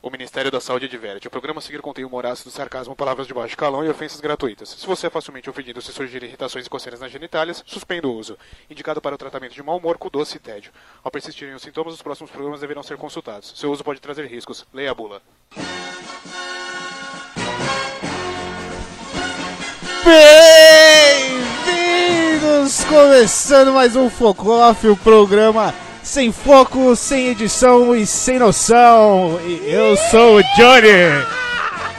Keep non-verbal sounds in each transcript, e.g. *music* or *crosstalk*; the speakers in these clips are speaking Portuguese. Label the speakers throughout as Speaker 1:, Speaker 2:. Speaker 1: O Ministério da Saúde adverte. O programa a seguir contém humor ácido, sarcasmo, palavras de baixo calão e ofensas gratuitas. Se você é facilmente ofendido se surgirem irritações e coceiras nas genitálias, suspenda o uso. Indicado para o tratamento de mau humor, com doce e tédio. Ao persistirem os sintomas, os próximos programas deverão ser consultados. Seu uso pode trazer riscos. Leia a bula.
Speaker 2: Bem-vindos! Começando mais um Foco Off, o programa sem foco, sem edição e sem noção. E eu sou o Johnny.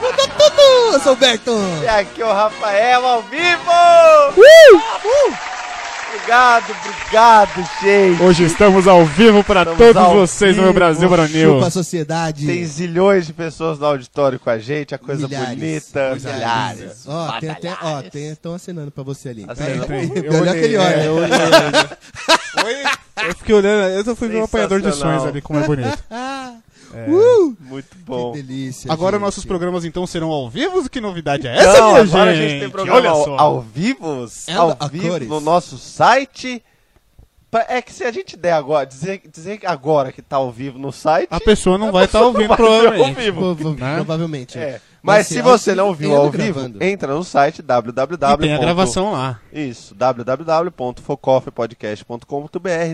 Speaker 3: Mudou tudo! Eu sou o Berto!
Speaker 4: E aqui é o Rafael ao vivo! Obrigado, obrigado, gente!
Speaker 2: Hoje estamos ao vivo para
Speaker 4: Estamos
Speaker 2: todos
Speaker 4: ao
Speaker 2: vocês no meu
Speaker 4: vivo.
Speaker 2: Brasil Baronil.
Speaker 3: Chupa a sociedade.
Speaker 4: Tem zilhões de pessoas no auditório com a gente, a coisa
Speaker 3: Milhares.
Speaker 4: bonita,
Speaker 3: Coisa
Speaker 4: milhares.
Speaker 3: Ó, tem até, ó, tem, estão acenando pra você ali.
Speaker 4: Acenando.
Speaker 3: É,
Speaker 4: Tem,
Speaker 2: tem.
Speaker 3: Olha
Speaker 2: Eu
Speaker 3: aquele
Speaker 2: olhei, é, eu
Speaker 3: olho.
Speaker 2: Eu fiquei olhando, eu só fui ver um apanhador de
Speaker 4: Sensacional.
Speaker 2: sonhos ali, como é
Speaker 4: *laughs*
Speaker 2: bonito.
Speaker 3: *laughs* Ah, uh,
Speaker 4: Muito
Speaker 3: que
Speaker 4: bom.
Speaker 3: delícia.
Speaker 2: É. Agora
Speaker 3: gente.
Speaker 2: nossos programas então serão ao vivo? Que novidade é essa,
Speaker 4: Então,
Speaker 2: minha
Speaker 4: agora a
Speaker 2: gente?
Speaker 4: gente tem programa
Speaker 2: Olha
Speaker 4: ao,
Speaker 2: só.
Speaker 4: ao vivo,
Speaker 3: Ela
Speaker 4: ao
Speaker 3: a
Speaker 4: vivo
Speaker 3: cores.
Speaker 4: no nosso site. Pra- É que se a gente der agora, dizer, dizer agora que tá ao vivo no site,
Speaker 2: A pessoa não vai estar
Speaker 4: não
Speaker 2: ouvindo,
Speaker 4: vai ver ao
Speaker 2: provavelmente. Né?
Speaker 4: vivo.
Speaker 3: Prova- Provavelmente.
Speaker 4: É.
Speaker 3: Vai
Speaker 4: Mas
Speaker 3: ser
Speaker 4: se
Speaker 3: ao
Speaker 4: você
Speaker 3: vivo
Speaker 4: não
Speaker 3: e
Speaker 4: viu
Speaker 3: tá
Speaker 4: ao
Speaker 3: gravando.
Speaker 4: vivo, entra no site
Speaker 2: E
Speaker 4: www.
Speaker 2: tem a gravação lá.
Speaker 4: Isso, www.focoffpodcast.com.br,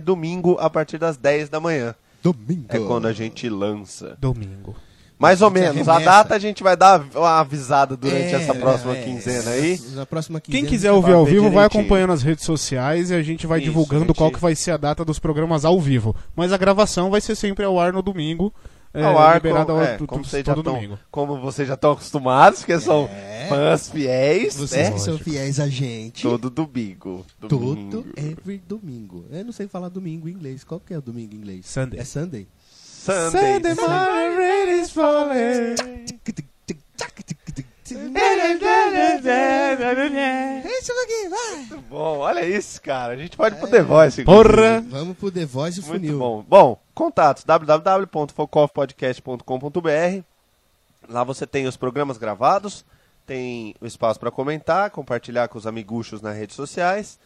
Speaker 4: domingo a partir das 10 da manhã.
Speaker 3: Domingo.
Speaker 4: É quando a gente lança.
Speaker 2: Domingo.
Speaker 4: Mais ou
Speaker 3: A gente
Speaker 4: menos, a
Speaker 3: arremessa.
Speaker 4: data a gente vai dar uma avisada durante
Speaker 3: É,
Speaker 4: essa próxima
Speaker 3: é,
Speaker 4: quinzena aí.
Speaker 3: Na próxima quinzena.
Speaker 2: Quem quiser ouvir ao
Speaker 4: ver
Speaker 2: vivo, vai
Speaker 4: direitinho.
Speaker 2: acompanhando as redes sociais e a gente vai
Speaker 4: Isso,
Speaker 2: divulgando
Speaker 4: gente.
Speaker 2: qual que vai ser a data dos programas ao vivo. Mas a gravação vai ser sempre ao ar no domingo. É,
Speaker 4: ao ar,
Speaker 2: liberada
Speaker 4: com-
Speaker 2: ao-
Speaker 4: é,
Speaker 2: tu-
Speaker 4: como,
Speaker 2: tu-
Speaker 4: vocês já
Speaker 2: todo
Speaker 4: tão,
Speaker 2: domingo.
Speaker 4: como vocês já estão acostumados, porque são
Speaker 3: É.
Speaker 4: fãs fiéis,
Speaker 3: Vocês
Speaker 4: né?
Speaker 3: que são fiéis a gente.
Speaker 4: Todo domingo. domingo.
Speaker 3: Todo every domingo. Eu não sei falar domingo em inglês. Qual que é o domingo em inglês?
Speaker 2: Sunday.
Speaker 3: É Sunday.
Speaker 4: Sunday.
Speaker 2: my rain is falling.
Speaker 3: Isso aqui, vai.
Speaker 4: Muito bom, olha isso, cara. A gente pode pro
Speaker 3: É.
Speaker 4: The Voice.
Speaker 2: Porra!
Speaker 3: Vamos pro The Voice e
Speaker 4: Muito
Speaker 3: Funil.
Speaker 4: bom. Bom, contatos www.focofpodcast.com.br. Lá você tem os programas gravados, tem o espaço para comentar, compartilhar com os amiguchos nas redes sociais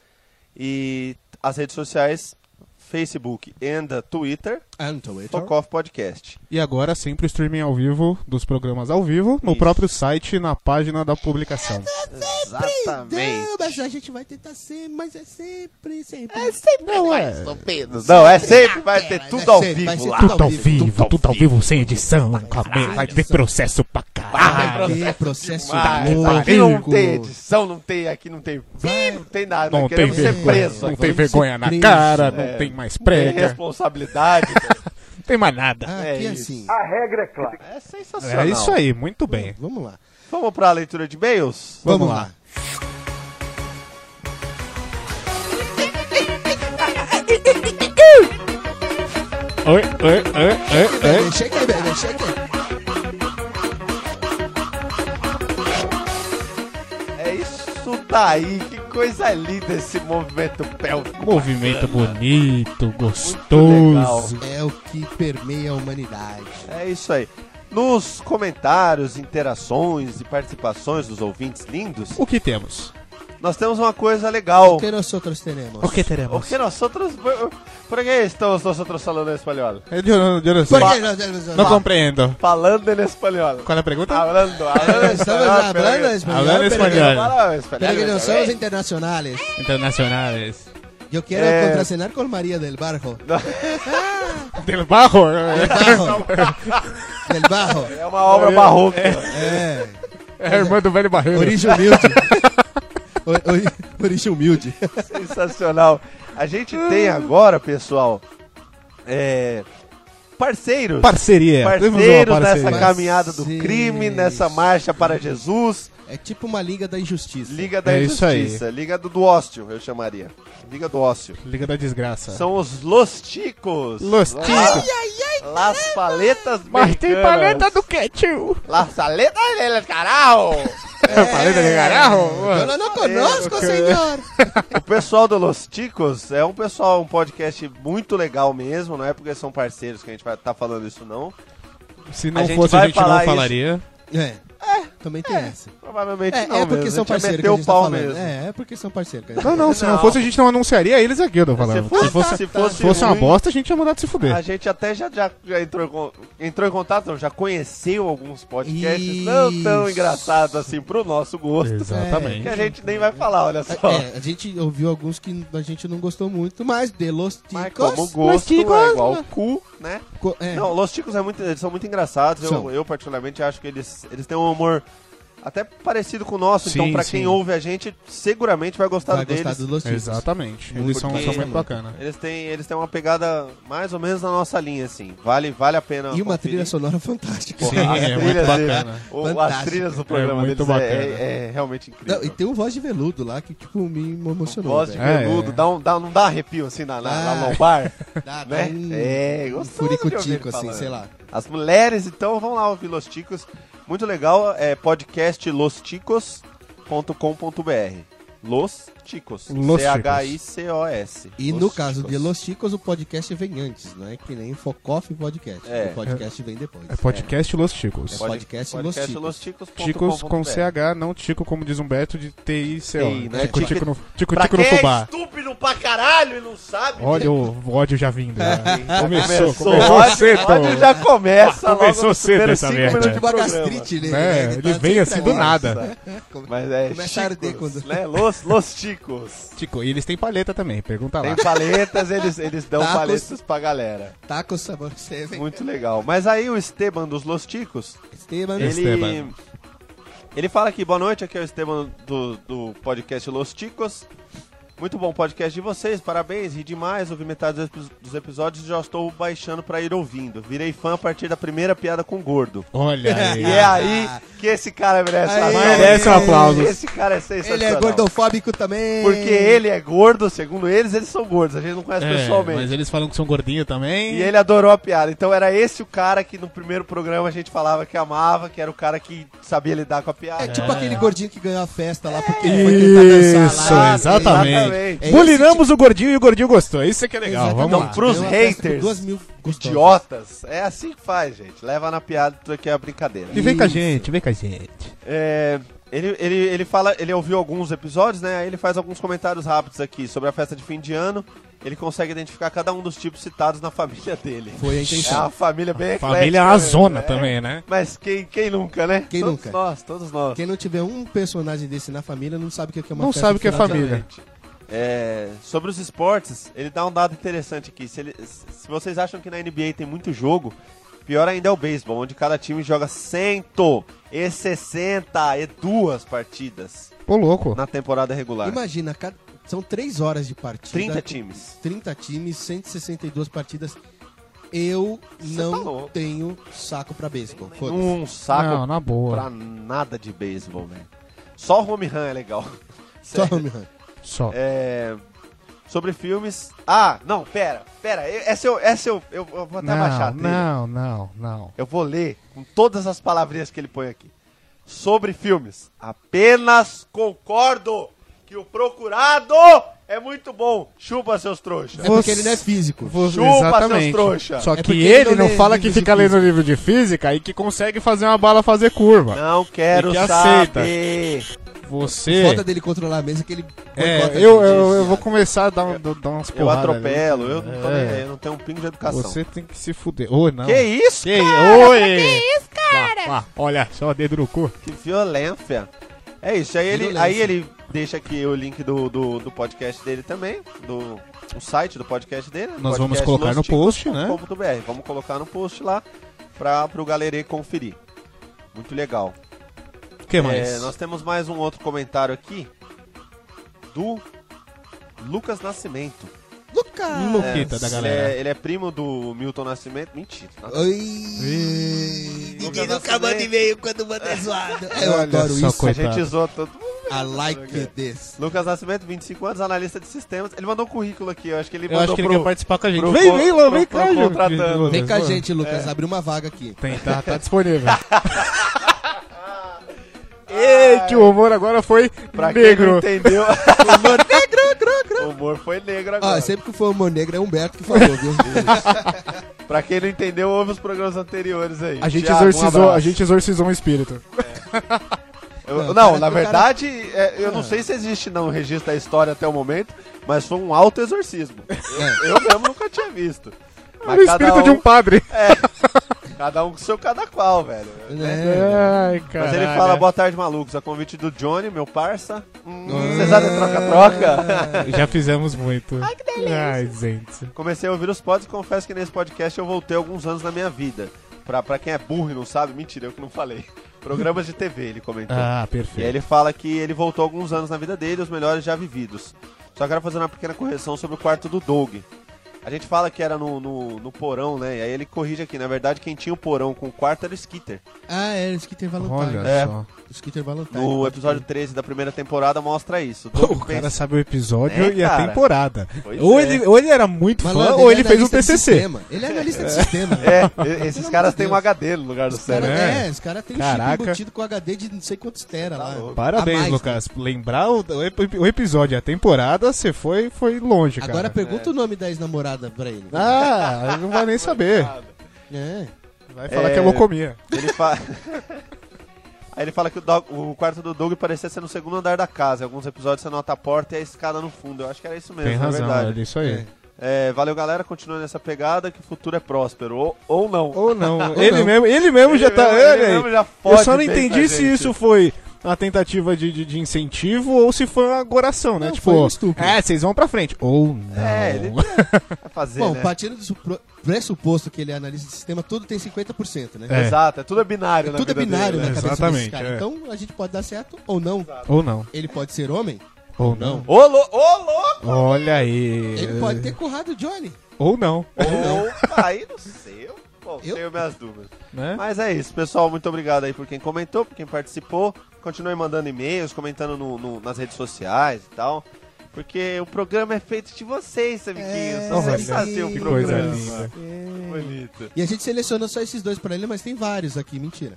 Speaker 4: e as redes sociais Facebook e Twitter,
Speaker 3: And Twitter.
Speaker 4: Focoff Podcast.
Speaker 2: E agora sempre o streaming ao vivo dos programas ao vivo no
Speaker 4: Isso.
Speaker 2: próprio site na página da publicação.
Speaker 3: Não, mas
Speaker 4: Exatamente.
Speaker 3: a gente vai tentar sempre, mas é sempre, sempre.
Speaker 2: Não é.
Speaker 4: Não, é sempre vai
Speaker 3: Vai
Speaker 4: ter
Speaker 3: ser-
Speaker 4: tudo ao
Speaker 3: vai
Speaker 4: vivo
Speaker 3: ser
Speaker 4: lá.
Speaker 3: tudo
Speaker 2: Tudo ao vivo, tudo ao vivo, sem edição. Calma, Vai ter processo pra caralho.
Speaker 3: Que processo
Speaker 4: Ah,
Speaker 3: louco.
Speaker 4: aqui não tem edição, não tem, aqui não tem,
Speaker 3: Vai.
Speaker 4: não tem nada.
Speaker 2: Não tem
Speaker 4: Queremos ser
Speaker 2: vergonha,
Speaker 4: preso.
Speaker 2: não
Speaker 4: agora.
Speaker 2: tem
Speaker 3: vamos ser
Speaker 2: vergonha na
Speaker 3: preso.
Speaker 2: cara,
Speaker 4: É.
Speaker 2: não tem mais
Speaker 4: Tem
Speaker 2: prega,
Speaker 4: responsabilidade.
Speaker 2: não tem mais nada.
Speaker 3: Ah,
Speaker 4: É
Speaker 3: Aqui é
Speaker 4: isso.
Speaker 3: assim.
Speaker 4: é
Speaker 2: É
Speaker 4: sensacional.
Speaker 2: isso aí, muito bem.
Speaker 3: Vamos lá.
Speaker 4: Vamos pra leitura de e-mails?
Speaker 2: Vamos lá. Oi, oi, oi, oi, oi.
Speaker 3: Bebê, Chega aí, bebê, chega aí.
Speaker 4: É isso daí, que coisa linda esse movimento pélvico.
Speaker 2: Movimento bonito,
Speaker 4: legal.
Speaker 2: gostoso.
Speaker 3: É o que permeia a humanidade.
Speaker 4: É isso aí. Nos comentários, interações e participações dos ouvintes lindos,
Speaker 2: O que temos?
Speaker 4: nós temos uma coisa legal.
Speaker 3: Que nós outros temos?
Speaker 4: O
Speaker 2: teremos?
Speaker 4: que nós outros... Por que estamos nós outros falando em espanhol?
Speaker 2: Eu, eu não sei.
Speaker 3: Por que nós temos
Speaker 2: Não compreendo.
Speaker 4: Falando em espanhol.
Speaker 2: Qual é a pergunta?
Speaker 4: Hablando, hablando em
Speaker 3: Estamos
Speaker 4: espanhol.
Speaker 3: hablando
Speaker 4: pero-
Speaker 3: espanhol.
Speaker 2: Hablando
Speaker 3: pero-
Speaker 2: espanhol.
Speaker 4: Hablando É en español,
Speaker 3: Pero que não somos
Speaker 4: ¿sabes?
Speaker 3: internacionais.
Speaker 2: Internacionais.
Speaker 3: Eu quero
Speaker 4: É.
Speaker 3: contracenar com Maria del Barro.
Speaker 2: Del
Speaker 4: *laughs*
Speaker 2: Barro.
Speaker 3: Barro. del Barro.
Speaker 4: É uma obra barroca.
Speaker 3: É.
Speaker 2: É a irmã do velho Barreiro.
Speaker 3: *laughs* Origem *laughs* humilde. O- ori- Origem humilde.
Speaker 4: Sensacional. A gente
Speaker 2: *laughs*
Speaker 4: tem agora, pessoal, é, parceiros.
Speaker 2: Parceria. é, Temos uma
Speaker 4: Parceiros nessa
Speaker 2: parceria.
Speaker 4: caminhada do
Speaker 3: Parceiros.
Speaker 4: crime, nessa marcha para Jesus,
Speaker 3: É tipo uma liga da injustiça.
Speaker 4: Liga da
Speaker 2: É isso aí.
Speaker 4: Injustiça, Liga do, do Ócio, eu chamaria. Liga do Ócio.
Speaker 2: Liga da Desgraça.
Speaker 4: São os Losticos.
Speaker 2: Tá. Los Ticos.
Speaker 4: Las paletas
Speaker 2: Mas tem paleta
Speaker 4: mexicanas.
Speaker 2: do que, tio?
Speaker 4: Las paletas del carajo. É.
Speaker 2: Paleta de
Speaker 3: Eu
Speaker 2: gararro?
Speaker 3: não- não conosco,
Speaker 2: ok.
Speaker 3: senhor.
Speaker 4: O pessoal do Los Ticos é um pessoal, um podcast muito legal mesmo, não é porque são parceiros que a gente vai estar falando tá isso não.
Speaker 2: Se
Speaker 4: A
Speaker 2: não
Speaker 4: gente
Speaker 2: fosse,
Speaker 4: vai
Speaker 2: a gente
Speaker 4: falar
Speaker 2: não
Speaker 4: isso.
Speaker 2: falaria.
Speaker 3: É. Também tem essa.
Speaker 4: Provavelmente
Speaker 3: É,
Speaker 4: não
Speaker 3: é porque são
Speaker 4: mesmo, a gente ia
Speaker 3: parceiros que
Speaker 4: meter
Speaker 3: a
Speaker 4: o
Speaker 3: gente tá
Speaker 4: pau
Speaker 3: falando.
Speaker 4: mesmo.
Speaker 3: É, é porque são parceiros que a gente
Speaker 2: Não, não, se não
Speaker 4: Não.
Speaker 2: fosse a gente não anunciaria eles aqui, eu tô
Speaker 4: Se
Speaker 2: falando.
Speaker 4: fosse,
Speaker 2: Se fosse,
Speaker 4: se fosse
Speaker 2: se fosse uma
Speaker 4: ruim,
Speaker 2: bosta, a gente ia mandar de se fuder.
Speaker 4: A gente até já, já, já entrou, em con- entrou em contato, não, já conheceu alguns podcasts
Speaker 3: Isso.
Speaker 4: não tão engraçados assim pro nosso gosto.
Speaker 3: Exatamente.
Speaker 4: Que a gente nem vai falar, olha só.
Speaker 3: É, a gente ouviu alguns que a gente não gostou muito, mas de Los Ticos...
Speaker 4: Mas
Speaker 2: Mas
Speaker 4: como gosto
Speaker 2: que
Speaker 4: é
Speaker 2: gosto,
Speaker 4: igual
Speaker 2: né?
Speaker 4: cu, né?
Speaker 3: co- é,
Speaker 4: Não, Los Ticos é muito, eles são muito engraçados. Eu,
Speaker 3: São.
Speaker 4: eu, particularmente, acho que eles, eles têm um humor até parecido com o nosso. então,
Speaker 2: Sim,
Speaker 4: pra
Speaker 2: sim.
Speaker 4: quem ouve a gente, seguramente vai gostar
Speaker 3: vai
Speaker 4: deles.
Speaker 3: gostar do Los Ticos.
Speaker 2: Exatamente. Eles são,
Speaker 4: Porque- é.
Speaker 2: são um muito bacanas.
Speaker 4: Eles têm, eles têm uma pegada mais ou menos na nossa linha, assim. Vale, vale a pena.
Speaker 3: E uma
Speaker 4: conferir.
Speaker 3: trilha sonora fantástica.
Speaker 4: Porra,
Speaker 2: Sim,
Speaker 4: as
Speaker 2: é muito
Speaker 4: trilhas dele-
Speaker 2: bacana.
Speaker 4: o- as
Speaker 3: Fantástico.
Speaker 4: trilhas do programa
Speaker 2: É muito
Speaker 4: deles é-
Speaker 2: bacana.
Speaker 4: é, é realmente incrível.
Speaker 3: Não, e tem um voz de veludo lá que, tipo, me emocionou.
Speaker 4: Voz de *laughs*
Speaker 3: velho.
Speaker 2: É,
Speaker 4: veludo,
Speaker 2: é.
Speaker 4: Dá um, dá, não dá arrepio assim na, na, na
Speaker 3: Ah.
Speaker 4: lombar,
Speaker 3: Dá, dá
Speaker 4: né?
Speaker 3: um-
Speaker 4: é,
Speaker 3: um
Speaker 4: gostoso. de ouvir ele
Speaker 3: furicutico, assim,
Speaker 4: falando.
Speaker 3: sei lá.
Speaker 4: As mulheres, então, vão lá ouvir Los Ticos. Muito legal, é podcast losticos.com.br. Los Ticos.
Speaker 2: Los
Speaker 4: C-H-I-C-O-S.
Speaker 3: E
Speaker 4: Los
Speaker 3: no caso
Speaker 4: Ticos.
Speaker 3: de Los Chicos, o podcast vem antes, não é que nem Focoff Podcast.
Speaker 4: É.
Speaker 3: O podcast vem depois.
Speaker 2: É podcast Los Chicos.
Speaker 3: É podcast Los Ticos.
Speaker 4: losticos.com.br.
Speaker 2: Ticos com CH, não Tico como diz Humberto, de T-I-C-O.
Speaker 4: Ei, né?
Speaker 2: Tico,
Speaker 4: Tico-
Speaker 2: tico no, tico,
Speaker 4: Pra
Speaker 2: tico no
Speaker 4: quem é
Speaker 2: fubá.
Speaker 4: estúpido pra caralho e não sabe...
Speaker 2: Olha o ódio já vindo. já. Começou,
Speaker 4: É. Começou,
Speaker 2: começou
Speaker 4: ódio,
Speaker 2: cedo.
Speaker 4: ódio já começa
Speaker 2: Começou
Speaker 4: logo nos
Speaker 2: cedo
Speaker 4: primeiros
Speaker 2: essa
Speaker 4: cinco
Speaker 2: merda.
Speaker 4: minutos de
Speaker 3: Tipo a
Speaker 4: programa.
Speaker 3: gastrite, né?
Speaker 2: É, ele vem
Speaker 3: sempre
Speaker 2: assim do
Speaker 3: ali.
Speaker 2: nada.
Speaker 4: *laughs* Mas é
Speaker 3: Começa a arder
Speaker 4: chicos,
Speaker 3: quando-
Speaker 4: né? Los, los chicos.
Speaker 2: Tico, e eles têm palheta também, pergunta lá.
Speaker 3: Tá.
Speaker 4: Tem paletas, eles, eles dão
Speaker 3: Tacos.
Speaker 4: paletas pra galera.
Speaker 3: Tá com sabor seven.
Speaker 4: Muito legal. Mas aí o Esteban dos Los Ticos,
Speaker 3: Esteban,
Speaker 4: ele...
Speaker 2: Esteban.
Speaker 4: Ele fala aqui, boa noite, aqui é o Esteban do, do podcast Los Ticos. Muito bom podcast de vocês, parabéns, ri demais, ouvi metade dos epi- dos episódios e já estou baixando pra ir ouvindo. Virei fã a partir da primeira piada com o gordo.
Speaker 2: Olha
Speaker 4: *laughs*
Speaker 2: aí.
Speaker 4: E é aí que esse cara merece
Speaker 3: Ah. Aí,
Speaker 4: aplausos.
Speaker 2: merece um aplauso.
Speaker 4: Esse cara é
Speaker 3: ele
Speaker 4: sensacional.
Speaker 3: é gordofóbico também.
Speaker 4: Porque ele é gordo, segundo eles, eles são gordos. A gente não conhece
Speaker 2: É,
Speaker 4: pessoalmente.
Speaker 2: mas eles falam que são gordinhos também.
Speaker 4: E ele adorou a piada. Então era esse o cara que no primeiro programa a gente falava que amava, que era o cara que sabia lidar com a piada.
Speaker 3: É tipo aquele gordinho que ganhou a festa lá porque ele foi tentar
Speaker 2: Isso,
Speaker 3: dançar lá.
Speaker 2: exatamente.
Speaker 4: exatamente.
Speaker 3: É
Speaker 2: Bulinamos o gordinho e o gordinho gostou. Isso é que é legal.
Speaker 3: Exatamente.
Speaker 2: Vamos lá.
Speaker 4: Então, pros
Speaker 3: Ganhou a festa por
Speaker 4: haters,
Speaker 3: Duas mil gostosas.
Speaker 4: Idiotas. É assim que faz, gente. Leva na piada tudo aqui é a brincadeira.
Speaker 2: E vem com a
Speaker 3: Isso.
Speaker 2: gente, vem com a gente.
Speaker 4: É, ele, ele, ele fala, ele ouviu alguns episódios, né? Aí ele faz alguns comentários rápidos aqui sobre a festa de fim de ano. Ele consegue identificar cada um dos tipos citados na família dele.
Speaker 3: Foi a
Speaker 4: É
Speaker 3: intenção.
Speaker 4: uma família bem eclética.
Speaker 2: Família Azona
Speaker 4: né?
Speaker 2: também, né?
Speaker 4: Mas quem, quem nunca, né?
Speaker 3: Quem
Speaker 4: todos
Speaker 3: nunca?
Speaker 4: nós, todos nós.
Speaker 3: Quem não tiver um personagem desse na família não sabe o que é uma
Speaker 2: Não
Speaker 3: festa
Speaker 2: sabe o que é
Speaker 3: final de
Speaker 2: família.
Speaker 4: Exatamente. É, sobre os esportes, ele dá um dado interessante aqui. Se, ele- se vocês acham que na NBA tem muito jogo, pior ainda é o beisebol, onde cada time joga 160 e duas partidas
Speaker 2: Ô, louco.
Speaker 4: na temporada regular.
Speaker 3: ano. Imagina, cada- são três horas de partida.
Speaker 4: 30 times.
Speaker 3: 30 times, 162 partidas. Eu
Speaker 4: Cê tá
Speaker 3: não
Speaker 4: louco.
Speaker 3: tenho saco pra beisebol. Foda-se.
Speaker 4: Um saco
Speaker 2: Não, na boa.
Speaker 4: pra nada de beisebol, velho. Só home run
Speaker 3: *laughs*
Speaker 4: é legal.
Speaker 3: Só
Speaker 4: Sério.
Speaker 3: home run.
Speaker 2: Só.
Speaker 4: É, Sobre filmes. Ah, não, pera, pera. eu- Essa eu, essa eu, eu, eu vou até baixar a
Speaker 2: não,
Speaker 4: trilha.
Speaker 2: não, não, não.
Speaker 4: Eu vou ler com todas as palavrinhas que ele põe aqui. Sobre filmes. Apenas concordo que o procurado é muito bom. Chupa seus trouxas.
Speaker 3: É porque ele não é físico.
Speaker 2: Vou-
Speaker 4: Chupa, seus trouxa.
Speaker 2: Só
Speaker 3: É
Speaker 2: que
Speaker 3: porque
Speaker 2: ele
Speaker 3: ele
Speaker 2: não
Speaker 3: não lê
Speaker 2: fala
Speaker 3: livro
Speaker 2: que
Speaker 3: de
Speaker 2: fica lendo
Speaker 3: física.
Speaker 2: livro de física e que consegue fazer uma bala fazer curva.
Speaker 4: Não quero
Speaker 2: E que
Speaker 4: saber.
Speaker 2: Você.
Speaker 3: Falta dele controlar a mesa que ele
Speaker 2: É,
Speaker 3: boicota
Speaker 2: eu,
Speaker 3: a gente.
Speaker 2: eu, eu vou começar a dar, um, dar umas
Speaker 4: né? Eu
Speaker 2: porradas. ali.
Speaker 4: atropelo, eu não, tô nem
Speaker 2: É.
Speaker 4: aí, eu não tenho um pingo de educação.
Speaker 2: Você tem que se fuder. Ô, não.
Speaker 4: Que isso,
Speaker 2: Que
Speaker 4: cara?
Speaker 2: Oi! Que isso, cara? olha, só dedo no cu.
Speaker 4: Que violência. É isso, aí ele,
Speaker 3: Violência.
Speaker 4: aí ele deixa aqui o link do, do, do podcast dele também, do o site do podcast dele.
Speaker 2: Nós vamos colocar no post, né?
Speaker 4: .com.br. Vamos colocar no post lá para o galerê conferir. Muito legal.
Speaker 2: O que mais?
Speaker 4: É, nós temos mais um outro comentário aqui do Lucas Nascimento.
Speaker 3: Lucas!
Speaker 2: Luquita da galera.
Speaker 4: Ele é, ele é primo do Milton Nascimento. Mentira. nada a ver.
Speaker 3: Oi!
Speaker 4: Lucas
Speaker 3: Ninguém nunca
Speaker 4: Nascimento.
Speaker 3: manda e-mail quando manda
Speaker 4: *laughs*
Speaker 3: é zoado. Eu
Speaker 2: Olha
Speaker 3: adoro
Speaker 2: só,
Speaker 3: isso.
Speaker 4: A
Speaker 2: coitado.
Speaker 4: gente zoa todo mundo.
Speaker 3: I like this.
Speaker 4: Lucas Nascimento, 25 anos, analista de sistemas. Ele mandou um currículo aqui, eu acho que ele
Speaker 2: Eu
Speaker 4: mandou
Speaker 2: acho que ele
Speaker 4: pro-
Speaker 2: quer participar com a gente.
Speaker 4: pro
Speaker 2: Vem,
Speaker 4: con-
Speaker 2: vem, Lô, vem
Speaker 4: pro-
Speaker 2: cá,
Speaker 4: pro
Speaker 2: gente.
Speaker 4: contratando.
Speaker 2: Lucas,
Speaker 3: Vem com a
Speaker 2: Lô.
Speaker 3: gente, Lucas.
Speaker 4: É.
Speaker 3: Abriu uma vaga aqui.
Speaker 2: Tem, tá, tá
Speaker 4: *laughs*
Speaker 2: disponível. Ei, que o humor agora foi
Speaker 4: Pra quem não
Speaker 2: negro. *laughs*
Speaker 4: entendeu,
Speaker 3: Humor negro, negro, negro.
Speaker 2: Ah,
Speaker 4: o humor foi negro
Speaker 3: Ó,
Speaker 4: agora. *laughs*
Speaker 3: sempre que for humor negro é Humberto que falou, viu?
Speaker 4: Pra quem não entendeu, ouve os programas anteriores aí.
Speaker 2: A gente,
Speaker 4: Thiago, um
Speaker 2: exorcizou,
Speaker 4: abraço.
Speaker 2: a gente exorcizou um espírito.
Speaker 3: Não,
Speaker 4: Eu- não,
Speaker 3: cara,
Speaker 4: na
Speaker 3: o cara-
Speaker 4: verdade, é, eu não sei se existe não o registro da história até o momento, mas foi um auto-exorcismo. Eu, eu mesmo nunca tinha visto.
Speaker 2: Era o espírito de um
Speaker 4: *laughs*
Speaker 2: padre.
Speaker 4: Cada um com seu cada qual, velho.
Speaker 3: É.
Speaker 2: Ai, cara.
Speaker 4: Mas ele fala, boa tarde, malucos. A convite do Johnny, meu parça. Hum, Vocês sabem troca-troca?
Speaker 2: Já fizemos muito. Ai, que delícia. Ai, gente.
Speaker 4: *laughs* Comecei a ouvir os pods e confesso que nesse podcast eu voltei alguns anos na minha vida. Pra, pra quem é burro e não sabe, mentira, eu que não falei. Programas de TV, ele comentou.
Speaker 2: Ah,
Speaker 4: E aí
Speaker 2: perfeito.
Speaker 4: ele fala que ele voltou alguns anos na vida dele, os melhores já vividos. Só quero fazer uma pequena correção sobre o quarto do Doug. A gente fala que era no, no, no porão, né? E aí ele corrige aqui. Na verdade, quem tinha o porão com o quarto era o Skitter.
Speaker 3: Ah, é, o Skitter Valentine.
Speaker 2: Olha
Speaker 4: É.
Speaker 2: só.
Speaker 3: O Skitter Valentine.
Speaker 4: No episódio 13 da primeira temporada mostra isso. Doug
Speaker 2: *laughs* O cara
Speaker 4: pensa-
Speaker 2: sabe o episódio
Speaker 4: Né,
Speaker 2: e a
Speaker 4: cara?
Speaker 2: temporada.
Speaker 4: Pois
Speaker 2: Ou,
Speaker 4: é.
Speaker 2: ele, ou ele era muito
Speaker 3: Malandro,
Speaker 2: fã, ou ele
Speaker 3: é
Speaker 2: fez um
Speaker 3: analista de
Speaker 2: TCC.
Speaker 3: sistema. Ele é analista de sistema.
Speaker 4: É, e- esses
Speaker 3: Pelo
Speaker 4: caras
Speaker 3: amor de
Speaker 4: têm um
Speaker 3: Deus.
Speaker 4: HD no lugar do
Speaker 3: Os cara-
Speaker 4: cérebro.
Speaker 2: né?
Speaker 3: é, os caras têm um
Speaker 2: Caraca.
Speaker 3: chip embutido com HD de não sei quantos tera lá.
Speaker 4: Tá
Speaker 2: Parabéns,
Speaker 3: A mais,
Speaker 2: Lucas. Lembrar o, o ep- o episódio, a temporada, você foi, foi longe, cara.
Speaker 3: Agora pergunta o nome da ex-namorada pra ele.
Speaker 2: Ah, ele não vai nem saber.
Speaker 3: É.
Speaker 2: Vai falar
Speaker 4: É.
Speaker 2: que é locomia.
Speaker 4: Ele fa... *laughs* Aí ele fala que o, Doug- o quarto do Doug parecia ser no segundo andar da casa. Em alguns episódios você nota a porta e a escada no fundo. Eu acho que era isso mesmo,
Speaker 2: Tem
Speaker 4: na
Speaker 2: razão,
Speaker 4: verdade.
Speaker 2: é isso aí.
Speaker 3: É.
Speaker 4: É, valeu, galera. Continua nessa pegada que o futuro é próspero. Ou, ou não.
Speaker 2: Ou não,
Speaker 3: Ou
Speaker 2: ele
Speaker 3: não.
Speaker 2: mesmo, ele mesmo já tá.
Speaker 4: mesmo-
Speaker 2: olha aí.
Speaker 4: mesmo já
Speaker 2: Eu
Speaker 4: fode
Speaker 2: só não
Speaker 4: bem com
Speaker 2: entendi
Speaker 4: a
Speaker 2: se
Speaker 4: gente.
Speaker 2: isso foi uma tentativa de, de, de incentivo ou se foi uma goração, né?
Speaker 3: Não,
Speaker 2: tipo,
Speaker 3: foi um estupro.
Speaker 2: é, vocês vão pra frente. Ou não. *laughs*
Speaker 4: É, ele vai fazer,
Speaker 3: Bom,
Speaker 4: né?
Speaker 3: partindo do supro- pressuposto que ele é analista de sistema, tudo tem 50%, né?
Speaker 2: É.
Speaker 4: Exato, é tudo é binário na
Speaker 3: Tudo é
Speaker 4: vida
Speaker 3: binário
Speaker 4: dele,
Speaker 3: na
Speaker 4: né?
Speaker 3: cabeça
Speaker 2: Exatamente,
Speaker 3: desse cara.
Speaker 2: é.
Speaker 3: Então a gente pode dar certo ou não.
Speaker 4: tá.
Speaker 2: Ou não.
Speaker 3: Ele pode ser homem,
Speaker 2: Ou não.
Speaker 4: Ô, lou- ô, louco!
Speaker 2: Olha aí.
Speaker 3: ele pode ter currado o Johnny.
Speaker 2: Ou não.
Speaker 4: Opa, aí não sei. Eu, bom,
Speaker 3: É. Eu-
Speaker 4: tenho minhas dúvidas.
Speaker 2: Né?
Speaker 4: Mas é isso, pessoal. Muito obrigado aí por quem comentou, por quem participou. Continue mandando e-mails, comentando no- no- nas redes sociais e tal. Porque o programa é feito de vocês, amiguinhos.
Speaker 3: É,
Speaker 4: Vocês
Speaker 2: olha,
Speaker 4: fazem o
Speaker 2: que
Speaker 4: programa.
Speaker 2: coisa
Speaker 4: Bonito.
Speaker 3: E a gente selecionou só esses dois pra ele, mas tem vários aqui, mentira.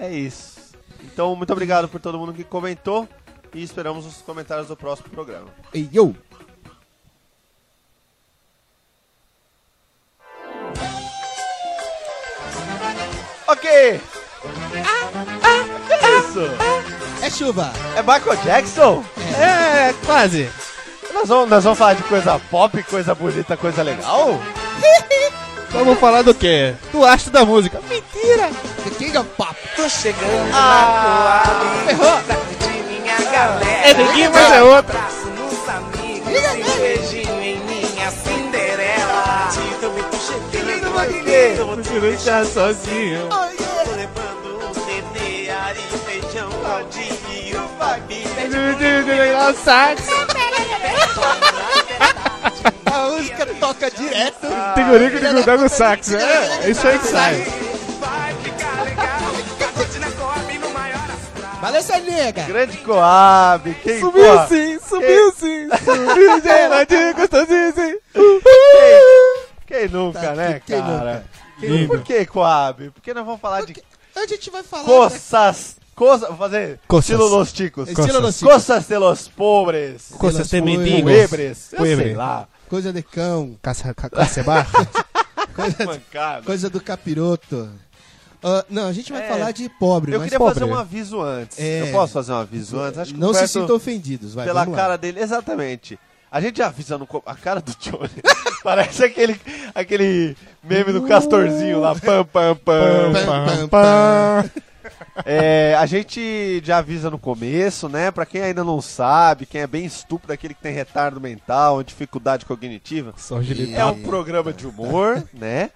Speaker 4: É isso. Então, muito obrigado por todo mundo que comentou. E esperamos os comentários do próximo programa.
Speaker 3: Ei, eu!
Speaker 4: Ok! Que isso?
Speaker 3: É chuva!
Speaker 4: É Michael Jackson?
Speaker 2: É, quase.
Speaker 4: Nós vamos, nós vamos falar de coisa pop, coisa bonita, coisa legal?
Speaker 2: Vamos falar do quê? Do astro da música. Mentira!
Speaker 3: The King of Pop!
Speaker 5: Tô chegando na tua amizade, minha galera.
Speaker 2: É daqui, mas é outra.
Speaker 5: Abraço nos amigos e beijinho em minha Cinderela. Tito, me tô chegando, maguinheiro. Vou te deixar
Speaker 2: sozinho.
Speaker 5: Tô levando um nenê, Ari, feijão, Claudinho e o Fabi.
Speaker 3: A música toca direto!
Speaker 2: Tem guri que grudar no sax. É, é isso aí que sai.
Speaker 5: Vai ficar legal. A cortina come no maior astral.
Speaker 3: Valeu, sua nega!
Speaker 4: Grande Coab, quem
Speaker 2: Subiu
Speaker 4: porra?
Speaker 2: sim, subiu sim, É. subiu *laughs* geladinho, gostosinho sim.
Speaker 4: Quem nunca,
Speaker 3: Tá,
Speaker 4: né,
Speaker 3: quem
Speaker 4: cara? Quem
Speaker 2: Lindo.
Speaker 4: Por que Coab? Porque nós vamos falar de
Speaker 3: A gente vai falar...
Speaker 4: coças. Coça, vou fazer
Speaker 2: Coças.
Speaker 4: estilo los ticos.
Speaker 3: Estilo
Speaker 2: Coças.
Speaker 3: Los Chicos.
Speaker 4: Coças de los pobres.
Speaker 2: Coisas
Speaker 3: Amigos.
Speaker 4: Pobres. Eu sei
Speaker 2: Pobres.
Speaker 4: lá.
Speaker 3: Coisa de cão,
Speaker 2: Caça, ca- caça é barra.
Speaker 4: Mancada.
Speaker 3: coisa do capiroto. Ah, não, a gente vai
Speaker 4: É.
Speaker 3: falar de pobre,
Speaker 4: Eu
Speaker 3: mas
Speaker 4: queria
Speaker 2: pobre.
Speaker 4: fazer um aviso antes.
Speaker 3: É.
Speaker 4: Eu posso fazer um aviso antes? Acho que
Speaker 3: não
Speaker 4: o
Speaker 3: se
Speaker 4: Humberto,
Speaker 3: sintam ofendidos, vai,
Speaker 4: pela
Speaker 3: vamos lá.
Speaker 4: cara dele. Exatamente. A gente já avisa no... co- A cara do Johnny. *laughs* Parece aquele, aquele meme do castorzinho lá. Pam, pam, pam.
Speaker 3: Pam, pam,
Speaker 4: É, a gente já avisa no começo, né? Pra quem ainda não sabe, quem é bem estúpido, aquele que tem retardo mental, dificuldade cognitiva.
Speaker 2: Só agilidade.
Speaker 4: É um programa de humor, né?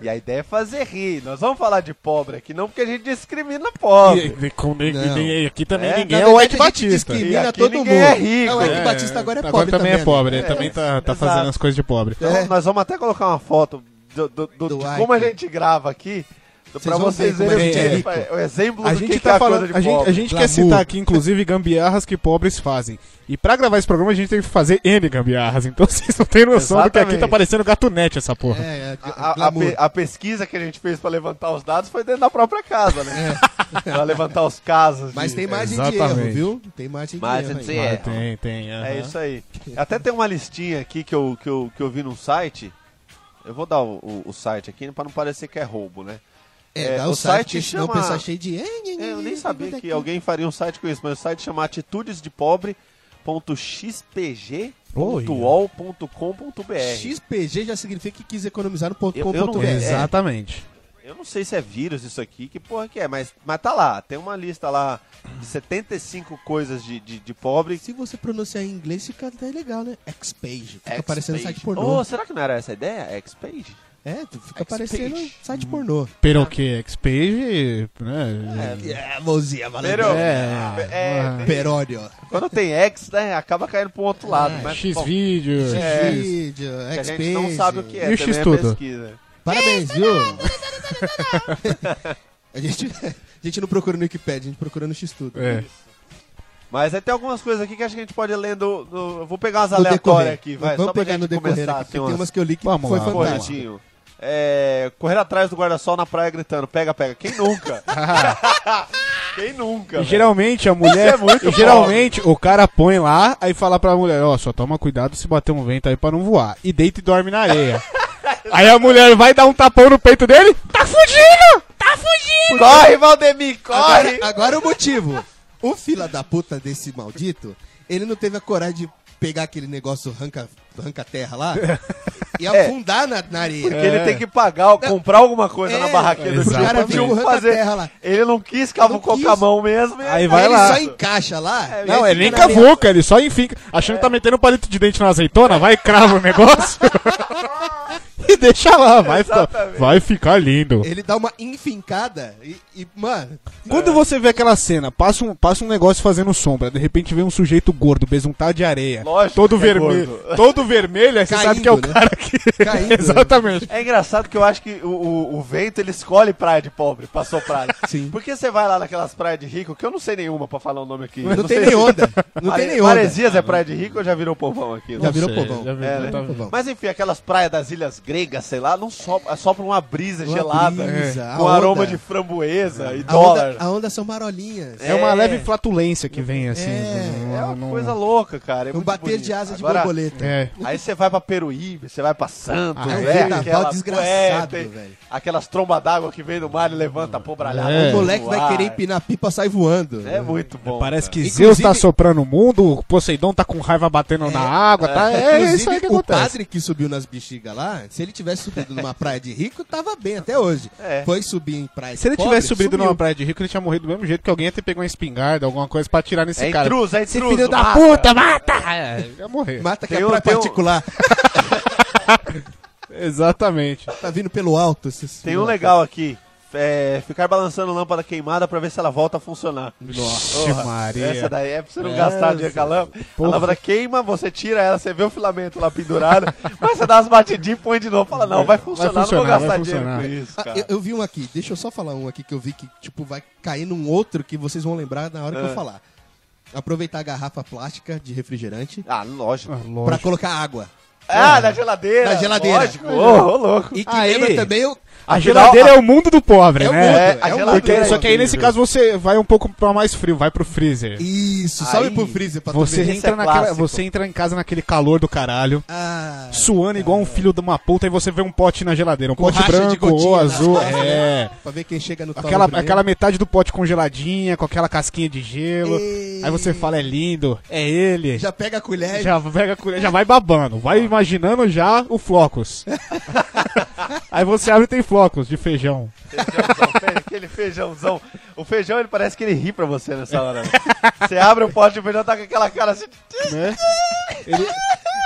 Speaker 4: E a ideia é fazer rir. Nós vamos falar de pobre aqui, não porque a gente discrimina pobre.
Speaker 2: E- e- com- e-
Speaker 3: Não.
Speaker 2: e- aqui também
Speaker 4: É,
Speaker 2: ninguém
Speaker 3: na
Speaker 2: é o
Speaker 3: verdade,
Speaker 2: Ed
Speaker 3: a gente
Speaker 2: Batista.
Speaker 3: discrimina.
Speaker 4: E
Speaker 3: Discrimina
Speaker 4: aqui
Speaker 3: todo
Speaker 4: ninguém
Speaker 3: mundo.
Speaker 4: é rico.
Speaker 3: Não, é
Speaker 4: né?
Speaker 3: que Batista agora é
Speaker 2: agora
Speaker 3: pobre
Speaker 2: também é
Speaker 3: também,
Speaker 2: pobre,
Speaker 3: né?
Speaker 2: ele também tá, tá
Speaker 4: exato.
Speaker 2: fazendo as coisas de pobre.
Speaker 4: Então,
Speaker 3: É.
Speaker 4: Nós vamos até colocar uma foto do, do- do-
Speaker 3: Do
Speaker 4: de
Speaker 3: Ike.
Speaker 4: como a gente grava aqui. do-
Speaker 3: Vocês
Speaker 4: Pra
Speaker 3: vão
Speaker 4: vocês
Speaker 3: ver como a
Speaker 4: verem
Speaker 3: gente é
Speaker 4: o que
Speaker 3: rico.
Speaker 4: é- o exemplo
Speaker 2: A
Speaker 4: do que
Speaker 2: gente
Speaker 4: que é
Speaker 2: tá
Speaker 4: coisa
Speaker 2: falando,
Speaker 4: de
Speaker 2: a gente,
Speaker 4: pobre.
Speaker 2: a gente quer
Speaker 3: Glamour.
Speaker 2: citar aqui, inclusive, gambiarras que pobres fazem. E pra gravar esse programa a gente teve que fazer N gambiarras, então *laughs* vocês não têm noção do que aqui tá
Speaker 4: Exatamente.
Speaker 2: parecendo gatunete essa porra.
Speaker 3: É, é,
Speaker 4: A- A, a
Speaker 3: glamour.
Speaker 4: pe- a pesquisa que a gente fez pra levantar os dados foi dentro da própria casa, né? *laughs* pra levantar os casos.
Speaker 3: Mas
Speaker 4: de-
Speaker 3: tem margem de
Speaker 2: Exatamente.
Speaker 3: erro, viu? Tem margem de
Speaker 4: Margem
Speaker 3: erro
Speaker 4: de
Speaker 3: aí.
Speaker 4: erro.
Speaker 2: Ah, tem, tem.
Speaker 4: É
Speaker 2: aham.
Speaker 4: isso aí. Até tem uma listinha aqui que eu, que eu, que eu vi num site Eu vou dar o, o- o site aqui pra não parecer que é roubo, né?
Speaker 3: É, dá o, site, que senão o pessoal cheio de.
Speaker 4: É, eu nem sabia que alguém faria um site com isso, mas o site chama atitudesdepobre.xpg.uol.com.br
Speaker 3: XPG já significa que quis economizar no ponto
Speaker 4: é Eu-
Speaker 3: com
Speaker 4: eu não-
Speaker 3: ponto br.
Speaker 4: é,
Speaker 2: Exatamente.
Speaker 4: Eu não sei se é vírus isso aqui, que porra que é, mas, mas tá lá. Tem uma lista lá de 75 coisas de, de, de pobre.
Speaker 3: Se você pronunciar em inglês, fica até legal, né? Xpage. Fica aparecendo site pornô.
Speaker 4: Oh, será que não era essa a ideia? Xpage?
Speaker 3: É, tu fica aparecendo site pornô.
Speaker 2: Peroque Xpage, né?
Speaker 3: É, mãozinha, valeu.
Speaker 4: Pero-
Speaker 2: É,
Speaker 4: É, tem-
Speaker 3: Perório.
Speaker 4: quando tem X, né, acaba caindo pro outro lado.
Speaker 2: é,
Speaker 4: mas, bom,
Speaker 2: X-Video.
Speaker 4: É.
Speaker 3: Vídeo,
Speaker 4: que a
Speaker 3: Xpage.
Speaker 4: gente não sabe o que é,
Speaker 2: E o
Speaker 4: também é
Speaker 2: X-Tudo?
Speaker 4: pesquisa.
Speaker 3: Parabéns, viu? *laughs* a, gente, a gente não procura no Wikipedia, a gente procura no Xtudo.
Speaker 2: É.
Speaker 4: Mas aí tem algumas coisas aqui que acho que a gente pode ir lendo. no- eu vou pegar umas
Speaker 3: No
Speaker 4: aleatórias
Speaker 3: decorrer.
Speaker 4: aqui, vai.
Speaker 3: Vamos
Speaker 4: só pra
Speaker 3: pegar
Speaker 4: gente
Speaker 3: no decorrer
Speaker 4: começar,
Speaker 3: aqui, porque
Speaker 4: tem
Speaker 3: tem
Speaker 4: umas
Speaker 3: umas que eu li que
Speaker 2: Vamos
Speaker 3: foi
Speaker 2: lá, vamos
Speaker 3: fantástico.
Speaker 4: Corretinho. É, correr atrás do guarda-sol na praia gritando, pega, pega. Quem
Speaker 3: *laughs*
Speaker 4: nunca? Quem nunca?
Speaker 2: E
Speaker 4: velho?
Speaker 2: geralmente a mulher.
Speaker 4: é muito
Speaker 2: e geralmente o cara põe lá, aí fala pra mulher, ó, só toma cuidado se bater um vento aí pra não voar. E deita e dorme na
Speaker 4: *laughs*
Speaker 2: areia. aí a mulher vai dar um tapão no peito dele, tá fugindo! Tá fugindo!
Speaker 4: Corre, Valdemir, corre!
Speaker 3: Agora, agora o motivo. O fila da puta desse maldito, ele não teve a coragem de pegar aquele negócio ranca, ranca terra lá
Speaker 4: *laughs*
Speaker 3: e afundar na, na areia.
Speaker 4: É. Porque ele tem que pagar ou comprar alguma coisa
Speaker 3: É,
Speaker 4: na barraquinha do
Speaker 2: o
Speaker 4: tipo,
Speaker 2: cara
Speaker 4: não tinha o
Speaker 3: viu
Speaker 4: que
Speaker 3: o
Speaker 4: fazer.
Speaker 3: terra lá.
Speaker 4: Ele não quis cavucar
Speaker 3: quis.
Speaker 4: com a mão mesmo. e-
Speaker 2: Aí
Speaker 3: Aí
Speaker 2: vai
Speaker 3: É, ele
Speaker 2: lá.
Speaker 3: só encaixa lá. né? e
Speaker 2: Não,
Speaker 3: aí
Speaker 4: é
Speaker 2: ele nem
Speaker 3: fica na areia.
Speaker 2: cavuca, ele só enfica. Achando que tá metendo palito de dente na azeitona, vai e crava o
Speaker 4: *laughs*
Speaker 2: negócio. e deixa lá, vai, ficar-
Speaker 4: Exatamente.
Speaker 2: vai ficar lindo.
Speaker 3: Ele dá uma enfincada e, e, mano,
Speaker 2: Quando você vê aquela cena, passa um, passa um negócio fazendo sombra, de repente vem um sujeito gordo, besuntado de areia,
Speaker 4: Lógico
Speaker 2: todo
Speaker 4: que é
Speaker 2: vermelho,
Speaker 4: gordo.
Speaker 2: todo vermelho, aí você
Speaker 3: Caindo,
Speaker 2: sabe que é o
Speaker 3: né?
Speaker 2: cara que...
Speaker 3: Caindo.
Speaker 2: *laughs* Exatamente.
Speaker 4: É engraçado que eu acho que o, o- o vento ele escolhe praia de pobre pra soprar.
Speaker 3: *laughs* Sim.
Speaker 4: Porque você vai lá naquelas praias de rico, que eu não sei nenhuma pra falar o nome aqui.
Speaker 3: não,
Speaker 4: Eu
Speaker 3: tem
Speaker 4: sei
Speaker 3: nem
Speaker 4: se-
Speaker 3: onda. Não tem
Speaker 4: Mare-
Speaker 3: nem onda.
Speaker 4: Maresias é praia de rico ou já virou povão aqui?
Speaker 3: Já virou povão.
Speaker 2: Já virou,
Speaker 4: É,
Speaker 2: já
Speaker 4: né?
Speaker 2: tá-
Speaker 3: Povão.
Speaker 4: Mas enfim, aquelas praias das ilhas gregas, sei lá, não sopra, sopra uma brisa
Speaker 3: Uma
Speaker 4: gelada
Speaker 3: brisa,
Speaker 4: é,
Speaker 3: a
Speaker 4: com aroma
Speaker 3: onda.
Speaker 4: de framboesa e
Speaker 3: A é onda,
Speaker 4: dólar.
Speaker 3: a onda são marolinhas.
Speaker 2: É uma leve flatulência que vem, assim.
Speaker 3: É,
Speaker 4: É uma
Speaker 2: não-
Speaker 4: coisa louca, cara. É
Speaker 3: um
Speaker 4: muito
Speaker 3: bater
Speaker 4: bonito.
Speaker 3: de asa de
Speaker 4: Agora,
Speaker 3: borboleta.
Speaker 2: É.
Speaker 4: Aí você vai pra Peruíbe, você vai pra Santos,
Speaker 2: Ah, é um
Speaker 4: né?
Speaker 3: vendaval desgraçado,
Speaker 4: poeta,
Speaker 3: velho.
Speaker 4: Aquelas trombas d'água que vem do mar e levanta a pobralhada.
Speaker 2: É.
Speaker 3: O moleque vai querer empinar a pipa, sai voando.
Speaker 4: É muito bom.
Speaker 2: Parece
Speaker 4: cara.
Speaker 2: que
Speaker 3: Inclusive-
Speaker 2: Zeus tá soprando o mundo, o Poseidon tá com raiva batendo na água, tá? É
Speaker 3: Inclusive,
Speaker 2: isso aí que
Speaker 3: o
Speaker 2: acontece.
Speaker 3: padre que subiu nas bexigas lá, se ele tivesse subido numa praia de rico, tava bem até hoje.
Speaker 4: É.
Speaker 3: Foi subir em praia
Speaker 2: Se ele
Speaker 3: de
Speaker 2: tivesse
Speaker 3: pobre,
Speaker 2: subido
Speaker 3: sumiu.
Speaker 2: numa praia de rico, ele tinha morrido do mesmo jeito que alguém ia ter pego uma espingarda, alguma coisa pra atirar nesse
Speaker 4: É
Speaker 2: cara.
Speaker 4: intruso, é
Speaker 2: Esse
Speaker 4: intruso,
Speaker 2: filho da
Speaker 4: mata.
Speaker 2: puta, mata! É, ele ia morrer.
Speaker 3: Mata que
Speaker 4: Tem
Speaker 3: é
Speaker 4: um-
Speaker 3: praia
Speaker 4: tem um-
Speaker 3: particular.
Speaker 2: Exatamente.
Speaker 3: tá vindo pelo alto. esses
Speaker 4: Tem um
Speaker 3: moleque.
Speaker 4: legal aqui. É, ficar balançando lâmpada queimada pra ver se ela volta a funcionar.
Speaker 2: Nossa, Maria.
Speaker 4: Essa daí é pra você não gastar dinheiro com a lâmpada. A lâmpada queima, você tira ela, você vê o filamento lá pendurado, *laughs* mas você dá umas batidinhas e põe de novo. Fala, não, vai funcionar,
Speaker 2: funcionar,
Speaker 4: não vou gastar
Speaker 2: vai
Speaker 4: dinheiro com
Speaker 2: funcionar.
Speaker 4: isso,
Speaker 3: Ah,
Speaker 4: cara.
Speaker 3: eu, eu vi um aqui, deixa eu só falar um aqui que eu vi que, tipo, vai cair num outro que vocês vão lembrar na
Speaker 4: É.
Speaker 3: hora que eu falar. Aproveitar a garrafa plástica de refrigerante
Speaker 4: Ah, lógico.
Speaker 3: pra colocar água.
Speaker 4: Ah, da geladeira.
Speaker 3: Da geladeira.
Speaker 4: Lógico. Ô, ô, louco.
Speaker 3: E que
Speaker 2: Aí.
Speaker 3: lembra também o...
Speaker 2: A
Speaker 4: Afinal,
Speaker 2: geladeira
Speaker 4: a-
Speaker 2: é o mundo do pobre,
Speaker 3: É o
Speaker 2: né?
Speaker 3: mundo,
Speaker 4: É, a
Speaker 3: é o
Speaker 4: geladeira.
Speaker 3: mundo.
Speaker 2: Porque, só que aí
Speaker 4: horrível.
Speaker 2: nesse caso você vai um pouco pra mais frio, vai pro freezer.
Speaker 3: Isso,
Speaker 4: Aí.
Speaker 3: sobe pro freezer pra tu
Speaker 2: Você
Speaker 3: ver.
Speaker 4: Esse
Speaker 2: entra,
Speaker 4: é
Speaker 2: naquela,
Speaker 4: clássico.
Speaker 2: você entra em casa naquele calor do caralho,
Speaker 3: Ah,
Speaker 2: suando igual um filho de uma puta, e você vê um pote na geladeira. Um pote
Speaker 3: racha de
Speaker 2: branco ou
Speaker 3: gotinha nas
Speaker 2: azul.
Speaker 3: costas,
Speaker 2: É.
Speaker 3: pra ver quem chega no talo
Speaker 2: Aquela,
Speaker 3: primeiro.
Speaker 2: aquela metade do pote congeladinha, com aquela casquinha de gelo.
Speaker 3: Ei.
Speaker 2: Aí você fala, é lindo, é ele. Já,
Speaker 3: Já pega a colher e
Speaker 2: pega a colher, já vai babando, vai imaginando já o flocos.
Speaker 3: *laughs*
Speaker 2: Aí você abre e tem flocos de feijão.
Speaker 4: Feijãozão, fe- aquele feijãozão. O feijão, ele parece que ele ri pra você nessa hora. né? Você abre o pote e o feijão tá com aquela cara assim.
Speaker 2: Né? Ele,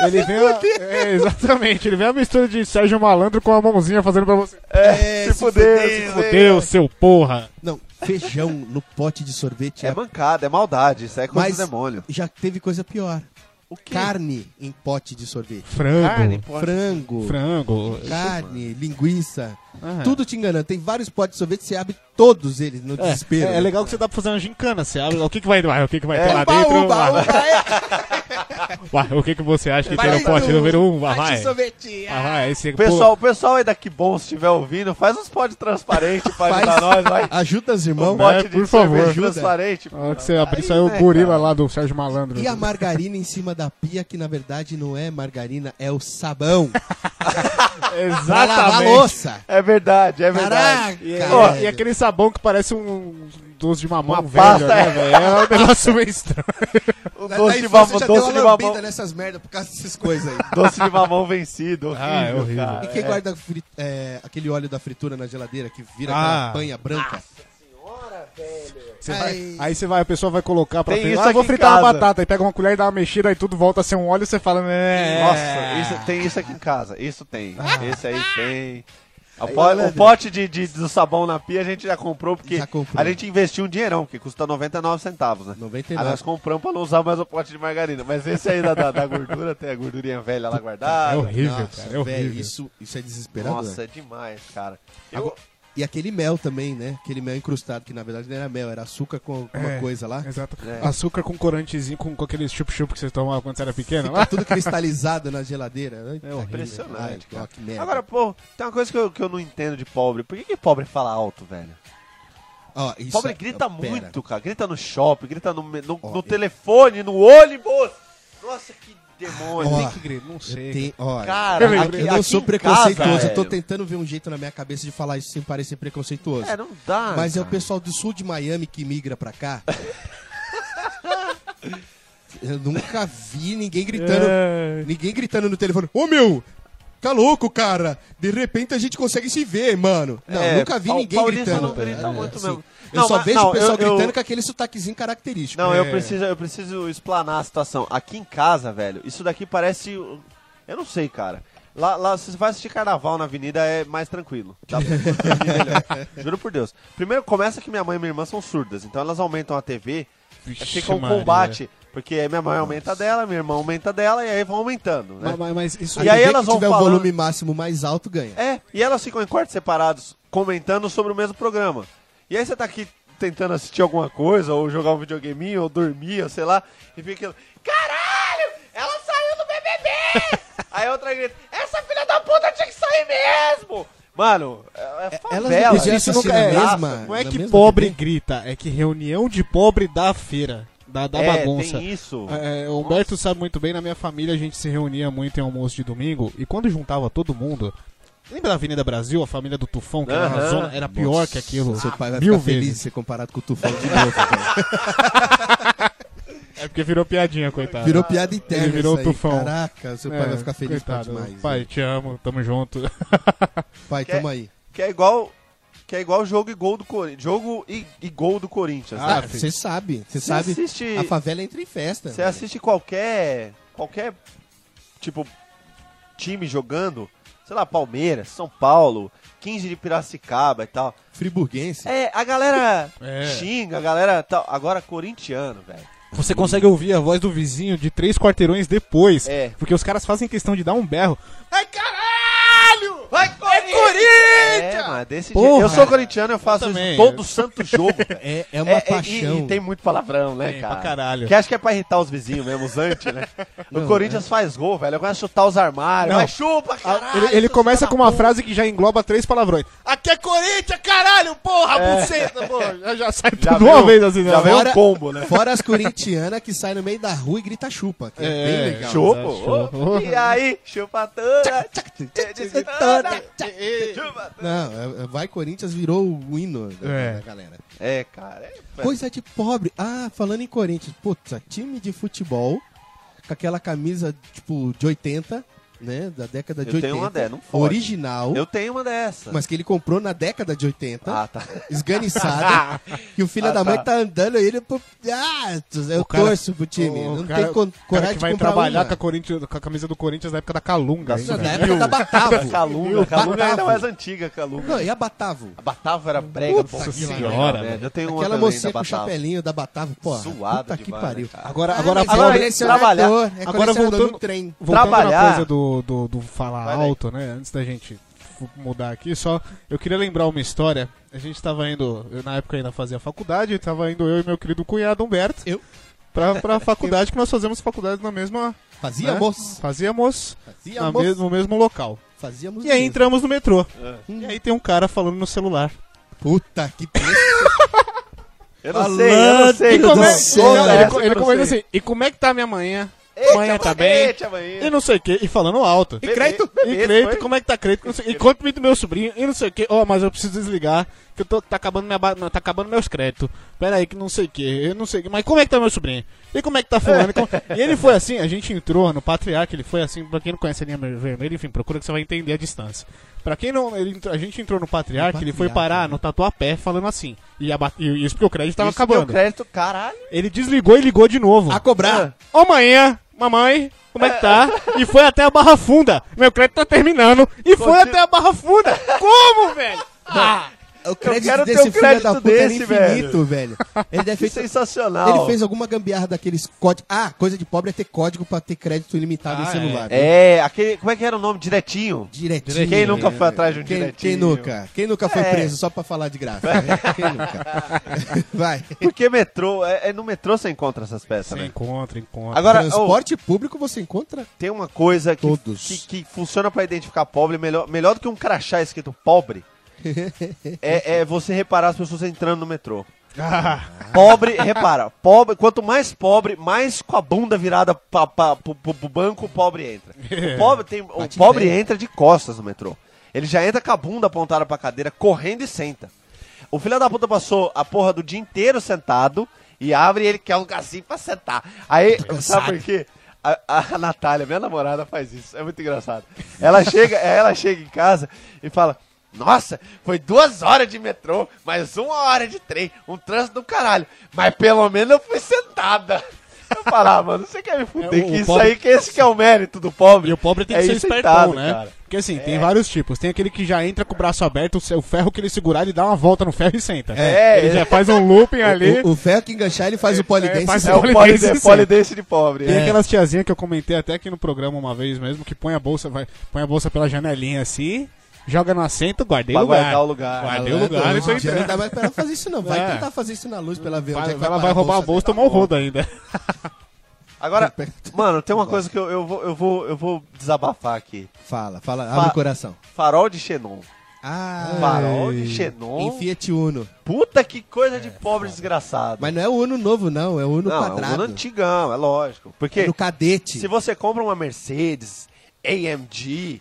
Speaker 2: ele vem. A, é, exatamente, ele vem a mistura de Sérgio Malandro com a mãozinha fazendo pra você.
Speaker 4: É, se,
Speaker 3: se
Speaker 4: fuder,
Speaker 3: fuder,
Speaker 4: se
Speaker 2: Meu
Speaker 4: fuder.
Speaker 2: Deus, seu porra!
Speaker 3: Não, feijão no pote de sorvete
Speaker 4: É mancada, é maldade. Isso é coisa
Speaker 3: Mas
Speaker 4: do demônio.
Speaker 3: já teve coisa pior.
Speaker 4: O quê?
Speaker 3: Carne em pote de sorvete.
Speaker 2: Frango.
Speaker 3: Frango,
Speaker 2: Frango.
Speaker 3: carne, linguiça.
Speaker 2: Ah.
Speaker 3: Tudo te enganando. Tem vários potes de sorvete, você abre todos eles no desespero.
Speaker 2: É, é legal que você dá pra fazer uma gincana. Você abre, o que, que vai o que, que vai
Speaker 4: né? É,
Speaker 2: ter lá
Speaker 3: Uba,
Speaker 2: dentro?
Speaker 3: uba,
Speaker 2: lá-
Speaker 3: uba, é,
Speaker 2: Vai, o que, que você acha que tem
Speaker 3: vai
Speaker 2: no pote
Speaker 3: no
Speaker 2: número 1? Um? Vai,
Speaker 3: pote de
Speaker 2: vai.
Speaker 3: sorvete.
Speaker 2: Vai, vai. Aí você
Speaker 4: O Pessoal, o pessoal aí daqui bom, se estiver ouvindo, faz uns potes transparentes pra
Speaker 3: Faz.
Speaker 4: ajudar nós,
Speaker 3: *laughs*
Speaker 4: vai.
Speaker 3: Ajuda os irmãos.
Speaker 4: Um pote
Speaker 2: É, por favor.
Speaker 4: sorvete
Speaker 3: Ajuda.
Speaker 4: transparente.
Speaker 2: pula- Na hora que você abrir,
Speaker 4: Aí,
Speaker 2: saiu
Speaker 4: né,
Speaker 2: o gorila
Speaker 4: cara?
Speaker 2: lá do Sérgio Malandro.
Speaker 3: E a margarina em cima da pia, que na verdade não é margarina, é o sabão. Pra lavar a
Speaker 2: Exatamente.
Speaker 3: louça.
Speaker 4: É verdade, é verdade.
Speaker 3: Caraca.
Speaker 2: E, ó,
Speaker 3: velho.
Speaker 2: e é aquele sabão que parece um doce de mamão
Speaker 4: Uma
Speaker 2: velho,
Speaker 4: pasta,
Speaker 2: né,
Speaker 4: é.
Speaker 2: velho? É um *laughs* negócio meio estranho.
Speaker 4: O
Speaker 3: Na-
Speaker 4: doce
Speaker 3: na
Speaker 4: de
Speaker 3: infância
Speaker 4: mamão,
Speaker 3: já
Speaker 4: doce de
Speaker 3: deu uma lambida
Speaker 4: mamão,
Speaker 3: nessas merda por causa dessas coisas aí.
Speaker 2: *laughs*
Speaker 4: doce de mamão vencido, horrível,
Speaker 2: Ah, é horrível.
Speaker 4: cara.
Speaker 3: E quem guarda fri- é, aquele óleo da fritura na geladeira que vira
Speaker 2: Ah.
Speaker 3: aquela panha branca?
Speaker 2: Você
Speaker 3: Ai.
Speaker 2: vai- aí você vai, a pessoa vai colocar pra
Speaker 4: Tem
Speaker 2: fritar.
Speaker 4: isso
Speaker 2: Ah, vou
Speaker 4: aqui em
Speaker 2: fritar uma
Speaker 4: casa.
Speaker 2: batata. Aí pega uma colher, dá uma mexida, aí tudo volta a ser um óleo e você fala... "É".
Speaker 4: Nossa, isso- tem isso aqui em casa. Isso
Speaker 3: *laughs*
Speaker 4: tem. Esse aí tem. O, po- o pote de, de- do sabão na pia a gente já comprou, porque
Speaker 3: Já comprou.
Speaker 4: a gente investiu um dinheirão, que custa 99 centavos, né?
Speaker 3: 99.
Speaker 4: Aí nós compramos pra não usar mais o pote de margarina. Mas esse aí da, da, da gordura, tem a gordurinha velha lá guardada.
Speaker 2: É horrível,
Speaker 3: Nossa,
Speaker 2: cara. É horrível.
Speaker 3: velho, isso, isso é desesperador.
Speaker 4: Nossa, é demais, cara.
Speaker 3: Agora- E aquele mel também, né? Aquele mel encrustado, que na verdade não era mel, era açúcar com alguma
Speaker 2: É,
Speaker 3: coisa lá.
Speaker 2: Exato.
Speaker 4: É.
Speaker 2: Açúcar com corantezinho, com, com aquele chup-chup que você tomava quando você era pequeno. né?
Speaker 3: *laughs* Tá
Speaker 2: Lá.
Speaker 3: tudo cristalizado na geladeira. Ai,
Speaker 2: horrível.
Speaker 4: É, Impressionante,
Speaker 3: Ai, ó, que merda.
Speaker 4: Agora, pô, tem uma coisa que eu, que eu não entendo de pobre. Por que, que pobre fala alto, velho?
Speaker 3: Ó, isso
Speaker 4: Pobre
Speaker 3: é-
Speaker 4: grita
Speaker 3: pera.
Speaker 4: muito, cara. Grita no shopping, grita no, me- no,
Speaker 3: Ó,
Speaker 4: no
Speaker 3: eu-
Speaker 4: telefone, no ônibus. Nossa, que demônio.
Speaker 3: Ó,
Speaker 2: Não sei.
Speaker 3: Tem, ó,
Speaker 4: Cara,
Speaker 2: Eu
Speaker 4: aqui,
Speaker 2: lembrei.
Speaker 3: eu
Speaker 4: aqui
Speaker 3: não sou
Speaker 4: em
Speaker 3: preconceituoso,
Speaker 4: casa,
Speaker 3: eu tô
Speaker 4: velho.
Speaker 3: tentando ver um jeito na minha cabeça de falar isso sem parecer preconceituoso.
Speaker 4: É, não dá.
Speaker 3: Mas é o
Speaker 4: cara.
Speaker 3: pessoal do sul de Miami que migra pra cá. Eu nunca vi ninguém gritando.
Speaker 2: É.
Speaker 3: Ninguém gritando no telefone. Ô meu! Tá louco, cara! De repente a gente consegue se ver, mano. Não,
Speaker 4: É,
Speaker 3: nunca vi
Speaker 4: pau-
Speaker 3: ninguém
Speaker 4: paulista
Speaker 3: gritando.
Speaker 4: não grita
Speaker 3: É,
Speaker 4: muito
Speaker 3: assim,
Speaker 4: mesmo.
Speaker 3: Eu
Speaker 4: Não,
Speaker 3: só
Speaker 4: mas-
Speaker 3: vejo
Speaker 4: não,
Speaker 3: o pessoal
Speaker 4: eu- eu-
Speaker 3: gritando com aquele sotaquezinho característico.
Speaker 4: Não,
Speaker 3: É.
Speaker 4: eu preciso, eu preciso explanar a situação. Aqui em casa, velho, isso daqui parece. um, Eu não sei, cara. Lá, lá, se você vai assistir carnaval na avenida, é mais tranquilo. Dá pra dormir melhor.
Speaker 2: *laughs*
Speaker 4: Juro por Deus. Primeiro, começa que minha mãe e minha irmã são surdas, então elas aumentam a TV,
Speaker 2: Vixe,
Speaker 4: fica um
Speaker 2: Maria.
Speaker 4: combate. Porque aí minha mãe aumenta a dela, minha irmã aumenta a dela, e aí vão aumentando, né?
Speaker 2: Mas, mas- mas isso
Speaker 4: E aí
Speaker 3: Ninguém
Speaker 4: elas
Speaker 3: que
Speaker 4: vão
Speaker 3: tiver o
Speaker 4: falando-
Speaker 3: volume máximo mais alto ganha.
Speaker 4: É, e elas ficam em quartos separados comentando sobre o mesmo programa. E aí você tá aqui tentando assistir alguma coisa, ou jogar um videogame, ou dormir, ou sei lá, e fica aquilo. Caralho! Ela saiu do
Speaker 3: *laughs*
Speaker 4: BBB! aí a outra grita: Essa filha da puta tinha que sair mesmo! Mano, é, é favela.
Speaker 3: elas não podiam
Speaker 4: isso
Speaker 3: assistir
Speaker 4: nunca é
Speaker 3: na
Speaker 4: graça.
Speaker 3: mesma-
Speaker 2: não é
Speaker 3: na
Speaker 2: que
Speaker 3: mesma
Speaker 2: pobre grita, é que reunião de pobre dá feira, dá, dá
Speaker 4: É,
Speaker 2: bagunça.
Speaker 4: tem isso.
Speaker 2: É, o Humberto sabe muito bem, na minha família a gente se reunia muito em almoço de domingo e quando juntava todo mundo. Lembra da Avenida Brasil, a família do Tufão, que era na
Speaker 4: Aham.
Speaker 2: zona, era pior que aquilo.
Speaker 3: Seu pai vai
Speaker 2: mil
Speaker 3: ficar feliz de
Speaker 2: vezes.
Speaker 3: ser comparado com o Tufão
Speaker 2: *laughs*
Speaker 3: de novo. cara.
Speaker 2: É porque virou piadinha, coitado.
Speaker 3: Virou piada interna.
Speaker 2: Ele virou
Speaker 3: isso aí.
Speaker 2: Tufão. É,
Speaker 3: Caraca, seu pai vai ficar feliz pra
Speaker 2: coitado.
Speaker 3: demais.
Speaker 2: Pai, te amo, tamo junto.
Speaker 3: Pai,
Speaker 4: Quer-
Speaker 3: tamo aí.
Speaker 4: Que é igual. Que é igual jogo e gol do Corinthians. Jogo e, e gol do Corinthians. né?
Speaker 3: Ah, você sabe, você sabe.
Speaker 4: assiste-
Speaker 3: A favela entra em festa.
Speaker 4: Você assiste qualquer. qualquer. tipo. time jogando. Sei lá, Palmeiras, São Paulo, 15 de Piracicaba e tal.
Speaker 3: Friburguense.
Speaker 4: É, a galera
Speaker 2: É.
Speaker 4: xinga, a galera tal. Agora, corintiano, velho.
Speaker 2: Você consegue ouvir a voz do vizinho de três quarteirões depois.
Speaker 4: É.
Speaker 2: Porque os caras fazem questão de dar um berro.
Speaker 4: Ai, caralho! Vai, Corinthians! É, mano, desse
Speaker 2: Porra.
Speaker 4: jeito. Eu sou corintiano, eu faço
Speaker 2: também.
Speaker 4: isso todo
Speaker 2: *laughs*
Speaker 4: santo jogo. velho.
Speaker 3: É, é uma
Speaker 4: É, é,
Speaker 3: paixão.
Speaker 4: E, e tem muito palavrão, né,
Speaker 2: Tem,
Speaker 4: cara?
Speaker 2: pra caralho.
Speaker 4: Que acho que é pra irritar os vizinhos mesmo, os antes, né? o Corinthians faz gol, velho. Começa a chutar os armários.
Speaker 2: é. Não.
Speaker 4: Vai, chupa,
Speaker 2: Ah,
Speaker 4: caralho.
Speaker 2: ele ele
Speaker 4: seus
Speaker 2: começa
Speaker 4: filhos
Speaker 2: com
Speaker 4: da
Speaker 2: uma
Speaker 4: puta.
Speaker 2: frase que já engloba três palavrões. Aqui é Corinthians, caralho, porra, buceta, porra. Já, É. já sai
Speaker 4: Já
Speaker 2: tudo de uma
Speaker 4: veio-
Speaker 2: vez assim, né?
Speaker 4: já veio
Speaker 3: Fora-
Speaker 4: um combo, né?
Speaker 3: Fora as corintianas que saem no meio da rua e grita chupa. Que é,
Speaker 2: É,
Speaker 3: bem legal.
Speaker 2: chupa.
Speaker 4: Chupa,
Speaker 2: Chupa.
Speaker 4: ô. E aí, chupa toda.
Speaker 3: Não, é- é vai Corinthians virou o hino da,
Speaker 2: É.
Speaker 3: da galera.
Speaker 4: É, cara. é-
Speaker 3: Coisa de pobre. Ah, falando em Corinthians. Puta, time de futebol com aquela camisa, tipo, de 80, né? Da década de
Speaker 4: Eu
Speaker 3: 80.
Speaker 4: tenho uma dessa, não fode.
Speaker 3: Original,
Speaker 4: Eu tenho uma dessa.
Speaker 3: mas que ele comprou na década de 80.
Speaker 4: Ah,
Speaker 3: *laughs*
Speaker 4: tá. *laughs*
Speaker 3: esganiçada. e o filho
Speaker 4: Ah,
Speaker 3: da mãe
Speaker 4: tá.
Speaker 3: tá, andando e ele. pô, Ah, eu
Speaker 2: O cara-
Speaker 3: torço pro time.
Speaker 2: O
Speaker 3: não
Speaker 2: cara-
Speaker 3: tem co-
Speaker 2: o cara
Speaker 3: coragem
Speaker 2: que
Speaker 3: de
Speaker 2: vai
Speaker 3: comprar
Speaker 2: trabalhar
Speaker 3: uma.
Speaker 2: com a, Corinthians- com a camisa do Corinthians na época da Calunga. ainda,
Speaker 3: Isso,
Speaker 2: né?
Speaker 3: Na época
Speaker 2: *laughs*
Speaker 3: da Batavo.
Speaker 4: *laughs* Calunga. Calunga ainda
Speaker 3: Batavo.
Speaker 4: mais antiga, Calunga.
Speaker 3: Não, e a Batavo?
Speaker 4: A Batavo era brega.
Speaker 2: Puta
Speaker 4: pô, que
Speaker 2: senhora,
Speaker 4: legal,
Speaker 2: velho.
Speaker 4: velho. Eu tenho uma
Speaker 3: Aquela
Speaker 4: também
Speaker 3: mocinha
Speaker 4: da
Speaker 3: com o
Speaker 4: Batavo.
Speaker 3: chapelhinho da Batavo, pô.
Speaker 4: Zoada
Speaker 3: Puta que
Speaker 4: demais,
Speaker 3: pariu.
Speaker 4: cara.
Speaker 2: Agora, agora,
Speaker 3: ah, mas
Speaker 2: agora,
Speaker 3: é colecionador, é
Speaker 2: agora
Speaker 3: colecionador
Speaker 2: voltando,
Speaker 3: do trem.
Speaker 2: voltando
Speaker 4: Trabalhar.
Speaker 2: na coisa do, do, do falar
Speaker 4: Vai daí.
Speaker 2: alto, né? Antes da gente f- mudar aqui, só eu queria lembrar uma história. A gente tava indo, eu, na época ainda fazia faculdade, tava indo eu e meu querido cunhado Humberto.
Speaker 3: *laughs* Eu.
Speaker 2: Pra, pra faculdade, que nós fazemos faculdade na mesma. né?
Speaker 3: Fazíamos.
Speaker 2: Fazíamos na
Speaker 3: Fazíamos.
Speaker 2: mes- no mesmo local.
Speaker 3: Fazíamos.
Speaker 2: E aí
Speaker 3: mesmo.
Speaker 2: entramos no metrô.
Speaker 3: Ah.
Speaker 2: E aí tem um cara falando no celular.
Speaker 3: Puta que pariu.
Speaker 4: Eu não sei, eu não sei.
Speaker 2: E como é-
Speaker 4: eu não é
Speaker 2: ele,
Speaker 4: sou
Speaker 3: é
Speaker 4: dessa,
Speaker 2: ele
Speaker 4: eu não
Speaker 2: começa
Speaker 4: sei.
Speaker 2: assim, e como é que tá minha manhã?
Speaker 4: Eita,
Speaker 2: manhã tá
Speaker 4: mãe,
Speaker 2: bem.
Speaker 4: eita, mãe.
Speaker 2: E não sei o quê. E falando alto.
Speaker 3: E crédito?
Speaker 2: E Cleito, como é que tá Cleito? Não sei- E conta do meu sobrinho, e não sei o que. Ó, mas eu preciso desligar, que eu tô, tá, acabando minha, ba- não, tá acabando meus créditos. Pera aí, que não sei o que. Eu não sei. Mas como é que tá meu sobrinho? E como é que tá falando? E ele foi assim, a gente entrou no Patriarca, ele foi assim, pra quem não conhece a linha vermelha, enfim, procura que você vai entender a distância. Pra quem não. ele entrou- a gente entrou no Patriarca, ele foi
Speaker 3: Patriarca,
Speaker 2: parar
Speaker 3: né?
Speaker 2: no Tatuapé falando assim. E, a, ba- e isso porque o crédito tava
Speaker 4: Isso
Speaker 2: acabando.
Speaker 4: deu crédito, caralho.
Speaker 2: Ele desligou e ligou de novo.
Speaker 3: A cobrar.
Speaker 2: Ô manhã, mamãe, como é que tá? E foi até a Barra Funda. Meu crédito tá terminando. E foi
Speaker 4: Continu-
Speaker 2: até a Barra Funda. Como, velho? Ah,
Speaker 3: O crédito
Speaker 4: quero ter
Speaker 3: desse
Speaker 4: o
Speaker 3: filho da
Speaker 4: crédito
Speaker 3: puta era
Speaker 4: desse, é
Speaker 3: infinito, velho. Ele deve
Speaker 4: Que
Speaker 3: ter feito...
Speaker 4: sensacional.
Speaker 3: Ele fez alguma gambiarra daqueles códigos. Ah, coisa de pobre é ter código pra ter crédito ilimitado
Speaker 2: Ah,
Speaker 3: em
Speaker 2: é.
Speaker 3: celular. né?
Speaker 4: É, aquele. Como é que era o nome? Diretinho?
Speaker 3: Direitinho.
Speaker 4: Quem nunca foi atrás de um
Speaker 3: Quem-
Speaker 4: direitinho?
Speaker 3: Quem nunca? Quem nunca foi
Speaker 4: É.
Speaker 3: preso só pra falar de graça? né? Quem nunca? Vai.
Speaker 4: Porque metrô, é, é no metrô você encontra essas peças,
Speaker 2: Você
Speaker 4: né?
Speaker 2: encontra, encontra.
Speaker 4: Agora, ô,
Speaker 3: Transporte público você encontra
Speaker 4: tem uma coisa que,
Speaker 3: Todos.
Speaker 4: que, que funciona pra identificar pobre melhor, melhor do que um crachá escrito
Speaker 3: *laughs*
Speaker 4: pobre. é, é você reparar as pessoas entrando no metrô. Pobre, repara, pobre, quanto mais pobre, mais com a bunda virada pra, pra, pro, pro- pro banco, o pobre entra. O pobre, tem, o
Speaker 3: Bate
Speaker 4: pobre
Speaker 3: ideia.
Speaker 4: entra de costas no metrô. Ele já entra com a bunda apontada pra cadeira, correndo e senta. O filho da puta passou a porra do dia inteiro sentado e abre e ele quer um lugarzinho pra sentar. Aí, sabe por quê? A, a Natália, minha namorada, faz isso. É muito engraçado. Ela chega, ela chega em casa e fala: Nossa, foi duas horas de metrô, mais uma hora de trem, um trânsito do caralho. Mas pelo menos eu fui sentada. Eu falava, ah, mano, você quer me fuder?
Speaker 2: É, o
Speaker 4: que isso
Speaker 2: pobre-
Speaker 4: aí, que esse que é o mérito do pobre.
Speaker 2: E o pobre tem que
Speaker 4: É
Speaker 2: ser
Speaker 4: ir
Speaker 2: espertão,
Speaker 4: sentado,
Speaker 2: né?
Speaker 4: cara. É.
Speaker 2: Porque assim, tem vários tipos. Tem aquele que já entra com o braço aberto, o seu ferro que ele segurar, ele dá uma volta no ferro e senta.
Speaker 4: É,
Speaker 2: ele já faz um looping ali.
Speaker 3: O, o ferro que enganchar, ele faz o polidense.
Speaker 2: faz
Speaker 4: É o
Speaker 2: Polidense,
Speaker 4: polidense,
Speaker 2: sim.
Speaker 4: polidense de pobre.
Speaker 2: Tem
Speaker 4: é.
Speaker 2: aquelas tiazinhas que eu comentei até aqui no programa uma vez mesmo, que põe a bolsa, vai, põe a bolsa pela janelinha assim, joga no assento, guardei
Speaker 4: Pra
Speaker 2: o lugar.
Speaker 4: guardar o lugar.
Speaker 2: Guardei o um lugar, isso
Speaker 3: Hoje em dia
Speaker 2: aí.
Speaker 3: Não dá mais pra ela fazer isso, não. Vai
Speaker 2: É.
Speaker 3: tentar fazer isso na luz pra ela ver onde
Speaker 2: Vai,
Speaker 3: é que vai
Speaker 2: ela vai
Speaker 3: parar
Speaker 2: roubar a bolsa e tomar o rodo ainda.
Speaker 4: Agora,
Speaker 3: Pega
Speaker 4: mano, tem uma coisa que eu, eu, vou, eu, vou, eu vou desabafar aqui.
Speaker 3: dela. Fala, fala.
Speaker 4: Fa-
Speaker 3: Abre o coração.
Speaker 4: Farol de Xenon.
Speaker 3: Ah,
Speaker 4: Farol de Xenon.
Speaker 3: Em Fiat Uno.
Speaker 4: Puta que coisa de pobre desgraçado.
Speaker 3: É, Mas não é o Uno novo, não. É o Uno
Speaker 4: não,
Speaker 3: quadrado.
Speaker 4: é um antigão, é lógico. Porque
Speaker 3: É no cadete.
Speaker 4: se você compra uma Mercedes, AMG,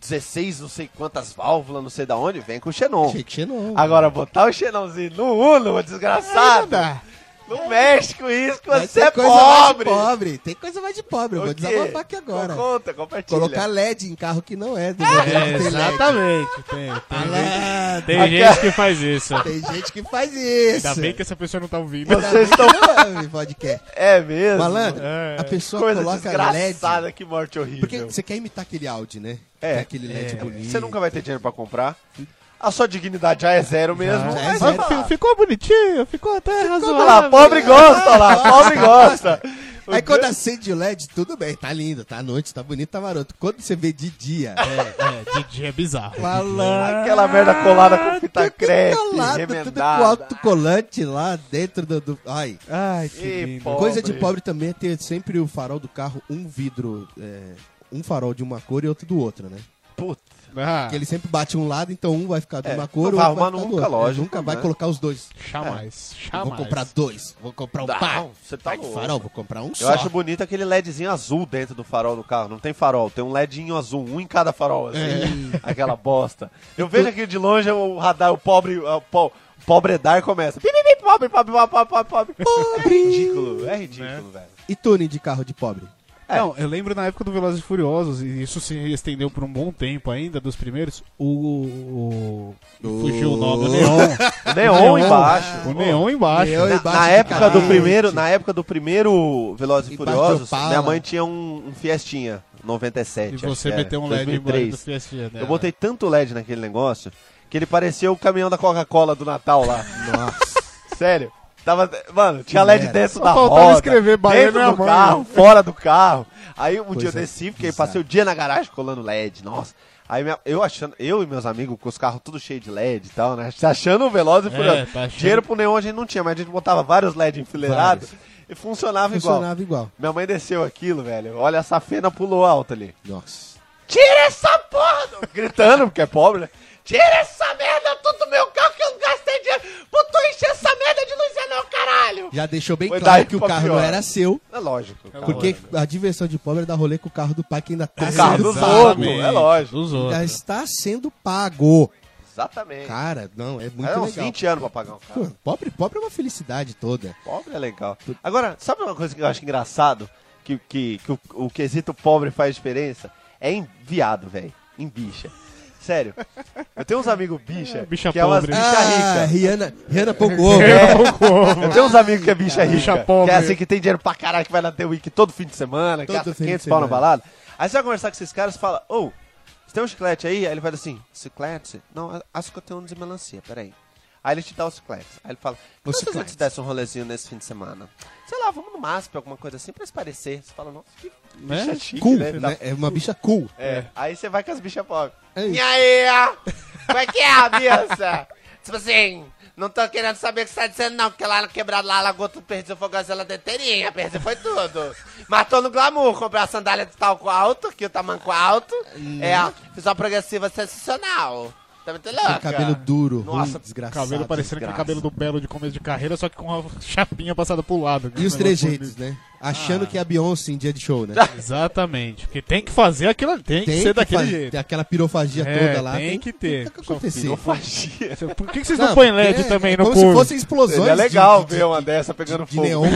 Speaker 4: 16 não sei quantas válvulas, não sei da onde, vem com o Xenon.
Speaker 3: Achei que Xenon.
Speaker 4: Agora, botar o Xenonzinho no Uno, ô
Speaker 3: É
Speaker 4: desgraçado, não mexe com isso que
Speaker 3: Mas
Speaker 4: você
Speaker 3: tem
Speaker 4: é
Speaker 3: coisa mais de
Speaker 4: pobre.
Speaker 3: pobre. Tem coisa mais de pobre. Eu
Speaker 4: O
Speaker 3: vou
Speaker 4: quê?
Speaker 3: desabafar aqui agora.
Speaker 4: Então Conta, compartilha.
Speaker 3: Colocar LED em carro que não é do modelo que tem LED.
Speaker 2: exatamente. Tem, tem,
Speaker 3: Falado.
Speaker 2: tem gente que faz isso.
Speaker 3: Tem gente que faz isso.
Speaker 2: Ainda bem que essa pessoa não tá ouvindo.
Speaker 4: Vocês estão...
Speaker 3: Não, podcast.
Speaker 4: É mesmo?
Speaker 3: Malandro,
Speaker 2: É.
Speaker 3: a pessoa
Speaker 4: Coisa
Speaker 3: coloca LED.
Speaker 4: desgraçada, que morte horrível.
Speaker 3: Porque você quer imitar aquele Audi, né?
Speaker 4: É.
Speaker 3: Quer aquele LED bonito.
Speaker 4: Você nunca vai ter dinheiro pra comprar. A sua dignidade já é zero mesmo.
Speaker 3: Já é
Speaker 4: Mas
Speaker 3: zero.
Speaker 4: vai
Speaker 2: Fi-
Speaker 4: lá.
Speaker 2: Ficou bonitinho, ficou até
Speaker 4: Olha lá,
Speaker 2: razoável.
Speaker 4: pobre gosta,
Speaker 3: *laughs*
Speaker 4: olha lá, pobre gosta.
Speaker 3: Aí quando acende o LED, tudo bem, tá lindo, tá à noite, tá bonito, tá maroto. Quando você vê de
Speaker 4: *laughs*
Speaker 3: dia, né?
Speaker 2: É, Didi é bizarro.
Speaker 3: falando.
Speaker 4: Aquela merda colada com fita Tá crepe,
Speaker 3: tudo com
Speaker 4: remendada.
Speaker 3: autocolante lá dentro do. do- Ai.
Speaker 2: Ai, que
Speaker 4: Ih,
Speaker 2: lindo.
Speaker 4: Ah, pobre.
Speaker 3: Coisa de pobre também é ter sempre o farol do carro, um vidro. é, um farol de uma cor e outro do outro, né?
Speaker 4: Puta.
Speaker 2: *laughs* Ah,
Speaker 3: Porque ele sempre bate um lado, então um vai ficar de
Speaker 4: É,
Speaker 3: uma
Speaker 4: não
Speaker 3: cor, o outro
Speaker 4: vai
Speaker 3: vai
Speaker 4: arrumar
Speaker 3: ficar do
Speaker 4: nunca,
Speaker 3: outro. É,
Speaker 4: lógico,
Speaker 3: nunca vai
Speaker 4: né?
Speaker 3: colocar os dois.
Speaker 2: Jamais,
Speaker 3: Eu
Speaker 2: jamais.
Speaker 3: Vou comprar dois, vou comprar um par.
Speaker 4: Você tá
Speaker 3: Vai
Speaker 4: louco.
Speaker 3: farol, vou comprar um
Speaker 4: Eu
Speaker 3: só.
Speaker 4: acho bonito aquele LEDzinho azul dentro do farol do carro. Não tem farol, tem um LEDinho azul, um em cada farol, assim. Aquela bosta. Eu vejo aqui de longe o radar, o pobre. O po, pobredar começa. Pi, pi, pi, Pobre, pobre, pobre, pobre, pobre. É ridículo, é ridículo, velho.
Speaker 3: E túnel de carro de pobre?
Speaker 2: Não, eu lembro na época do Velozes e Furiosos, e isso se estendeu por um bom tempo ainda, dos primeiros, o... o- Fugiu o nome, o Neon.
Speaker 4: Neon embaixo.
Speaker 2: O Neon embaixo.
Speaker 3: Neon
Speaker 4: Na,
Speaker 3: embaixo
Speaker 4: na
Speaker 3: Então de
Speaker 4: época do
Speaker 3: caralho.
Speaker 4: primeiro, na época do primeiro Velozes e
Speaker 3: Embaixo do
Speaker 4: Furiosos,
Speaker 3: Opala.
Speaker 4: minha mãe tinha um, um Fiestinha 97.
Speaker 2: E
Speaker 4: acho
Speaker 2: você
Speaker 4: que era,
Speaker 2: meteu um LED embaixo
Speaker 4: 2003.
Speaker 2: do Fiestinha né? dela.
Speaker 4: Eu botei tanto LED naquele negócio que ele parecia o caminhão da Coca-Cola do Natal lá.
Speaker 3: Nossa.
Speaker 4: Sério. Tava, mano, tinha LED
Speaker 3: merda.
Speaker 4: dentro
Speaker 2: Só
Speaker 4: da
Speaker 2: faltava
Speaker 4: roda,
Speaker 2: escrever Bahia
Speaker 4: dentro
Speaker 2: Minha
Speaker 4: do
Speaker 2: Mãe.
Speaker 4: carro, fora do carro. Aí um dia eu
Speaker 3: Coisa
Speaker 4: desci, fiquei,
Speaker 3: bizarra.
Speaker 4: passei o dia na garagem colando LED, nossa. Aí minha- eu achando, eu e meus amigos com os carros tudo cheio de LED e tal, né? Se Achando o Veloz e
Speaker 2: É,
Speaker 4: Furioso.
Speaker 2: tá achando-
Speaker 4: Dinheiro pro neon a gente não tinha, mas a gente botava vários LED enfileirados e funcionava,
Speaker 3: Funcionava
Speaker 4: igual.
Speaker 3: igual.
Speaker 4: Minha mãe desceu aquilo, velho. Olha, essa fena pulou alto ali.
Speaker 3: Nossa.
Speaker 4: Tira essa porra! do- *laughs* Gritando, porque é pobre, né? Tira essa merda tudo do meu carro que eu gastei dinheiro. Puto, encher essa merda de luz é não, caralho!
Speaker 5: caralho!
Speaker 3: Já deixou bem
Speaker 4: Foi
Speaker 3: claro
Speaker 4: daí
Speaker 3: que o
Speaker 4: pra
Speaker 3: carro não
Speaker 4: pior.
Speaker 3: era seu,
Speaker 4: É lógico. cara.
Speaker 3: porque a diversão de pobre é dar rolê com o carro do pai que ainda tá
Speaker 4: O carro dos outros,
Speaker 2: Exatamente.
Speaker 4: é lógico.
Speaker 2: Dos
Speaker 3: já
Speaker 2: outros.
Speaker 3: está sendo pago.
Speaker 4: Exatamente.
Speaker 3: Cara, não, é muito
Speaker 4: Era uns
Speaker 3: legal.
Speaker 4: 20 anos pra pagar um carro.
Speaker 3: Pô, pobre, pobre é uma felicidade toda.
Speaker 4: Pobre é legal. Agora, sabe uma coisa que eu acho engraçado? Que, que, que o, o quesito pobre faz diferença? É em viado, velho. Em bicha. Sério. Eu tenho uns amigos bicha,
Speaker 2: É, bicha
Speaker 4: que é umas
Speaker 2: pobre.
Speaker 4: bicha
Speaker 3: Ah,
Speaker 4: rica. É,
Speaker 3: Rihanna, Rihanna
Speaker 4: *laughs*
Speaker 3: pouco ovo.
Speaker 4: Eu tenho uns amigos que é bicha rica.
Speaker 2: bicha pobre.
Speaker 4: Que é assim, que tem dinheiro pra caralho, que vai na The Week todo fim de semana,
Speaker 3: Todo
Speaker 4: gasta
Speaker 3: fim de
Speaker 4: 500 pau na
Speaker 3: semana.
Speaker 4: balada. Aí você vai conversar com esses caras e fala, ô, você tem um chiclete aí? Aí ele vai assim, chiclete? Não, acho que eu tenho um de melancia, peraí. Aí ele te dá o chiclete. Aí ele fala,
Speaker 3: O
Speaker 4: quanto se a gente
Speaker 3: chiclete.
Speaker 4: desse um rolezinho nesse fim de semana? Sei lá, vamos no MASP, alguma coisa assim, pra se parecer. Você fala, nossa, que bicha
Speaker 2: Né?
Speaker 4: chique,
Speaker 3: É? Cool,
Speaker 4: né? Da-
Speaker 3: né? É uma bicha cool.
Speaker 4: É. Aí você vai com as bichas pobres.
Speaker 3: É isso.
Speaker 4: E aí, ó? Como é que é,
Speaker 5: *laughs*
Speaker 4: bicha? tipo assim,
Speaker 5: Não tô querendo saber o que você tá dizendo, não, porque lá no quebrado lá, a lagoa, tu perdeu foi gazela inteirinha, perdeu foi tudo. Matou no glamour, comprei a sandália de talco alto, que o tamanco alto.
Speaker 3: Hum.
Speaker 5: É, fiz uma progressiva sensacional. Tá muito louca.
Speaker 3: Aquele cabelo duro,
Speaker 4: Nossa,
Speaker 3: ruim, desgraçado.
Speaker 2: Cabelo parecendo aquele
Speaker 4: desgraça.
Speaker 2: cabelo do Belo de começo de carreira, só que com uma chapinha passada pro lado.
Speaker 3: E os
Speaker 2: Um negócio
Speaker 3: trejeitos,
Speaker 2: bonito.
Speaker 3: né?
Speaker 4: Ah.
Speaker 3: Achando que é a Beyoncé em dia de show,
Speaker 4: *laughs*
Speaker 3: né?
Speaker 2: Exatamente. Porque tem que fazer aquilo ali, tem, que ser é daquele
Speaker 3: fazer-
Speaker 2: jeito.
Speaker 3: tem aquela pirofagia
Speaker 2: É,
Speaker 3: toda lá.
Speaker 2: tem que ter.
Speaker 3: O que acontecer?
Speaker 4: pirofagia.
Speaker 2: Por que, que vocês não, põem um LED
Speaker 3: é-
Speaker 2: também
Speaker 3: é
Speaker 2: no
Speaker 3: Como
Speaker 2: corpo?
Speaker 3: se fossem explosões.
Speaker 4: Seria é legal
Speaker 3: de, de,
Speaker 4: ver uma dessa pegando
Speaker 3: de
Speaker 4: fogo.
Speaker 3: neon.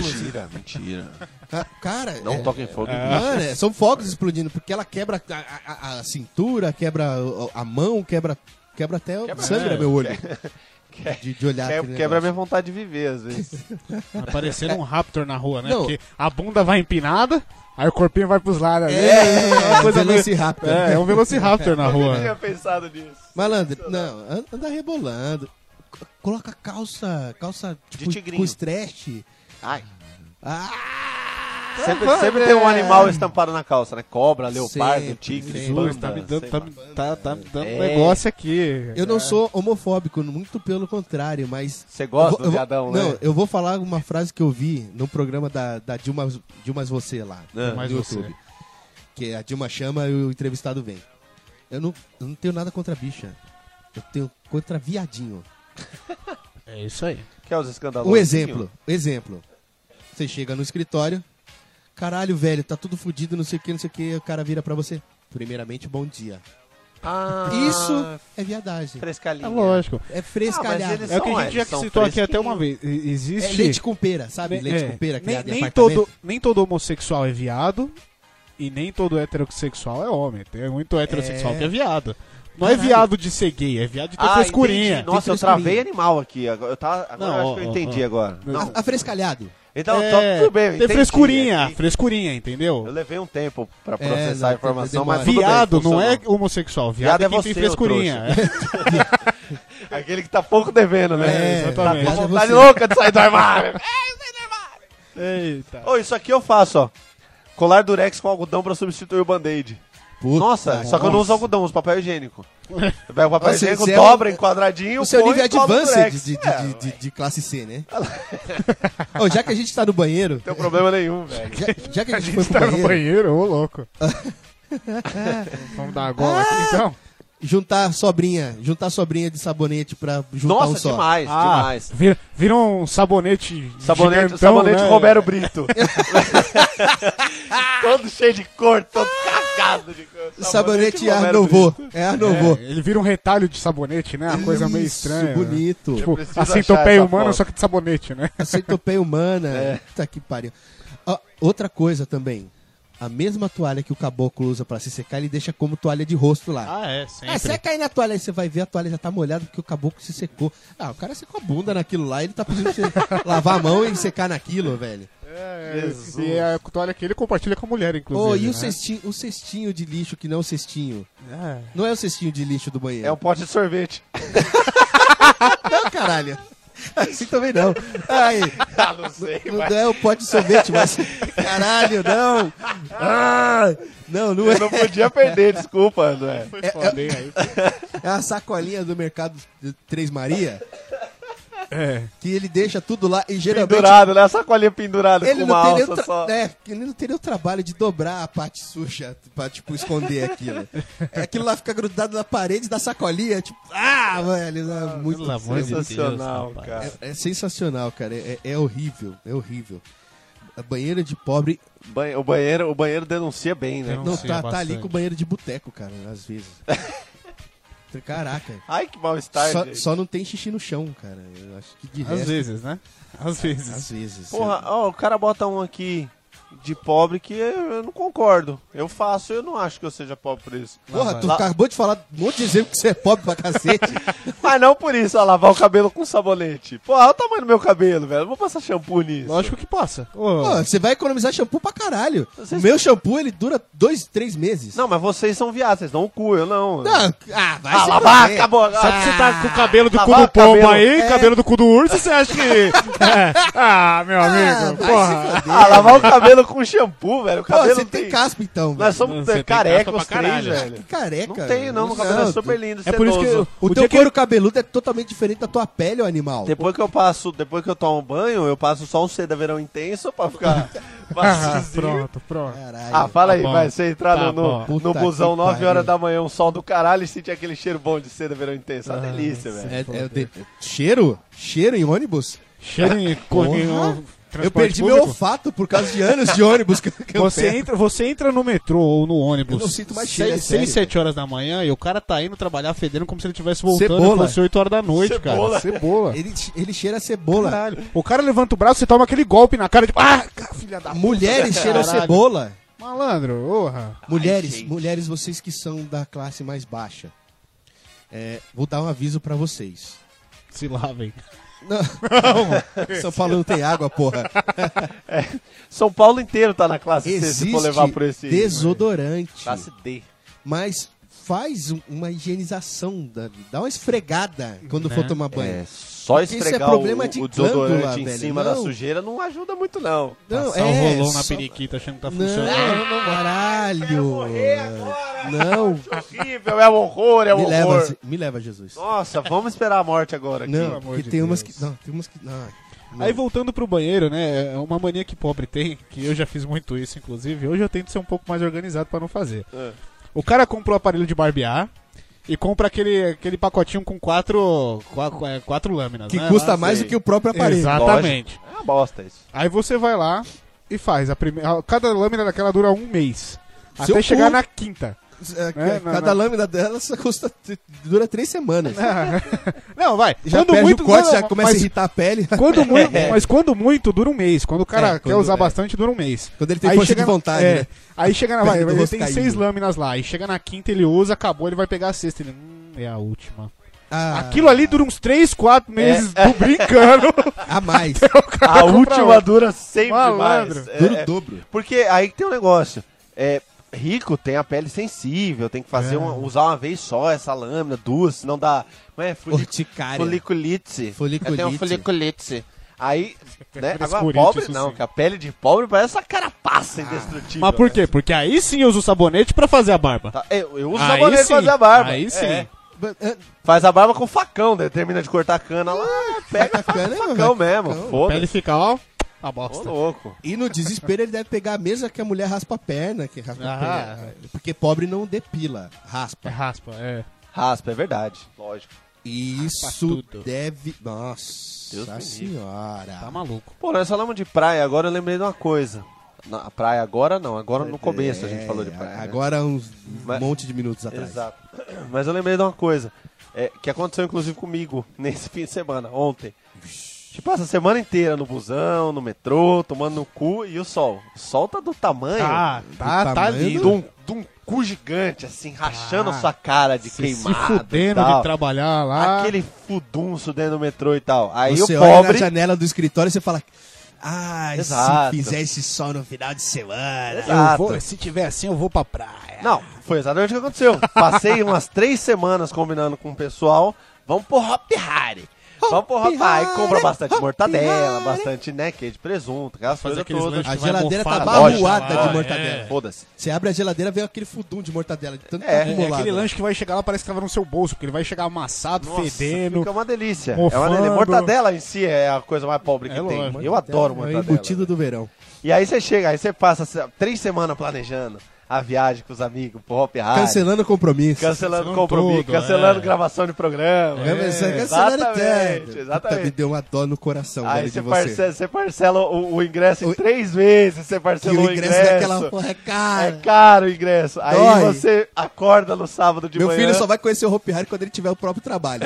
Speaker 4: mentira.
Speaker 3: Ca- Cara, é-
Speaker 4: toquem um fogo.
Speaker 3: Mano, é, são fogos explodindo, porque ela quebra a, a- a- a cintura, quebra a, a mão, quebra, quebra até o sangra meu olho. De, de olhar aquele
Speaker 4: É, quebra a minha
Speaker 3: Tá, negócio.
Speaker 4: vontade de viver,
Speaker 3: *laughs*
Speaker 4: às vezes.
Speaker 2: Aparecendo um Raptor na rua, né?
Speaker 3: Não.
Speaker 2: Porque a bunda vai empinada, aí o corpinho vai pros lados. ali.
Speaker 3: É, é,
Speaker 2: Uma coisa
Speaker 3: é,
Speaker 2: meio-
Speaker 3: Velociraptor.
Speaker 2: É, é um Velociraptor na
Speaker 4: Eu
Speaker 3: *laughs*
Speaker 2: rua.
Speaker 4: tinha pensado nisso.
Speaker 3: Malandro, não, an- anda rebolando. C- Coloca calça, calça tipo,
Speaker 4: tigrinho.
Speaker 3: com stretch.
Speaker 4: Ai.
Speaker 3: Ah!
Speaker 4: Sempre, sempre tem um
Speaker 2: é.
Speaker 4: animal estampado na calça, né? Cobra, leopardo,
Speaker 3: Sempre,
Speaker 4: tigre,
Speaker 3: sempre.
Speaker 2: Jesus,
Speaker 4: panda,
Speaker 2: tá me dando,
Speaker 4: sei
Speaker 2: tá
Speaker 4: lá.
Speaker 2: me, tá, tá me dando
Speaker 4: É.
Speaker 2: negócio aqui.
Speaker 3: Eu não sou homofóbico, muito pelo contrário, mas.
Speaker 4: Você
Speaker 3: Eu
Speaker 4: gosta
Speaker 3: vou-
Speaker 4: do
Speaker 3: eu vou-
Speaker 4: viadão, né?
Speaker 3: Não, eu vou falar uma frase que eu vi no programa da, da Dilma, Dilma Você lá,
Speaker 4: Ah.
Speaker 3: no
Speaker 2: Mas
Speaker 3: YouTube.
Speaker 2: você.
Speaker 3: Que a Dilma chama e o entrevistado vem. Eu não, eu não tenho nada contra bicha. Eu tenho contra viadinho.
Speaker 2: É isso aí.
Speaker 4: Quer os escandalosos?
Speaker 3: Um exemplo, um exemplo. Você chega no escritório, caralho, velho, tá tudo fudido, não sei o que, não sei o que, o cara vira pra você. Primeiramente, bom dia.
Speaker 4: Ah,
Speaker 3: Isso é viadagem.
Speaker 4: Frescalinha.
Speaker 2: É lógico.
Speaker 3: É
Speaker 4: Ah, mas
Speaker 3: frescalhado.
Speaker 4: eles-
Speaker 2: É o que
Speaker 4: São,
Speaker 2: a
Speaker 4: é,
Speaker 2: gente já
Speaker 4: são
Speaker 2: citou aqui até
Speaker 4: fresquinhos.
Speaker 2: uma vez. E-
Speaker 3: É
Speaker 2: Existe.
Speaker 3: leite com pera, sabe? Leite
Speaker 2: é,
Speaker 3: com pera
Speaker 2: nem,
Speaker 3: criado em
Speaker 2: nem,
Speaker 3: apartamento.
Speaker 2: todo, nem todo homossexual é viado e nem todo heterossexual é homem. Tem muito heterossexual
Speaker 3: É.
Speaker 2: que é viado. Não é viado de ser gay, é viado de ter
Speaker 4: Ah,
Speaker 2: frescurinha.
Speaker 4: entendi. Nossa, eu
Speaker 3: frescurinha.
Speaker 4: travei animal aqui. Agora eu, tava, agora
Speaker 2: Não,
Speaker 4: eu acho
Speaker 2: ó,
Speaker 4: que eu
Speaker 2: ó,
Speaker 4: entendi
Speaker 2: ó.
Speaker 4: agora. Não.
Speaker 3: A- Ah, Afrescalhado.
Speaker 4: Então,
Speaker 2: É,
Speaker 4: tá tudo bem. eu
Speaker 2: Tem
Speaker 4: entendi.
Speaker 2: frescurinha,
Speaker 4: É que
Speaker 2: frescurinha, entendeu?
Speaker 4: Eu levei um tempo pra processar
Speaker 3: não,
Speaker 4: a informação,
Speaker 3: demora.
Speaker 4: mas tudo bem,
Speaker 2: Viado não é
Speaker 4: funcionou.
Speaker 2: homossexual, viado,
Speaker 4: Viado é
Speaker 2: é quem
Speaker 4: você,
Speaker 2: tem frescurinha.
Speaker 4: Aquele que tá pouco devendo, né?
Speaker 2: É, exatamente.
Speaker 4: Tá com
Speaker 3: Viado é
Speaker 4: vontade
Speaker 3: você.
Speaker 4: louca de sair do armário.
Speaker 2: *laughs* Eita.
Speaker 4: Ô, isso aqui eu faço, ó. Colar durex com algodão pra substituir o band-aid.
Speaker 3: Puta
Speaker 4: Nossa, só que eu não uso
Speaker 3: nossa.
Speaker 4: algodão, uso papel higiênico. Eu pego o papel
Speaker 3: Ou seja,
Speaker 4: higiênico,
Speaker 3: você é
Speaker 4: dobra
Speaker 3: um-
Speaker 4: em quadradinho,
Speaker 3: O seu
Speaker 4: põe
Speaker 3: nível é
Speaker 4: e cola o
Speaker 3: advanced
Speaker 4: durex.
Speaker 3: de, de,
Speaker 4: É,
Speaker 3: de, de- de classe C,
Speaker 4: *laughs*
Speaker 3: né? Ô, já que a gente tá no banheiro.
Speaker 4: Não tem problema nenhum, velho.
Speaker 3: Já,
Speaker 2: *laughs*
Speaker 3: já que a
Speaker 2: A
Speaker 3: gente,
Speaker 2: gente
Speaker 3: foi
Speaker 2: tá
Speaker 3: pro
Speaker 2: no
Speaker 3: banheiro,
Speaker 2: banheiro, ô louco. Vamos dar a gola
Speaker 4: Ah!
Speaker 2: aqui então?
Speaker 3: juntar sobrinha, juntar sobrinha de sabonete pra juntar um
Speaker 4: Nossa,
Speaker 3: só.
Speaker 4: demais, demais.
Speaker 2: vira, vira um sabonete.
Speaker 4: Sabonete,
Speaker 2: gigantão,
Speaker 4: sabonete
Speaker 2: né?
Speaker 4: Romero Brito.
Speaker 3: *laughs*
Speaker 4: todo cheio de cor, todo cagado de cor.
Speaker 3: Sabonete ar
Speaker 4: Romero
Speaker 3: novo.
Speaker 4: Brito.
Speaker 3: É ar
Speaker 2: É,
Speaker 3: novo.
Speaker 2: ele vira um retalho de sabonete, né? Uma coisa meio
Speaker 3: Isso,
Speaker 2: estranha. né?
Speaker 3: bonito.
Speaker 2: Tipo,
Speaker 4: preciso
Speaker 2: a
Speaker 4: achar
Speaker 2: centopeia
Speaker 4: essa
Speaker 2: humana,
Speaker 4: foto.
Speaker 2: só que de sabonete, né?
Speaker 3: A centopeia
Speaker 2: *laughs*
Speaker 3: humana.
Speaker 2: É.
Speaker 3: Puta que pariu. Ó, outra coisa também. A mesma toalha que o caboclo usa pra se secar, ele deixa como toalha de rosto lá.
Speaker 2: Ah, é,
Speaker 3: Ah, você cair na toalha aí, você vai ver a toalha já tá molhada porque o caboclo se secou. Ah, o cara secou a bunda naquilo lá, ele tá pedindo você *laughs* lavar a mão e secar naquilo, velho. É,
Speaker 2: E é, a toalha que ele compartilha com a mulher, inclusive.
Speaker 4: Oh,
Speaker 3: Ô, e o
Speaker 2: né?
Speaker 3: cestinho, o cestinho de lixo que não é o cestinho? Não é o cestinho de lixo do banheiro.
Speaker 4: É um pote
Speaker 3: *laughs*
Speaker 4: de sorvete.
Speaker 3: Não, caralho. *laughs* Assim também não. Ai,
Speaker 4: ah, não sei,
Speaker 3: não é o pote de sorvete, mas. Caralho, não! Ah, não, não é.
Speaker 4: Eu não podia perder, desculpa, André.
Speaker 2: É, Foi foda, hein, aí.
Speaker 3: É uma sacolinha do mercado de Três Maria.
Speaker 2: É.
Speaker 3: que ele deixa tudo lá e geralmente
Speaker 4: Pendurado, né? A sacolinha pendurada
Speaker 3: ele
Speaker 4: com uma
Speaker 3: não teria o
Speaker 4: alça
Speaker 3: tra-
Speaker 4: só.
Speaker 3: é, que ele não teria o trabalho de dobrar a parte suja pra, tipo, esconder
Speaker 2: *laughs*
Speaker 3: aquilo. É, Aquilo lá fica grudado na parede da sacolinha, tipo, ah, velho, é muito
Speaker 2: Pelo amor de Deus,
Speaker 4: Sensacional,
Speaker 2: rapaz.
Speaker 4: cara.
Speaker 3: É, é sensacional, cara. É, é horrível, é horrível. A banheira de pobre
Speaker 4: Ban- O banheiro, o banheiro denuncia bem, né?
Speaker 2: Não
Speaker 3: não,
Speaker 2: sei,
Speaker 3: tá,
Speaker 2: é
Speaker 3: tá ali
Speaker 2: bastante.
Speaker 3: com o banheiro de boteco, cara,
Speaker 2: *laughs*
Speaker 3: às vezes. Caraca.
Speaker 4: Ai, que mal-estar,
Speaker 3: Só,
Speaker 4: Tá, gente.
Speaker 3: só não tem xixi no chão, cara. Eu acho que de
Speaker 2: Às
Speaker 3: resto,
Speaker 2: vezes, né? Às vezes.
Speaker 3: às vezes.
Speaker 4: Porra, ó, o cara bota um aqui de pobre que eu eu não concordo. Eu faço, eu não acho que eu seja pobre por isso.
Speaker 3: Porra, tu
Speaker 4: Lá-
Speaker 3: acabou de falar um monte de exemplo que você é pobre pra cacete.
Speaker 2: *laughs*
Speaker 4: Mas não por isso, ó, lavar o cabelo com sabonete. Porra, olha o tamanho do meu cabelo, velho. Eu Não vou passar shampoo nisso.
Speaker 2: Lógico que passa.
Speaker 3: Pô, você vai economizar shampoo pra caralho.
Speaker 4: Vocês-
Speaker 3: O meu shampoo, ele dura dois, três meses.
Speaker 4: Não, mas vocês são viados, vocês dão o cu, eu não.
Speaker 3: Não, ah, vai
Speaker 4: Ah,
Speaker 3: se
Speaker 4: lavar,
Speaker 3: fuder.
Speaker 4: acabou.
Speaker 2: Só que você tá com o cabelo do
Speaker 4: Lavar
Speaker 2: cu do
Speaker 4: o cabelo.
Speaker 2: pombo aí,
Speaker 3: Ah, É.
Speaker 2: cabelo do cu do urso, você acha
Speaker 3: *laughs*
Speaker 2: que. É. Ah, meu
Speaker 3: Ah,
Speaker 2: amigo,
Speaker 3: vai
Speaker 2: porra.
Speaker 3: se fuder.
Speaker 4: Ah, lavar o cabelo com shampoo, velho. O
Speaker 3: Pô,
Speaker 4: cabelo
Speaker 3: você
Speaker 4: tem...
Speaker 3: tem caspa então, velho.
Speaker 4: Nós somos
Speaker 2: Você tem caspa
Speaker 4: carecas
Speaker 2: pra
Speaker 4: os três,
Speaker 2: caralho.
Speaker 4: velho.
Speaker 3: Que careca.
Speaker 4: Não tem, não. Meu cabelo é super lindo,
Speaker 2: É por isso que
Speaker 4: sedoso.
Speaker 2: eu-
Speaker 3: O,
Speaker 2: O
Speaker 3: teu
Speaker 2: dia que-
Speaker 3: couro cabeludo é totalmente diferente da tua pele, ô animal.
Speaker 4: Depois que eu passo, depois que eu tomo banho, eu passo só um seda verão intenso
Speaker 3: *laughs*
Speaker 4: pra ficar
Speaker 2: Ah,
Speaker 4: macio.
Speaker 2: pronto, pronto.
Speaker 3: Caralho.
Speaker 4: Ah, fala aí,
Speaker 2: Tá bom.
Speaker 4: vai, você entrar no-
Speaker 2: Tá
Speaker 4: no,
Speaker 3: bom.
Speaker 4: no
Speaker 3: Puta
Speaker 4: busão
Speaker 3: que
Speaker 4: 9
Speaker 3: pariu.
Speaker 4: horas da manhã, um sol do caralho e sentir aquele cheiro bom de seda verão intenso. Uma delícia, velho.
Speaker 3: É- é de- cheiro? Cheiro em ônibus?
Speaker 2: Cheiro em
Speaker 3: Porra.
Speaker 2: em- um transporte
Speaker 3: Eu perdi meu
Speaker 2: público.
Speaker 3: olfato por causa de anos de ônibus que, que eu
Speaker 2: Você
Speaker 3: pego.
Speaker 2: entra, você entra no metrô ou no ônibus.
Speaker 3: Eu não sinto mais cheiro, é
Speaker 2: seis, seis,
Speaker 3: sério,
Speaker 2: sete horas da manhã e o cara tá indo trabalhar fedendo como se ele estivesse voltando
Speaker 3: Cebola.
Speaker 2: e fosse 8 horas da noite,
Speaker 4: Cebola.
Speaker 2: cara.
Speaker 3: *laughs*
Speaker 2: Cebola.
Speaker 3: Ele, che- ele cheira a cebola.
Speaker 2: Caralho. O cara levanta o braço, você toma aquele golpe na cara, tipo, ah, cara, filha da
Speaker 3: Mulheres cheiram a
Speaker 2: Caralho.
Speaker 3: cebola.
Speaker 2: Malandro, porra.
Speaker 3: Mulheres,
Speaker 4: gente.
Speaker 3: mulheres, vocês que são da classe mais baixa. É, vou dar um aviso pra vocês.
Speaker 2: Se lavem.
Speaker 3: Não, não. *laughs* São Paulo não tem água, porra.
Speaker 4: São Paulo inteiro tá na classe C, *laughs* se for
Speaker 3: Existe
Speaker 4: levar por esse... Tá
Speaker 3: desodorante,
Speaker 4: Classe D.
Speaker 3: mas faz um- uma higienização, da- dá uma esfregada quando
Speaker 2: Né?
Speaker 3: for tomar banho.
Speaker 4: É, só
Speaker 3: Porque isso é
Speaker 4: esfregar
Speaker 3: problema
Speaker 4: o,
Speaker 3: de
Speaker 4: o desodorante
Speaker 3: glândula,
Speaker 4: em
Speaker 3: velho.
Speaker 4: cima da
Speaker 3: Não.
Speaker 4: sujeira não ajuda muito, não.
Speaker 3: Não, é,
Speaker 2: Passar o rolão na
Speaker 3: só-
Speaker 2: periquita achando que tá
Speaker 3: Não, é,
Speaker 2: funcionando.
Speaker 3: caralho.
Speaker 4: agora!
Speaker 3: Não,
Speaker 4: Horrível, é um horror, é um
Speaker 3: Ah. me
Speaker 4: horror.
Speaker 3: leva, Je- me leva, Jesus.
Speaker 4: Nossa, vamos esperar a morte agora aqui.
Speaker 3: Não,
Speaker 2: amor
Speaker 3: que
Speaker 2: de
Speaker 3: tem umas
Speaker 2: Deus.
Speaker 3: que. Não, tem umas que. Não. não.
Speaker 2: Aí voltando pro banheiro, né? É uma mania que pobre tem, que eu já fiz muito isso, inclusive. Hoje eu tento ser um pouco mais organizado pra não fazer.
Speaker 4: É.
Speaker 2: O cara compra o aparelho de barbear e compra aquele, aquele pacotinho com quatro, qua- qua- quatro, lâminas.
Speaker 3: que
Speaker 2: né?
Speaker 3: custa
Speaker 2: Lá-
Speaker 3: mais
Speaker 4: sei.
Speaker 3: do que o próprio aparelho.
Speaker 2: Exatamente.
Speaker 4: Lógico. É uma bosta isso.
Speaker 2: Aí você vai lá e faz. A primeira, cada lâmina daquela dura um mês.
Speaker 3: Seu
Speaker 2: até
Speaker 3: cu.
Speaker 2: chegar na
Speaker 3: *laughs*
Speaker 2: quinta.
Speaker 3: É,
Speaker 2: Né?
Speaker 3: é,
Speaker 2: Não, É.
Speaker 3: Cada lâmina dela só *laughs* custa, dura três semanas.
Speaker 2: Não, vai.
Speaker 3: Já perde o corte,
Speaker 2: não,
Speaker 3: já
Speaker 2: não,
Speaker 3: começa a
Speaker 2: mas
Speaker 3: irritar a pele. *laughs*
Speaker 2: quando muito, mas quando muito, dura um mês. Quando o cara
Speaker 3: É,
Speaker 2: quer
Speaker 3: quando-
Speaker 2: usar
Speaker 3: é.
Speaker 2: bastante, dura um mês.
Speaker 3: Quando ele tem força de
Speaker 2: na-
Speaker 3: vontade,
Speaker 2: é,
Speaker 3: né?
Speaker 2: Aí chega
Speaker 3: *laughs*
Speaker 2: na.
Speaker 3: Perde
Speaker 2: Vai,
Speaker 3: do
Speaker 2: ele
Speaker 3: rosto
Speaker 2: tem
Speaker 3: caído.
Speaker 2: seis lâminas lá. Aí chega na quinta, ele usa, acabou, ele vai pegar a sexta. Ele. Hum, é a última.
Speaker 3: Ah, É.
Speaker 2: Aquilo ali dura uns três, quatro meses do
Speaker 3: *laughs*
Speaker 2: brincando.
Speaker 3: A mais.
Speaker 4: *laughs* A
Speaker 2: comprar
Speaker 4: última
Speaker 2: outra.
Speaker 4: dura sempre
Speaker 2: Malandro.
Speaker 4: mais. É,
Speaker 3: Dura
Speaker 4: é,
Speaker 3: o dobro.
Speaker 4: porque aí que tem um negócio. É, rico tem a pele sensível, tem que fazer
Speaker 2: É.
Speaker 4: uma- usar uma vez só essa lâmina, duas, senão dá. Não é fuli-
Speaker 3: Urticária.
Speaker 4: foliculite.
Speaker 3: Foliculite.
Speaker 4: Eu tenho foliculite. Aí, né?
Speaker 2: Frescurite,
Speaker 4: Agora, pobre
Speaker 2: isso
Speaker 4: não,
Speaker 2: sim.
Speaker 4: que a pele de pobre parece essa carapaça indestrutível.
Speaker 2: Mas por
Speaker 4: né?
Speaker 2: quê? Porque aí sim eu uso o sabonete pra fazer a barba.
Speaker 4: Tá, eu, eu uso
Speaker 2: Aí
Speaker 4: sabonete pra
Speaker 2: sim,
Speaker 4: fazer a barba.
Speaker 2: aí
Speaker 4: É,
Speaker 2: sim.
Speaker 4: Faz a barba com facão, né? Termina de cortar a cana lá,
Speaker 2: Ah,
Speaker 4: pega
Speaker 2: é
Speaker 3: Bacana,
Speaker 4: facão,
Speaker 3: mano.
Speaker 4: mesmo.
Speaker 2: Pra
Speaker 4: Foda-se.
Speaker 2: ele ficar, ó, a
Speaker 4: Ô,
Speaker 2: bosta.
Speaker 4: louco.
Speaker 3: E no desespero ele deve pegar a mesa que a mulher raspa a perna. Que raspa
Speaker 2: Ah.
Speaker 3: a perna. Porque pobre não depila, raspa.
Speaker 2: Raspa, é.
Speaker 4: Raspa, é verdade. Lógico.
Speaker 3: E isso
Speaker 2: tudo.
Speaker 3: deve. Nossa
Speaker 4: Deus me livre.
Speaker 3: senhora.
Speaker 2: Tá maluco.
Speaker 4: Pô, nós falamos de praia, agora eu lembrei de uma coisa. Na a praia agora não, agora no começo a gente
Speaker 3: É,
Speaker 4: falou de praia. né?
Speaker 3: Agora uns um
Speaker 4: Mas-
Speaker 3: monte de minutos atrás.
Speaker 4: Exato. *clears throat* Mas eu lembrei de uma coisa, é, que aconteceu inclusive comigo *laughs* nesse fim de semana, ontem. Tipo, essa semana inteira no busão, no metrô, tomando no cu e o sol. O sol tá do tamanho
Speaker 2: Tá, tá, tá
Speaker 3: Ah, tamanho
Speaker 4: de,
Speaker 2: lindo.
Speaker 4: um, de um cu gigante, assim, rachando
Speaker 2: Ah,
Speaker 4: sua cara
Speaker 2: Se,
Speaker 4: de
Speaker 2: se
Speaker 4: queimado. e
Speaker 2: fudendo
Speaker 4: tal.
Speaker 2: de trabalhar lá.
Speaker 4: Aquele fudunço dentro do metrô e tal. Aí
Speaker 3: Você
Speaker 4: o
Speaker 3: olha na
Speaker 4: pobre.
Speaker 3: janela do escritório e você fala. Ah,
Speaker 4: Exato.
Speaker 3: se fizer esse sol no final de semana.
Speaker 4: Exato.
Speaker 2: se tiver assim, eu vou pra praia.
Speaker 4: Não, foi exatamente o que aconteceu. Passei umas três semanas combinando com o pessoal. Vamos pro Hop Harry. Vamos pro hot
Speaker 3: pirralha,
Speaker 4: Aí compra bastante
Speaker 3: oh,
Speaker 4: mortadela,
Speaker 3: pirralha.
Speaker 4: bastante, né, queijo de presunto, aquelas coisas
Speaker 6: Fazer aqueles
Speaker 4: todas. Ah,
Speaker 6: lanches
Speaker 3: A
Speaker 6: que vai
Speaker 3: geladeira
Speaker 6: mofar
Speaker 3: tá
Speaker 6: na loja,
Speaker 3: barruada
Speaker 6: lá,
Speaker 3: de mortadela.
Speaker 6: é.
Speaker 4: Foda-se.
Speaker 3: Você abre a geladeira, vem aquele fudum de mortadela, de tanto que
Speaker 4: É,
Speaker 3: tá
Speaker 2: É
Speaker 3: acumulado.
Speaker 2: aquele lanche que vai chegar lá, parece que tava no seu bolso, porque ele vai chegar amassado, fedendo.
Speaker 4: Fica uma delícia. É uma
Speaker 2: mofando.
Speaker 4: delícia. Mortadela em si é a coisa mais pobre que
Speaker 2: É
Speaker 4: tem.
Speaker 2: lógico.
Speaker 4: Eu adoro
Speaker 3: É
Speaker 4: mortadela.
Speaker 3: o embutido do verão.
Speaker 4: E aí você chega, aí você passa assim, três semanas planejando a viagem com os amigos pro Hop Hard.
Speaker 3: Cancelando o compromisso.
Speaker 4: Cancelando
Speaker 2: Cancelando
Speaker 4: compromisso,
Speaker 2: tudo,
Speaker 4: cancelando
Speaker 2: é.
Speaker 4: gravação de programa.
Speaker 3: É, mas é cancelando
Speaker 4: exatamente,
Speaker 3: até. Puta,
Speaker 4: exatamente.
Speaker 3: me deu uma dó no coração, velho,
Speaker 4: Aí
Speaker 3: de
Speaker 4: você
Speaker 3: você.
Speaker 4: parcela, você parcela o, o ingresso em
Speaker 3: O-
Speaker 4: três vezes, você
Speaker 3: E
Speaker 4: parcelou
Speaker 3: o ingresso daquela porra é
Speaker 4: É
Speaker 3: cara.
Speaker 4: caro o ingresso. Aí
Speaker 3: Dói.
Speaker 4: você acorda no sábado de
Speaker 3: Meu
Speaker 4: manhã.
Speaker 3: filho só vai conhecer o Hopi Hari quando ele tiver o próprio
Speaker 4: *laughs*
Speaker 3: trabalho.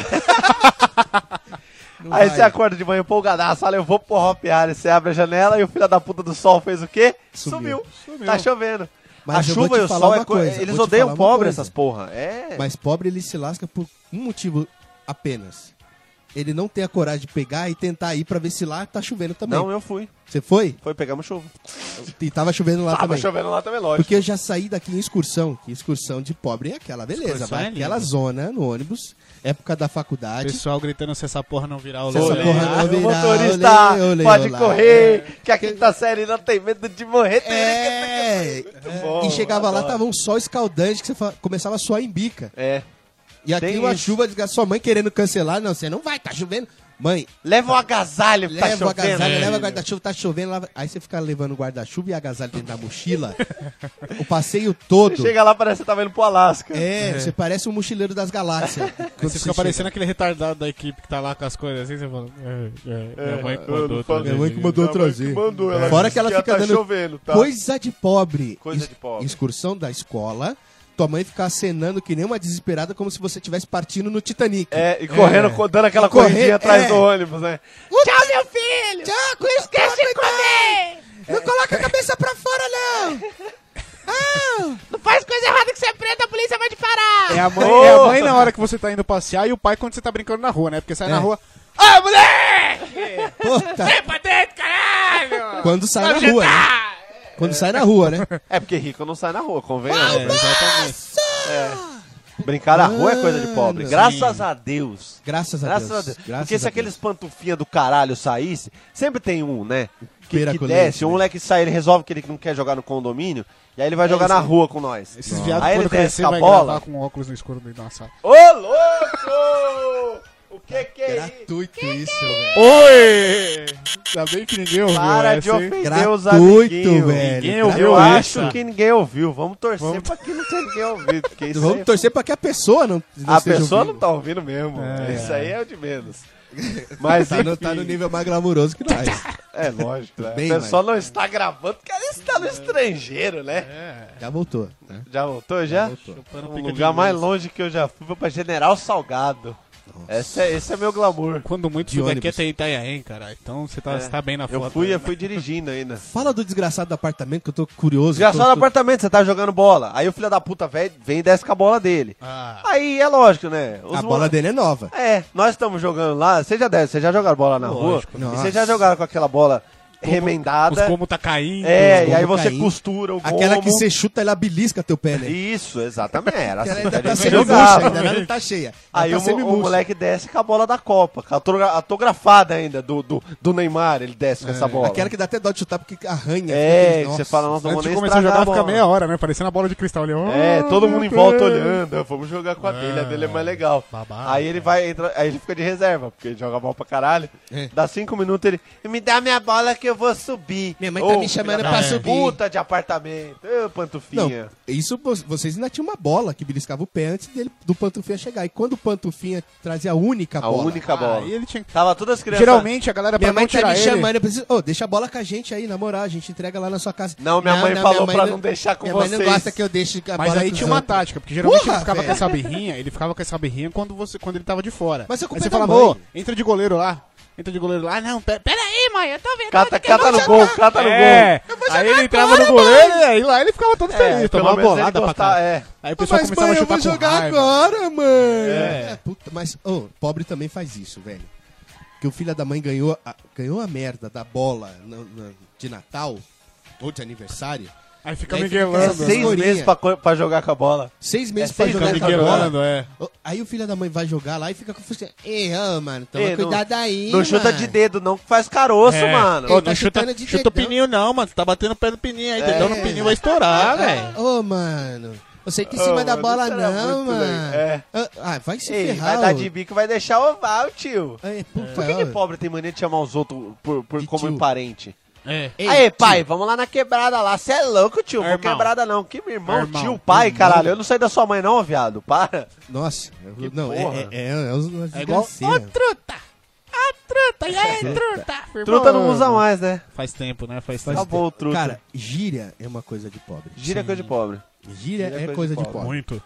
Speaker 3: Não
Speaker 4: Aí
Speaker 3: vai.
Speaker 4: você acorda de manhã empolgadaço, fala, eu vou pro Hop Hari, você abre a janela e o filho da puta do sol fez o quê? Sumiu.
Speaker 3: Sumiu.
Speaker 4: Tá chovendo.
Speaker 3: Mas
Speaker 4: a
Speaker 3: eu vou
Speaker 4: chuva
Speaker 3: te
Speaker 4: e o
Speaker 3: falar
Speaker 4: sol é
Speaker 3: uma
Speaker 4: co...
Speaker 3: coisa,
Speaker 4: Eles
Speaker 3: vou te
Speaker 4: odeiam
Speaker 3: falar uma
Speaker 4: pobre
Speaker 3: coisa.
Speaker 4: essas porra. É.
Speaker 3: Mas pobre ele se lasca por um motivo apenas. Ele não tem a coragem de pegar e tentar ir pra ver se lá tá chovendo também.
Speaker 4: Não, eu fui.
Speaker 3: Você foi?
Speaker 4: Foi, pegamos chuva.
Speaker 3: E tava chovendo lá
Speaker 4: Tava
Speaker 3: também.
Speaker 4: chovendo lá também, lógico.
Speaker 3: Porque eu já saí daqui em excursão, que excursão de pobre é aquela, beleza,
Speaker 2: Excursão é
Speaker 3: vai
Speaker 2: lindo.
Speaker 3: aquela zona no ônibus, época da faculdade.
Speaker 2: Pessoal gritando se essa porra não virar o
Speaker 3: Se essa
Speaker 2: lolé.
Speaker 3: porra não é
Speaker 4: Ah, o
Speaker 3: virar,
Speaker 4: motorista
Speaker 3: olê, olê,
Speaker 4: pode
Speaker 3: olá.
Speaker 4: correr, que a quinta série não tem medo de morrer.
Speaker 3: É,
Speaker 4: *laughs* bom,
Speaker 3: e chegava lá,
Speaker 4: adoro.
Speaker 3: tava um sol escaldante que você fa- começava a suar em bica.
Speaker 4: É.
Speaker 3: E aqui
Speaker 4: Tem
Speaker 3: uma
Speaker 4: isso.
Speaker 3: chuva, desgra- sua mãe querendo cancelar, não, você não vai, tá chovendo. Mãe,
Speaker 4: Leva o agasalho, que tá
Speaker 3: leva o
Speaker 4: chovendo.
Speaker 3: agasalho,
Speaker 4: É.
Speaker 3: leva o guarda-chuva, tá chovendo. Lá... Aí você fica levando o guarda-chuva e agasalho dentro da
Speaker 4: *laughs*
Speaker 3: mochila, o passeio todo.
Speaker 4: Você chega lá, parece que você tá indo pro Alasca.
Speaker 3: É, você parece um mochileiro das galáxias.
Speaker 2: Você
Speaker 3: Quando
Speaker 2: fica
Speaker 3: chega.
Speaker 2: parecendo aquele retardado da equipe que tá lá com as coisas assim, você fala. É, é, minha mãe que
Speaker 4: eu não
Speaker 2: mandou.
Speaker 4: falo-
Speaker 2: trazer
Speaker 3: Minha mãe que
Speaker 2: isso."
Speaker 3: mandou
Speaker 4: Minha mãe que
Speaker 3: trazer.
Speaker 4: mandou, ela
Speaker 3: É. Fora
Speaker 4: disse
Speaker 3: que ela
Speaker 4: que ia
Speaker 3: fica
Speaker 4: tá
Speaker 3: dando
Speaker 4: chovendo, tá?
Speaker 3: coisa de pobre.
Speaker 4: Coisa
Speaker 3: Ex-
Speaker 4: de pobre.
Speaker 3: Excursão da escola. Tua mãe ficar acenando que nem uma desesperada, como se você estivesse partindo no Titanic.
Speaker 4: É, e correndo, co- dando aquela
Speaker 3: E correr,
Speaker 4: corridinha atrás
Speaker 3: é.
Speaker 4: do ônibus, né?
Speaker 3: Tchau, meu filho! Tchau, não esquece de comer! Não coloca a cabeça pra fora, não!
Speaker 5: Não faz coisa errada que você é preta, a polícia vai te parar.
Speaker 2: É a, mãe, é a mãe na hora que você tá indo passear e o pai quando você tá brincando na rua, né? Porque sai na rua.
Speaker 5: Ô, moleque!
Speaker 3: Puta, *laughs*
Speaker 5: Vem pra dentro, É caralho!
Speaker 3: quando sai na rua, né? Quando sai na rua, né?
Speaker 4: É porque rico não sai na rua, convém. né?
Speaker 2: Exatamente.
Speaker 4: Brincar na rua é coisa de pobre.
Speaker 3: Mano.
Speaker 4: Graças a Deus.
Speaker 3: Graças a
Speaker 4: Graças
Speaker 3: Deus.
Speaker 4: a Deus.
Speaker 3: Graças
Speaker 4: Porque se
Speaker 3: a
Speaker 4: aqueles pantufinha do caralho saísse, sempre tem um, né? Que, que
Speaker 3: Peracolete,
Speaker 4: desce, um
Speaker 3: né? É
Speaker 4: moleque sai, ele resolve que ele não quer jogar no condomínio, e aí ele vai jogar na rua com nós.
Speaker 2: Esses viados
Speaker 4: aí ele
Speaker 2: quando
Speaker 4: desce
Speaker 2: crescer
Speaker 4: com
Speaker 2: vai
Speaker 4: a bola.
Speaker 2: gravar com óculos no escuro dentro da sala.
Speaker 4: Ô, louco! O que que é isso?
Speaker 3: Gratuito isso, velho.
Speaker 2: Oi! Ainda bem que ninguém ouviu né?
Speaker 4: Para de
Speaker 2: essa, hein?
Speaker 4: ofender os
Speaker 3: é assim? Gratuito,
Speaker 4: amiguinhos.
Speaker 3: velho.
Speaker 2: Ninguém
Speaker 3: Gratuito.
Speaker 2: ouviu
Speaker 4: Eu
Speaker 2: essa.
Speaker 4: acho que ninguém ouviu. Vamos torcer
Speaker 2: Vamos-
Speaker 4: pra que não tenha ninguém ouvido. Porque isso
Speaker 3: Vamos
Speaker 4: aí-
Speaker 3: torcer pra que a pessoa não, não
Speaker 4: a
Speaker 3: esteja
Speaker 4: pessoa não
Speaker 3: ouvindo.
Speaker 4: tá ouvindo mesmo.
Speaker 2: É.
Speaker 4: Isso aí é o
Speaker 3: *laughs*
Speaker 4: de menos. Mas
Speaker 3: tá no, tá
Speaker 4: enfim.
Speaker 3: no nível mais glamuroso que
Speaker 4: *laughs*
Speaker 3: nós.
Speaker 4: É lógico, né?
Speaker 3: bem,
Speaker 4: a pessoa não está gravando porque ela está no estrangeiro, né?
Speaker 3: Já voltou. né?
Speaker 4: Já voltou já?
Speaker 2: Chupando
Speaker 4: O
Speaker 2: pica de
Speaker 4: lugar mais
Speaker 2: luz.
Speaker 4: longe que eu já fui foi pra General Salgado. Esse é, esse é meu glamour.
Speaker 2: Quando muito
Speaker 3: De
Speaker 2: isso daqui é
Speaker 3: ônibus.
Speaker 2: até Itanhaém, cara. Então você tá,
Speaker 4: É.
Speaker 2: você tá bem na foto.
Speaker 4: Eu fui,
Speaker 2: né?
Speaker 4: eu fui dirigindo ainda.
Speaker 3: Fala do desgraçado do apartamento que eu tô curioso.
Speaker 4: Desgraçado no
Speaker 3: tô, tô...
Speaker 4: apartamento, você tá jogando bola. Aí o filho da puta velho vem e desce com a bola dele.
Speaker 2: Ah,
Speaker 4: Aí é lógico, né? Os
Speaker 3: A bola
Speaker 4: mo-
Speaker 3: dele é nova.
Speaker 4: É, nós estamos jogando lá, você já deve, você já jogaram bola na
Speaker 2: Lógico.
Speaker 4: rua. E
Speaker 3: Nossa.
Speaker 4: vocês já jogaram com aquela bola
Speaker 2: os
Speaker 4: remendada.
Speaker 2: como tá caindo.
Speaker 4: É,
Speaker 3: os
Speaker 4: e aí
Speaker 3: gomos
Speaker 4: você
Speaker 3: caindo.
Speaker 4: costura o gomo.
Speaker 3: Aquela que você chuta, ela belisca teu pé, né?
Speaker 4: Isso, exatamente.
Speaker 3: Ela
Speaker 4: Era assim que
Speaker 3: ainda
Speaker 4: a
Speaker 3: tá
Speaker 4: gente
Speaker 3: semi-murcha,
Speaker 4: jogava.
Speaker 3: ainda ela não tá cheia. Ela
Speaker 4: Aí
Speaker 3: tá
Speaker 4: o, mo- o
Speaker 3: semi-murcha.
Speaker 4: moleque desce com a bola da Copa, com a autogra- autografada ainda do, do, do Neymar, ele desce com essa bola.
Speaker 3: É, Aquela que dá até dó de chutar porque arranha.
Speaker 4: É, que
Speaker 3: Nossa.
Speaker 4: você fala, nossa, não vou
Speaker 2: Antes de
Speaker 4: nem
Speaker 2: começar a
Speaker 4: estragar
Speaker 2: jogar,
Speaker 4: a bola.
Speaker 2: fica meia hora, né? Parecendo a bola de cristal ali.
Speaker 4: É,
Speaker 3: Ah,
Speaker 2: Oh,
Speaker 4: todo
Speaker 2: meu
Speaker 4: mundo em volta
Speaker 2: Deus.
Speaker 4: olhando, "Ah, vamos jogar com a dele, a dele é mais legal.
Speaker 2: babado,
Speaker 4: aí ele vai, entra, aí ele fica de reserva, porque ele joga mal pra caralho.
Speaker 2: É.
Speaker 4: Dá cinco minutos, ele, me dá minha bola que eu vou subir.
Speaker 3: Minha mãe tá me chamando
Speaker 4: filha
Speaker 3: pra
Speaker 4: da
Speaker 3: subir.
Speaker 4: Puta de apartamento, ô
Speaker 3: Não,
Speaker 4: pantufinha.
Speaker 3: isso vo- vocês ainda tinham uma bola que beliscava o pé antes dele, do Pantufinha chegar. E quando o Pantufinha trazia a única
Speaker 4: a
Speaker 3: bola.
Speaker 4: única bola.
Speaker 2: Aí Ah, ele tinha que...
Speaker 4: Tava todas as crianças...
Speaker 2: Geralmente a galera,
Speaker 3: Minha
Speaker 2: pra
Speaker 3: mãe
Speaker 2: não
Speaker 3: tá
Speaker 2: tirar
Speaker 3: me
Speaker 2: ele...
Speaker 3: chamando, eu preciso. Ô, deixa a bola com a gente aí, na moral, a gente entrega lá na sua casa.
Speaker 4: Não, minha mãe falou pra não deixar com
Speaker 3: minha Minha mãe
Speaker 4: vocês.
Speaker 3: não gosta que eu deixe a
Speaker 2: Mas
Speaker 3: bola
Speaker 2: aí
Speaker 3: com
Speaker 2: tinha
Speaker 3: os
Speaker 2: uma
Speaker 3: outros.
Speaker 2: tática, porque geralmente
Speaker 3: Porra,
Speaker 2: ele ficava
Speaker 3: velho.
Speaker 2: com essa birrinha, ele ficava com essa birrinha quando, você, quando ele tava de fora.
Speaker 3: Mas a culpa
Speaker 2: aí você
Speaker 3: é da
Speaker 2: falava,
Speaker 3: mãe.
Speaker 2: ô, entra de goleiro lá, entra de goleiro lá, ah, não, pera, pera aí, mãe, eu tô vendo.
Speaker 4: Cata, cata no gol, cata no gol.
Speaker 2: É, aí ele entrava no goleiro e aí lá ele ficava todo feliz,
Speaker 4: pelo
Speaker 2: tomava
Speaker 4: menos ele
Speaker 2: bolada pra
Speaker 4: gostava,
Speaker 2: cá.
Speaker 4: é.
Speaker 2: Aí o pessoal
Speaker 3: mas
Speaker 2: começava
Speaker 3: mãe,
Speaker 2: a
Speaker 3: eu
Speaker 2: chutar
Speaker 3: vou
Speaker 2: com
Speaker 3: jogar
Speaker 2: raiva.
Speaker 3: agora, mãe.
Speaker 2: É.
Speaker 3: É, puta, mas, ô, pobre também faz isso, velho. Que o filho da mãe ganhou a, ganhou a merda da bola no- no- de Natal ou de aniversário.
Speaker 2: Aí fica
Speaker 3: Aí fica
Speaker 2: miguelando.
Speaker 3: essa-
Speaker 4: É Seis
Speaker 3: Escorinha.
Speaker 4: meses pra, co- pra jogar com a bola.
Speaker 3: Seis meses
Speaker 4: É,
Speaker 3: pra
Speaker 4: fica
Speaker 3: jogar essa
Speaker 2: miguelando,
Speaker 3: bola.
Speaker 2: é.
Speaker 3: Aí o filho da mãe vai jogar lá e fica confuso. Ei, ah, mano, toma
Speaker 4: Ei, não-
Speaker 3: cuidado aí.
Speaker 4: Não chuta
Speaker 3: mano.
Speaker 4: de dedo, não, que faz caroço,
Speaker 2: É.
Speaker 4: mano.
Speaker 2: Ô,
Speaker 3: Ele
Speaker 2: não
Speaker 3: tá
Speaker 2: chuta,
Speaker 3: chutando de É.
Speaker 2: chuta o
Speaker 3: dedão.
Speaker 2: pininho não, mano. Tá batendo o pé no pininho aí. Dedão no pininho vai estourar,
Speaker 4: É.
Speaker 2: velho.
Speaker 3: Ah, Ô, mano. Você que em
Speaker 4: Ô,
Speaker 3: cima da
Speaker 4: mano,
Speaker 3: bola,
Speaker 4: isso era
Speaker 3: não,
Speaker 4: muito legal.
Speaker 3: mano.
Speaker 4: É.
Speaker 3: Ah, Ah, vai se
Speaker 4: Ei,
Speaker 3: ferrar.
Speaker 4: vai dar
Speaker 3: ô.
Speaker 4: de bico, vai deixar oval, tio.
Speaker 3: Ai, puta,
Speaker 4: Por que, que
Speaker 3: ó.
Speaker 4: pobre tem mania de chamar os outros por, por-
Speaker 3: De
Speaker 4: como
Speaker 3: tio.
Speaker 4: parente?
Speaker 2: É.
Speaker 3: Ei,
Speaker 4: Aí, pai, vamos lá na quebrada lá. Você é louco, tio. Vou
Speaker 2: Irmão.
Speaker 4: quebrada não. Que meu irmão,
Speaker 2: Irmão.
Speaker 4: tio, pai, caralho. Eu não saí da sua mãe, não, viado. Para.
Speaker 3: Nossa, eu- não, é,
Speaker 4: porra.
Speaker 3: é, é, é, os-
Speaker 2: É igual. Ô,
Speaker 3: desgraceira.
Speaker 2: truta! Ô, truta! E
Speaker 3: *laughs*
Speaker 2: aí, truta?
Speaker 4: Truta não usa mais, né?
Speaker 2: Faz tempo, né? Faz tempo.
Speaker 4: Acabou o Tá truta.
Speaker 3: Cara, gíria é uma coisa de pobre.
Speaker 4: Gira é coisa de pobre.
Speaker 3: Gíria, é coisa, de pobre.
Speaker 2: Muito.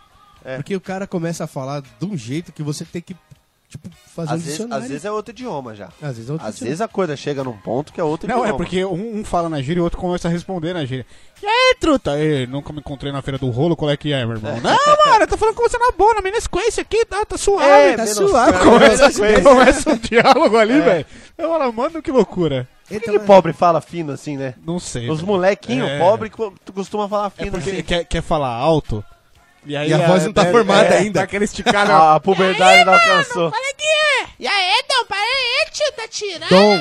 Speaker 3: Porque o cara começa a falar de um jeito que você tem que, tipo, fazer um
Speaker 4: Às vezes,
Speaker 3: dicionário.
Speaker 4: às vezes é outro idioma já.
Speaker 3: Às vezes é outro
Speaker 4: Às
Speaker 3: dicionário.
Speaker 4: vezes a coisa chega num ponto que é outro
Speaker 2: Não,
Speaker 4: idioma.
Speaker 2: é porque um, um fala na gíria e o outro começa a responder na gíria. E aí, truta? Ei, nunca me encontrei na feira do rolo, qual é que é, meu irmão? Não, mano, eu tô falando com você na boa, na minha sequência aqui, tá, tá suave.
Speaker 4: É,
Speaker 2: tá
Speaker 4: tá
Speaker 2: né?
Speaker 4: menos-
Speaker 2: suave.
Speaker 4: *laughs*
Speaker 2: *laughs*
Speaker 4: menos
Speaker 2: Começa,
Speaker 4: sequência.
Speaker 2: começa um diálogo ali, velho. Eu falo, mano, que loucura.
Speaker 4: Por que,
Speaker 3: Então,
Speaker 4: que
Speaker 3: é-
Speaker 4: pobre fala fino assim, né?
Speaker 2: Não sei.
Speaker 4: Os
Speaker 2: velho.
Speaker 4: molequinhos
Speaker 2: É.
Speaker 4: pobres costumam falar
Speaker 2: É
Speaker 4: fino
Speaker 2: *laughs* porque
Speaker 4: assim.
Speaker 2: quer, quer falar alto. E, aí
Speaker 3: E a voz não tá
Speaker 2: dá-
Speaker 3: formada
Speaker 2: é,
Speaker 3: ainda.
Speaker 2: Dá aquela esticada.
Speaker 4: Ah, A, a puberdade não alcançou.
Speaker 6: é. E aí, Dom, para aí, tio, tá tirando,
Speaker 3: Dom.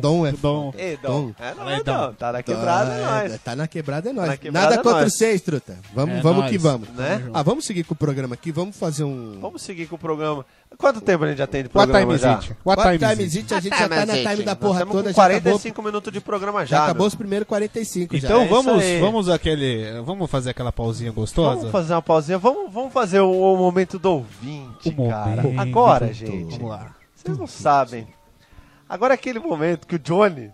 Speaker 2: Dom,
Speaker 3: Dom é
Speaker 2: dom.
Speaker 4: Ei, é Dom.
Speaker 3: Dom.
Speaker 4: É, não,
Speaker 2: Fala aí,
Speaker 4: é,
Speaker 2: Dom.
Speaker 4: Dom. Tá na quebrada, é
Speaker 3: Ah,
Speaker 4: nóis.
Speaker 3: Tá na quebrada é
Speaker 4: Tá na
Speaker 3: nóis.
Speaker 4: quebrada
Speaker 3: Nada
Speaker 4: é
Speaker 3: contra
Speaker 4: nóis.
Speaker 3: vocês, truta. Vamos,
Speaker 2: É
Speaker 3: vamos
Speaker 2: nóis.
Speaker 3: que vamos.
Speaker 4: Né?
Speaker 3: Ah, vamos seguir com o programa aqui, vamos fazer um.
Speaker 4: Vamos seguir com o programa. Quanto tempo a gente atende o
Speaker 2: What
Speaker 4: programa
Speaker 2: time is
Speaker 4: já?
Speaker 2: it? What time is it?
Speaker 3: it? A gente
Speaker 5: What
Speaker 3: já
Speaker 5: time
Speaker 3: tá
Speaker 5: is
Speaker 3: na
Speaker 5: it?
Speaker 3: time da
Speaker 5: Nós
Speaker 3: porra toda,
Speaker 4: Estamos com
Speaker 3: já acabou,
Speaker 4: 45 minutos de programa já.
Speaker 3: já acabou
Speaker 4: meu.
Speaker 3: os primeiros 45 já.
Speaker 2: Então
Speaker 4: É isso
Speaker 2: vamos,
Speaker 4: aí.
Speaker 2: vamos aquele. Vamos fazer aquela pausinha gostosa?
Speaker 4: Vamos fazer uma pausinha. Vamos, vamos fazer o, o momento do ouvinte,
Speaker 2: O
Speaker 4: cara.
Speaker 2: Um momento.
Speaker 4: Agora, gente.
Speaker 2: Vamos lá.
Speaker 4: Vocês não sabem. Agora é aquele momento que o Johnny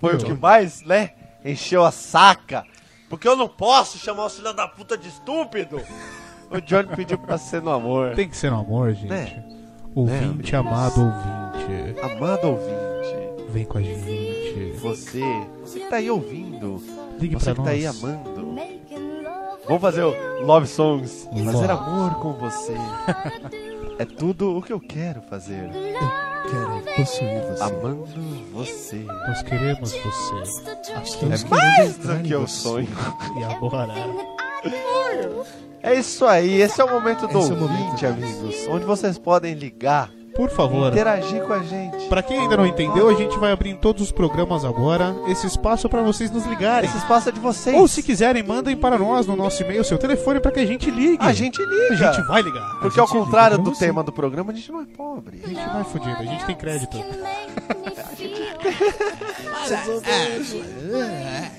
Speaker 4: foi o que mais, né? Encheu a saca. Porque eu não posso chamar o filho da puta de estúpido. O Johnny pediu pra ser no amor.
Speaker 2: Tem que ser no amor, gente.
Speaker 4: Né?
Speaker 2: Ouvinte, amado ouvinte.
Speaker 4: Amado ouvinte,
Speaker 2: Vem com a gente.
Speaker 4: você, você que tá aí ouvindo,
Speaker 2: Ligue pra
Speaker 4: você que
Speaker 2: nós.
Speaker 4: tá aí amando, vamos fazer o Love Songs, fazer amor com você. É tudo o que eu quero fazer,
Speaker 3: Quero possuir você.
Speaker 4: amando você.
Speaker 2: Nós queremos você.
Speaker 3: Estamos
Speaker 4: É
Speaker 3: querendo
Speaker 4: mais
Speaker 3: entrar
Speaker 4: do
Speaker 3: em
Speaker 4: que eu
Speaker 3: você.
Speaker 4: sonho.
Speaker 2: E agora?
Speaker 4: É isso aí, esse é o momento do
Speaker 3: Esse é o
Speaker 4: ouvinte,
Speaker 3: momento,
Speaker 4: amigos, onde vocês podem ligar,
Speaker 2: Por favor.
Speaker 4: interagir com a gente.
Speaker 2: Pra quem ainda não entendeu, a gente vai abrir em todos os programas agora esse espaço é pra vocês nos ligarem.
Speaker 4: Esse espaço é de vocês.
Speaker 2: Ou se quiserem, mandem para nós no nosso e-mail seu telefone pra que a gente ligue.
Speaker 4: A gente
Speaker 2: A
Speaker 4: liga.
Speaker 2: gente vai ligar.
Speaker 4: Porque
Speaker 2: A
Speaker 4: ao
Speaker 2: gente liga.
Speaker 4: contrário do
Speaker 2: Vamos sim.
Speaker 4: tema do programa, a gente não é pobre.
Speaker 2: A gente não é fudido, a gente tem crédito.
Speaker 4: Tá.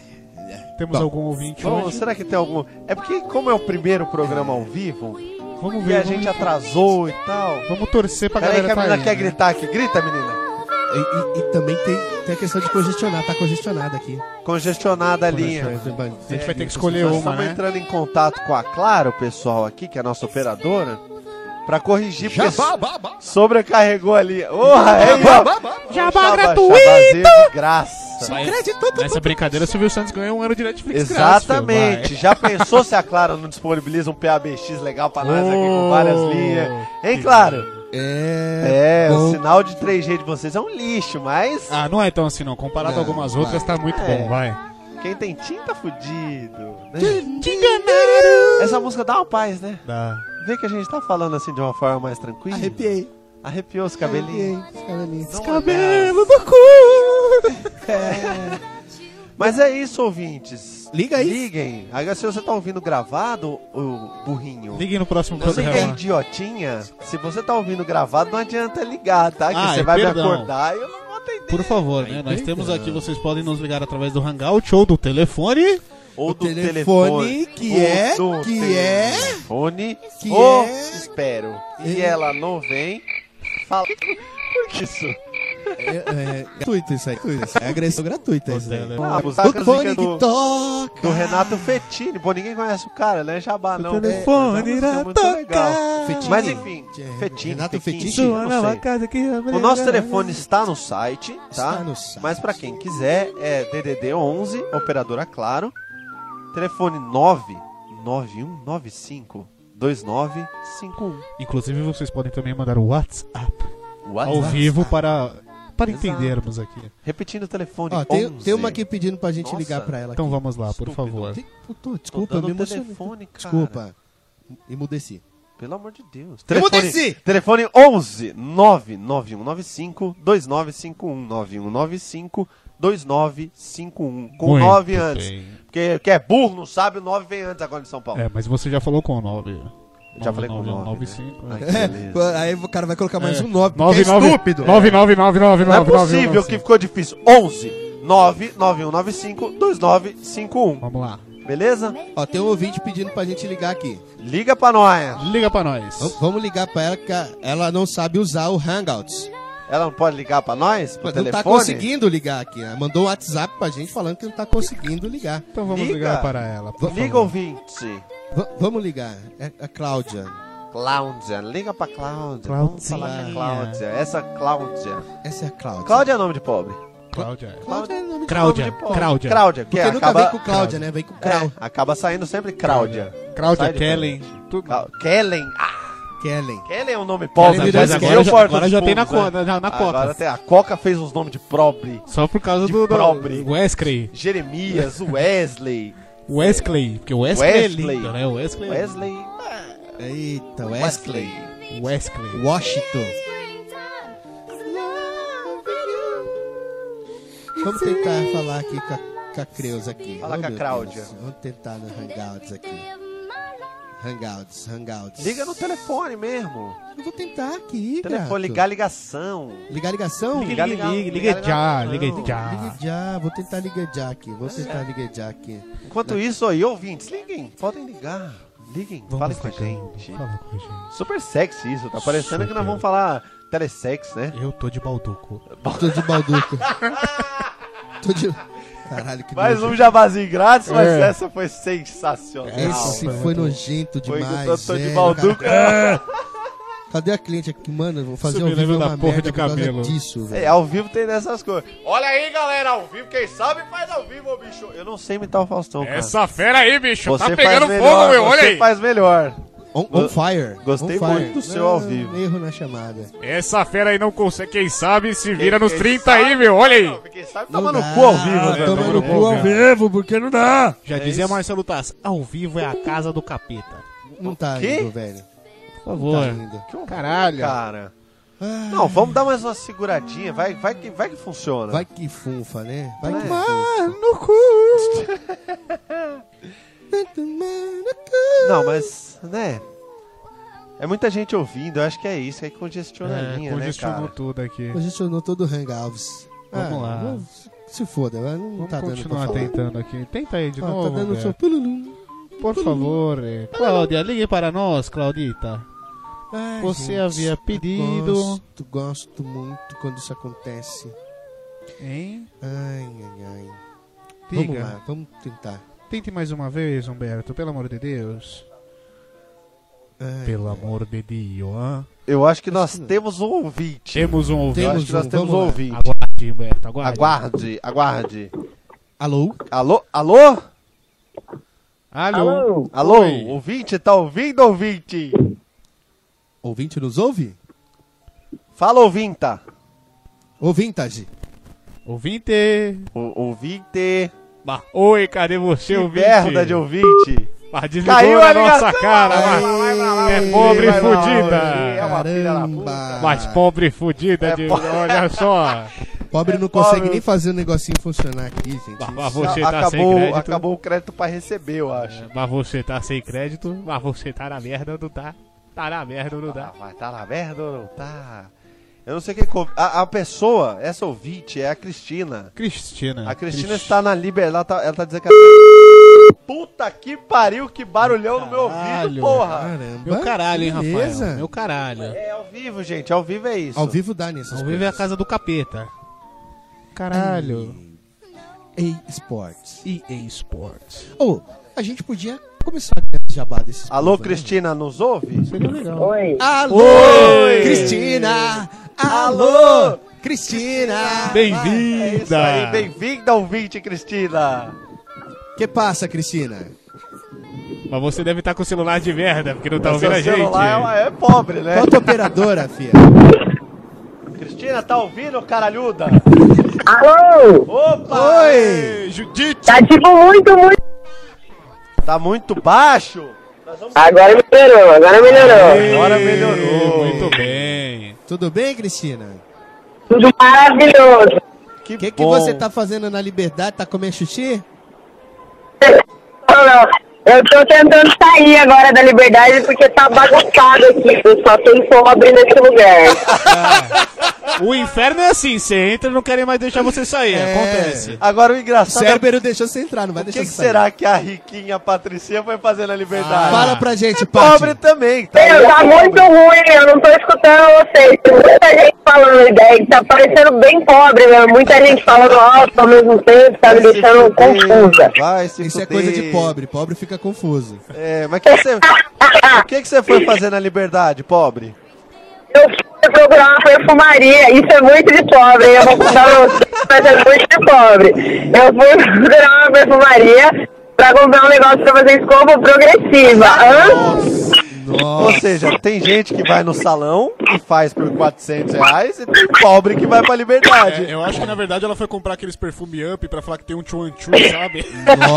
Speaker 2: Temos algum ouvinte
Speaker 4: Bom,
Speaker 2: hoje?
Speaker 4: será que tem algum. É porque, como é o primeiro programa ao vivo,
Speaker 2: Vamos
Speaker 4: e
Speaker 2: ver.
Speaker 4: a
Speaker 2: vamos-
Speaker 4: gente atrasou e tal.
Speaker 2: Vamos torcer pra
Speaker 4: Peraí,
Speaker 2: galera
Speaker 4: que a
Speaker 2: tá
Speaker 4: menina
Speaker 2: aí,
Speaker 4: quer
Speaker 2: né?
Speaker 4: gritar aqui. Grita, menina.
Speaker 3: E, e- e também tem, tem a questão de congestionar, tá congestionada aqui.
Speaker 4: Congestionada a linha.
Speaker 2: A gente vai ter que escolher
Speaker 4: Nós
Speaker 2: uma,
Speaker 4: estamos
Speaker 2: né?
Speaker 4: entrando em contato com a Claro, pessoal, aqui, que é a nossa operadora, pra corrigir, porque sobrecarregou ali. Porra, é Jabá gratuito! De graça.
Speaker 2: Nessa brincadeira, o Silvio Santos ganhou um ano de Netflix
Speaker 4: Exatamente. Já pensou se a Claro não disponibiliza um PABX legal pra nós aqui com várias
Speaker 2: Oh.
Speaker 4: linhas? Hein, Claro?
Speaker 3: É.
Speaker 4: É,
Speaker 3: bom.
Speaker 4: o sinal de 3G de vocês é um lixo, mas
Speaker 2: Ah, não é tão assim não. Comparado a
Speaker 3: Não,
Speaker 2: algumas outras, tá muito
Speaker 4: É.
Speaker 2: bom, vai.
Speaker 4: quem tem tinta tá fudido. né?
Speaker 2: Te enganaram!
Speaker 4: Essa música dá uma paz, né?
Speaker 2: Dá.
Speaker 4: Vê que a gente tá falando assim de uma forma mais tranquila.
Speaker 3: Arrepiei.
Speaker 4: Arrepiou os cabelinhos.
Speaker 3: Arrepiei. Os cabelinhos.
Speaker 2: Cabelo do cu!
Speaker 4: Mas é isso, ouvintes.
Speaker 3: Liga aí.
Speaker 4: Liguem. Agora, se você tá ouvindo gravado, o burrinho.
Speaker 2: Liguem no próximo
Speaker 4: Você que é
Speaker 2: programa.
Speaker 4: idiotinha, se você tá ouvindo gravado, não adianta ligar, tá? Que
Speaker 2: Ah,
Speaker 4: você
Speaker 2: é,
Speaker 4: vai
Speaker 2: perdão.
Speaker 4: me acordar e eu não vou atender.
Speaker 2: Por favor, né? Nós temos aqui, vocês podem nos ligar através do Hangout ou do telefone.
Speaker 4: Ou do
Speaker 3: telefone,
Speaker 4: telefone.
Speaker 3: que
Speaker 4: ou
Speaker 3: é-
Speaker 4: do
Speaker 3: que é-
Speaker 4: Telefone.
Speaker 3: que
Speaker 4: ou
Speaker 3: é-
Speaker 4: espero. E
Speaker 3: E-
Speaker 4: ela não vem. Fala. *laughs* Por que isso?
Speaker 3: É, é, gratuito isso aí. gratuito isso aí. É agressão gratuita isso aí.
Speaker 4: Ah,
Speaker 3: O
Speaker 4: usar a
Speaker 3: fone
Speaker 4: música
Speaker 3: que
Speaker 4: do,
Speaker 3: toca.
Speaker 4: do Renato Fetini. Pô, ninguém conhece o cara, né? Jabá, não.
Speaker 2: telefone
Speaker 4: É, mas é uma
Speaker 2: irá
Speaker 4: música muito legal.
Speaker 2: tocar.
Speaker 3: Fetini.
Speaker 4: Mas enfim,
Speaker 3: É,
Speaker 4: Fetini.
Speaker 3: Renato
Speaker 4: Fetini,
Speaker 3: Fetiche?
Speaker 4: eu não sei.
Speaker 2: casa que
Speaker 4: O nosso telefone está no site, tá?
Speaker 3: Está no site.
Speaker 4: Mas pra quem quiser, é DDD 11, operadora Claro. Telefone 99195 2951.
Speaker 2: Inclusive, vocês podem também mandar o WhatsApp
Speaker 4: What?
Speaker 2: ao vivo para Para entendermos aqui.
Speaker 4: Repetindo o telefone.
Speaker 3: Ó, tem,
Speaker 4: 11.
Speaker 3: tem uma aqui pedindo pra gente
Speaker 4: Nossa.
Speaker 3: ligar pra ela.
Speaker 2: Então
Speaker 3: aqui.
Speaker 2: vamos lá, por
Speaker 4: Estúpido.
Speaker 2: favor.
Speaker 3: Tem- Puto,
Speaker 4: Tô
Speaker 3: desculpa,
Speaker 4: dando
Speaker 3: me
Speaker 4: o
Speaker 3: emocionei.
Speaker 4: telefone, cara.
Speaker 3: Desculpa. Emudeci.
Speaker 4: Pelo amor de Deus.
Speaker 3: Eu vou
Speaker 4: Telefone,
Speaker 3: descer!
Speaker 4: telefone 11 99195 2951 9195 2951 com
Speaker 2: Muito
Speaker 4: 9 antes.
Speaker 2: bem.
Speaker 4: Porque que é burro, não sabe, o 9 vem antes agora em São Paulo.
Speaker 2: É, mas você já falou com o 9.
Speaker 4: Já falei com o 9.
Speaker 2: 9.
Speaker 4: né?
Speaker 2: 5. *laughs*
Speaker 4: Ai, que beleza.
Speaker 3: É, *laughs* aí o cara vai colocar mais um 9, porque
Speaker 2: 9,
Speaker 3: é estúpido.
Speaker 2: 9, 9, 9, 9,
Speaker 4: Não é possível que ficou difícil. 11 99195 2951.
Speaker 2: Vamos lá.
Speaker 4: Beleza?
Speaker 3: Ó, tem um ouvinte pedindo pra gente ligar aqui.
Speaker 4: Liga pra nós.
Speaker 2: Liga pra nós.
Speaker 3: V- Vamos ligar pra ela que a- ela não sabe usar o Hangouts.
Speaker 4: Ela não pode ligar pra nós? Pro
Speaker 3: Mas não
Speaker 4: telefone?
Speaker 3: tá conseguindo ligar aqui. Ela mandou um WhatsApp pra gente falando que não tá conseguindo ligar.
Speaker 2: Então vamos
Speaker 4: Liga.
Speaker 2: ligar para ela. Por
Speaker 4: Liga
Speaker 2: favor.
Speaker 4: ouvinte.
Speaker 3: V- vamos ligar. É a Cláudia.
Speaker 4: Cláudia, liga pra Cláudia. Vamos
Speaker 2: Claudinha.
Speaker 4: falar com a Cláudia. Essa Cláudia.
Speaker 3: Essa é a Cláudia.
Speaker 4: Cláudia é nome de pobre.
Speaker 2: Cláudia.
Speaker 3: Cláudia é nome de-
Speaker 2: Cláudia.
Speaker 4: Nome de pobre.
Speaker 2: Cláudia.
Speaker 4: Cláudia, que
Speaker 3: Porque nunca
Speaker 4: acaba...
Speaker 3: vem com Cláudia, né? Vem com Crau.
Speaker 4: É, acaba saindo sempre Cláudia. Sai
Speaker 2: Cláudia
Speaker 4: de
Speaker 2: Kellen. Tudo.
Speaker 4: Clá- Kellen. Ah,
Speaker 3: Kellen.
Speaker 4: Kellen é um nome pobre.
Speaker 3: Kellen virou
Speaker 4: Mas
Speaker 3: esquerda.
Speaker 4: eu
Speaker 2: Agora já-
Speaker 4: corto
Speaker 2: agora
Speaker 4: os
Speaker 2: já tem na
Speaker 4: fundos,
Speaker 2: co- na- na cota.
Speaker 4: Agora tem. A Coca fez uns nomes de pobre.
Speaker 2: Só por causa
Speaker 4: De
Speaker 2: do, do
Speaker 4: pobre.
Speaker 2: Wesley. *laughs*
Speaker 4: Jeremias, Wesley.
Speaker 2: Wesley. Porque o Wesley,
Speaker 4: Wesley.
Speaker 2: é lindo, né? O Wesley.
Speaker 4: Wesley. Ah,
Speaker 3: Eita, Wesley.
Speaker 2: Wesley.
Speaker 3: Washington. Vamos tentar falar aqui com a, com a Creuza aqui. Oh,
Speaker 4: Fala com a
Speaker 3: meu
Speaker 4: Cláudia.
Speaker 3: Deus. Vamos tentar no Hangouts aqui. Hangouts, Hangouts.
Speaker 4: Liga no telefone mesmo.
Speaker 3: Eu vou tentar aqui, cara.
Speaker 4: Telefone, ligar ligação.
Speaker 3: Ligar ligação?
Speaker 2: Liga, liga, liga, liga já, liga já.
Speaker 3: Ligue já, vou tentar ligar já aqui. Vou tentar ligar já aqui. Né?
Speaker 4: Enquanto isso, aí, ouvintes, liguem. Podem ligar. Liguem, falem com a
Speaker 2: ligando,
Speaker 4: gente.
Speaker 2: fala com a gente.
Speaker 4: Super sexy isso. Tá parecendo que nós
Speaker 2: Super.
Speaker 4: vamos falar telesex, né?
Speaker 2: Eu tô de balduco.
Speaker 3: Tô de balduco. Tô de. Caralho, que
Speaker 4: Mais um
Speaker 3: nojento.
Speaker 4: jabazinho grátis, mas
Speaker 2: É.
Speaker 4: essa foi sensacional.
Speaker 3: Esse foi nojento
Speaker 4: É, Foi
Speaker 3: demais.
Speaker 4: do Totó de
Speaker 3: é,
Speaker 4: Balduco.
Speaker 3: cara. Cadê a cliente aqui? Mano, vou fazer
Speaker 2: Isso
Speaker 3: um
Speaker 2: me
Speaker 3: vídeo
Speaker 2: lembra
Speaker 3: uma
Speaker 2: da porra
Speaker 3: merda
Speaker 2: de
Speaker 3: por causa
Speaker 2: cabelo.
Speaker 3: disso,
Speaker 4: *laughs* É,
Speaker 3: velho.
Speaker 4: ao vivo tem dessas coisas. Olha aí, galera, ao vivo, quem sabe faz ao vivo, ô bicho. tá Eu não sei imitar o Faustão, cara.
Speaker 2: fera aí, bicho, tá
Speaker 4: você faz melhor.
Speaker 3: On, on fire.
Speaker 4: Gostei
Speaker 3: on fire.
Speaker 4: muito do seu ao
Speaker 3: Ah,
Speaker 4: vivo.
Speaker 3: Erro na chamada.
Speaker 2: Essa fera aí não consegue, quem sabe se vira nos
Speaker 4: Quem
Speaker 2: 30
Speaker 4: sabe-
Speaker 2: aí, meu, olha aí.
Speaker 4: Não, Quem sabe tá
Speaker 3: Não
Speaker 4: toma no
Speaker 3: dá,
Speaker 4: cu ao vivo, né?
Speaker 3: Toma
Speaker 2: Toma
Speaker 3: Ah, no
Speaker 2: no
Speaker 3: cu ao
Speaker 2: cara.
Speaker 3: vivo, porque não dá.
Speaker 2: Já dizia Marcelo Taz, ao vivo é a casa do capeta.
Speaker 3: Não tá
Speaker 4: quê?
Speaker 3: indo, velho.
Speaker 2: Por favor.
Speaker 3: Tá indo.
Speaker 2: Caralho.
Speaker 4: Cara.
Speaker 3: Ah,
Speaker 4: Não, vamos dar mais uma seguradinha, vai, vai, que, vai que funciona.
Speaker 3: Vai que funfa, né? Vai que
Speaker 4: Vai.
Speaker 3: funfa.
Speaker 2: no cu.
Speaker 3: *laughs*
Speaker 4: Não, mas, né? É muita gente ouvindo, eu acho que é isso, aí congestiona a
Speaker 2: É,
Speaker 4: linha, né,
Speaker 2: congestionou
Speaker 4: cara?
Speaker 2: tudo aqui.
Speaker 3: Congestionou todo o Hang Alves.
Speaker 2: Vamos lá.
Speaker 3: não- Se foda, mas não
Speaker 2: Vamos
Speaker 3: tá dando pra
Speaker 2: continuar
Speaker 3: falar.
Speaker 2: tentando aqui. Tenta aí de
Speaker 3: Ah,
Speaker 2: novo,
Speaker 3: tá dando
Speaker 2: Beto.
Speaker 3: só... pululum.
Speaker 2: Por favor, eh, Cláudia, ligue para nós, Claudita.
Speaker 3: Ai,
Speaker 2: Você
Speaker 3: gente,
Speaker 2: havia
Speaker 3: eu
Speaker 2: pedido.
Speaker 3: Gosto, gosto muito quando isso acontece.
Speaker 2: Hein?
Speaker 3: Ai, ai, ai. Vamos
Speaker 2: Liga.
Speaker 3: lá, vamos tentar.
Speaker 2: Tente mais uma vez, Humberto, pelo amor de Deus.
Speaker 3: Ai,
Speaker 2: Pelo amor de Deus. hã?
Speaker 4: Eu acho que nós temos um ouvinte.
Speaker 2: Temos um ouvinte.
Speaker 4: Eu
Speaker 3: Temos
Speaker 4: acho que nós
Speaker 3: um,
Speaker 4: temos um
Speaker 3: vamos lá.
Speaker 4: ouvinte.
Speaker 2: Aguarde, Humberto, aguarde.
Speaker 4: Aguarde, aguarde.
Speaker 3: Alô?
Speaker 4: Alô? Alô?
Speaker 2: Alô?
Speaker 4: Alô?
Speaker 2: Oi.
Speaker 4: Ouvinte, tá ouvindo, ouvinte?
Speaker 3: Ouvinte nos ouve?
Speaker 4: Fala, ouvinta.
Speaker 3: Ouvintage.
Speaker 2: Ouvinte.
Speaker 4: O, ouvinte.
Speaker 2: Bah, Oi, cadê você,
Speaker 4: Que
Speaker 2: ouvinte?
Speaker 4: merda de ouvinte.
Speaker 2: Bah, desligou
Speaker 4: Caiu
Speaker 2: na
Speaker 4: a
Speaker 2: nossa
Speaker 4: ligação.
Speaker 2: cara.
Speaker 4: Vai
Speaker 2: bah.
Speaker 4: lá, vai lá, vai lá,
Speaker 2: É
Speaker 4: hoje,
Speaker 2: pobre
Speaker 4: vai lá,
Speaker 2: fudida.
Speaker 4: hoje. É uma filha da puta.
Speaker 3: Caramba.
Speaker 2: Mas pobre fudida
Speaker 4: É
Speaker 2: de.
Speaker 4: pobre. *laughs*
Speaker 2: Olha só. é
Speaker 3: Pobre não
Speaker 4: pobre.
Speaker 3: consegue nem fazer o negocinho funcionar aqui, gente.
Speaker 2: Bah, bah, você tá sem
Speaker 4: acabou,
Speaker 2: crédito.
Speaker 4: acabou o crédito pra receber, eu acho.
Speaker 2: É, Mas você tá sem crédito, mas você tá na merda, não tá? Tá na merda, não
Speaker 4: Tá,
Speaker 2: dá?
Speaker 4: vai, tá na merda ou não tá? Eu não sei quem. co- A, a pessoa, essa ouvinte, é a Cristina.
Speaker 2: Cristina.
Speaker 4: A Cristina
Speaker 2: Ah, Cris-
Speaker 4: está na Liber, ela tá, ela tá dizendo que a... Puta que pariu, que barulhão no meu ouvido,
Speaker 2: Caralho.
Speaker 4: porra!
Speaker 3: Caramba.
Speaker 2: Meu caralho, hein,
Speaker 3: beleza.
Speaker 2: Rafael? Meu caralho.
Speaker 4: É ao vivo, gente, ao vivo é isso.
Speaker 3: Ao vivo dá nessas
Speaker 2: Ao vivo é a casa do capeta. Caralho.
Speaker 3: coisas. Ei, esportes.
Speaker 2: EA Sports.
Speaker 3: Ô, a gente podia começar a ter esse jabá desses
Speaker 4: Alô,
Speaker 3: povos, né?
Speaker 4: Cristina, nos ouve?
Speaker 2: Seria legal.
Speaker 3: Alô,
Speaker 2: Oi!
Speaker 3: Cristina! Alô, Cristina!
Speaker 2: Bem-vinda!
Speaker 4: É isso aí, bem-vinda, ouvinte, Cristina!
Speaker 3: Que passa, Cristina?
Speaker 2: Mas você deve estar com o celular de merda, porque não tá
Speaker 4: Seu é
Speaker 2: ouvindo a gente.
Speaker 4: celular é, é pobre, né?
Speaker 3: Qual a tua operadora, filha?
Speaker 5: Cristina, tá ouvindo, caralhuda?
Speaker 7: Alô?
Speaker 5: Opa!
Speaker 2: Ei, Judite!
Speaker 7: Tá tipo muito, muito.
Speaker 5: Tá muito baixo? Nós vamos...
Speaker 7: Agora melhorou, agora melhorou.
Speaker 5: Agora melhorou.
Speaker 2: Muito bem.
Speaker 3: Tudo bem, Cristina?
Speaker 7: Tudo maravilhoso. *laughs*
Speaker 3: O que, que você tá fazendo na liberdade? Tá comendo xuxi?
Speaker 7: Não, não. Eu tô tentando sair agora da liberdade porque tá bagunçado aqui. viu? Só tem pobre nesse lugar.
Speaker 2: O inferno é assim, você entra e não querem mais deixar você sair.
Speaker 3: É.
Speaker 2: Acontece.
Speaker 5: Agora o
Speaker 4: Tá
Speaker 3: O
Speaker 5: engraçado é
Speaker 3: Cérebro deixou você entrar, não vai
Speaker 5: o que,
Speaker 3: deixar
Speaker 5: que
Speaker 3: você sair.
Speaker 5: será que a riquinha Patricinha foi fazer na liberdade?
Speaker 3: Ah,
Speaker 5: É
Speaker 3: Fala pra
Speaker 4: É
Speaker 3: gente, Paty.
Speaker 5: Pobre também, tá?
Speaker 7: Meu, tá muito ruim, eu não tô escutando vocês. Tem muita gente falando ideia, tá parecendo bem pobre mesmo. Muita gente falando alto ao mesmo tempo, tá me
Speaker 4: Vai se
Speaker 7: deixando
Speaker 4: fuder,
Speaker 7: confusa.
Speaker 4: Vai se
Speaker 3: Isso é
Speaker 4: fuder.
Speaker 3: coisa de pobre, pobre fica confuso.
Speaker 4: É, mas que que você- o que, que você foi fazer na liberdade, pobre?
Speaker 7: Eu fui procurar uma perfumaria, isso é muito de pobre, hein? eu vou contar pra vocês, mas é muito de pobre. Eu fui procurar uma perfumaria pra comprar um negócio pra fazer escova progressiva. Hã?
Speaker 4: Ou seja, tem gente que vai no salão e faz por 400 reais e tem pobre que vai pra liberdade.
Speaker 2: É, eu acho que na verdade ela foi comprar aqueles perfume up pra falar que tem um chuan
Speaker 4: É.
Speaker 2: sabe?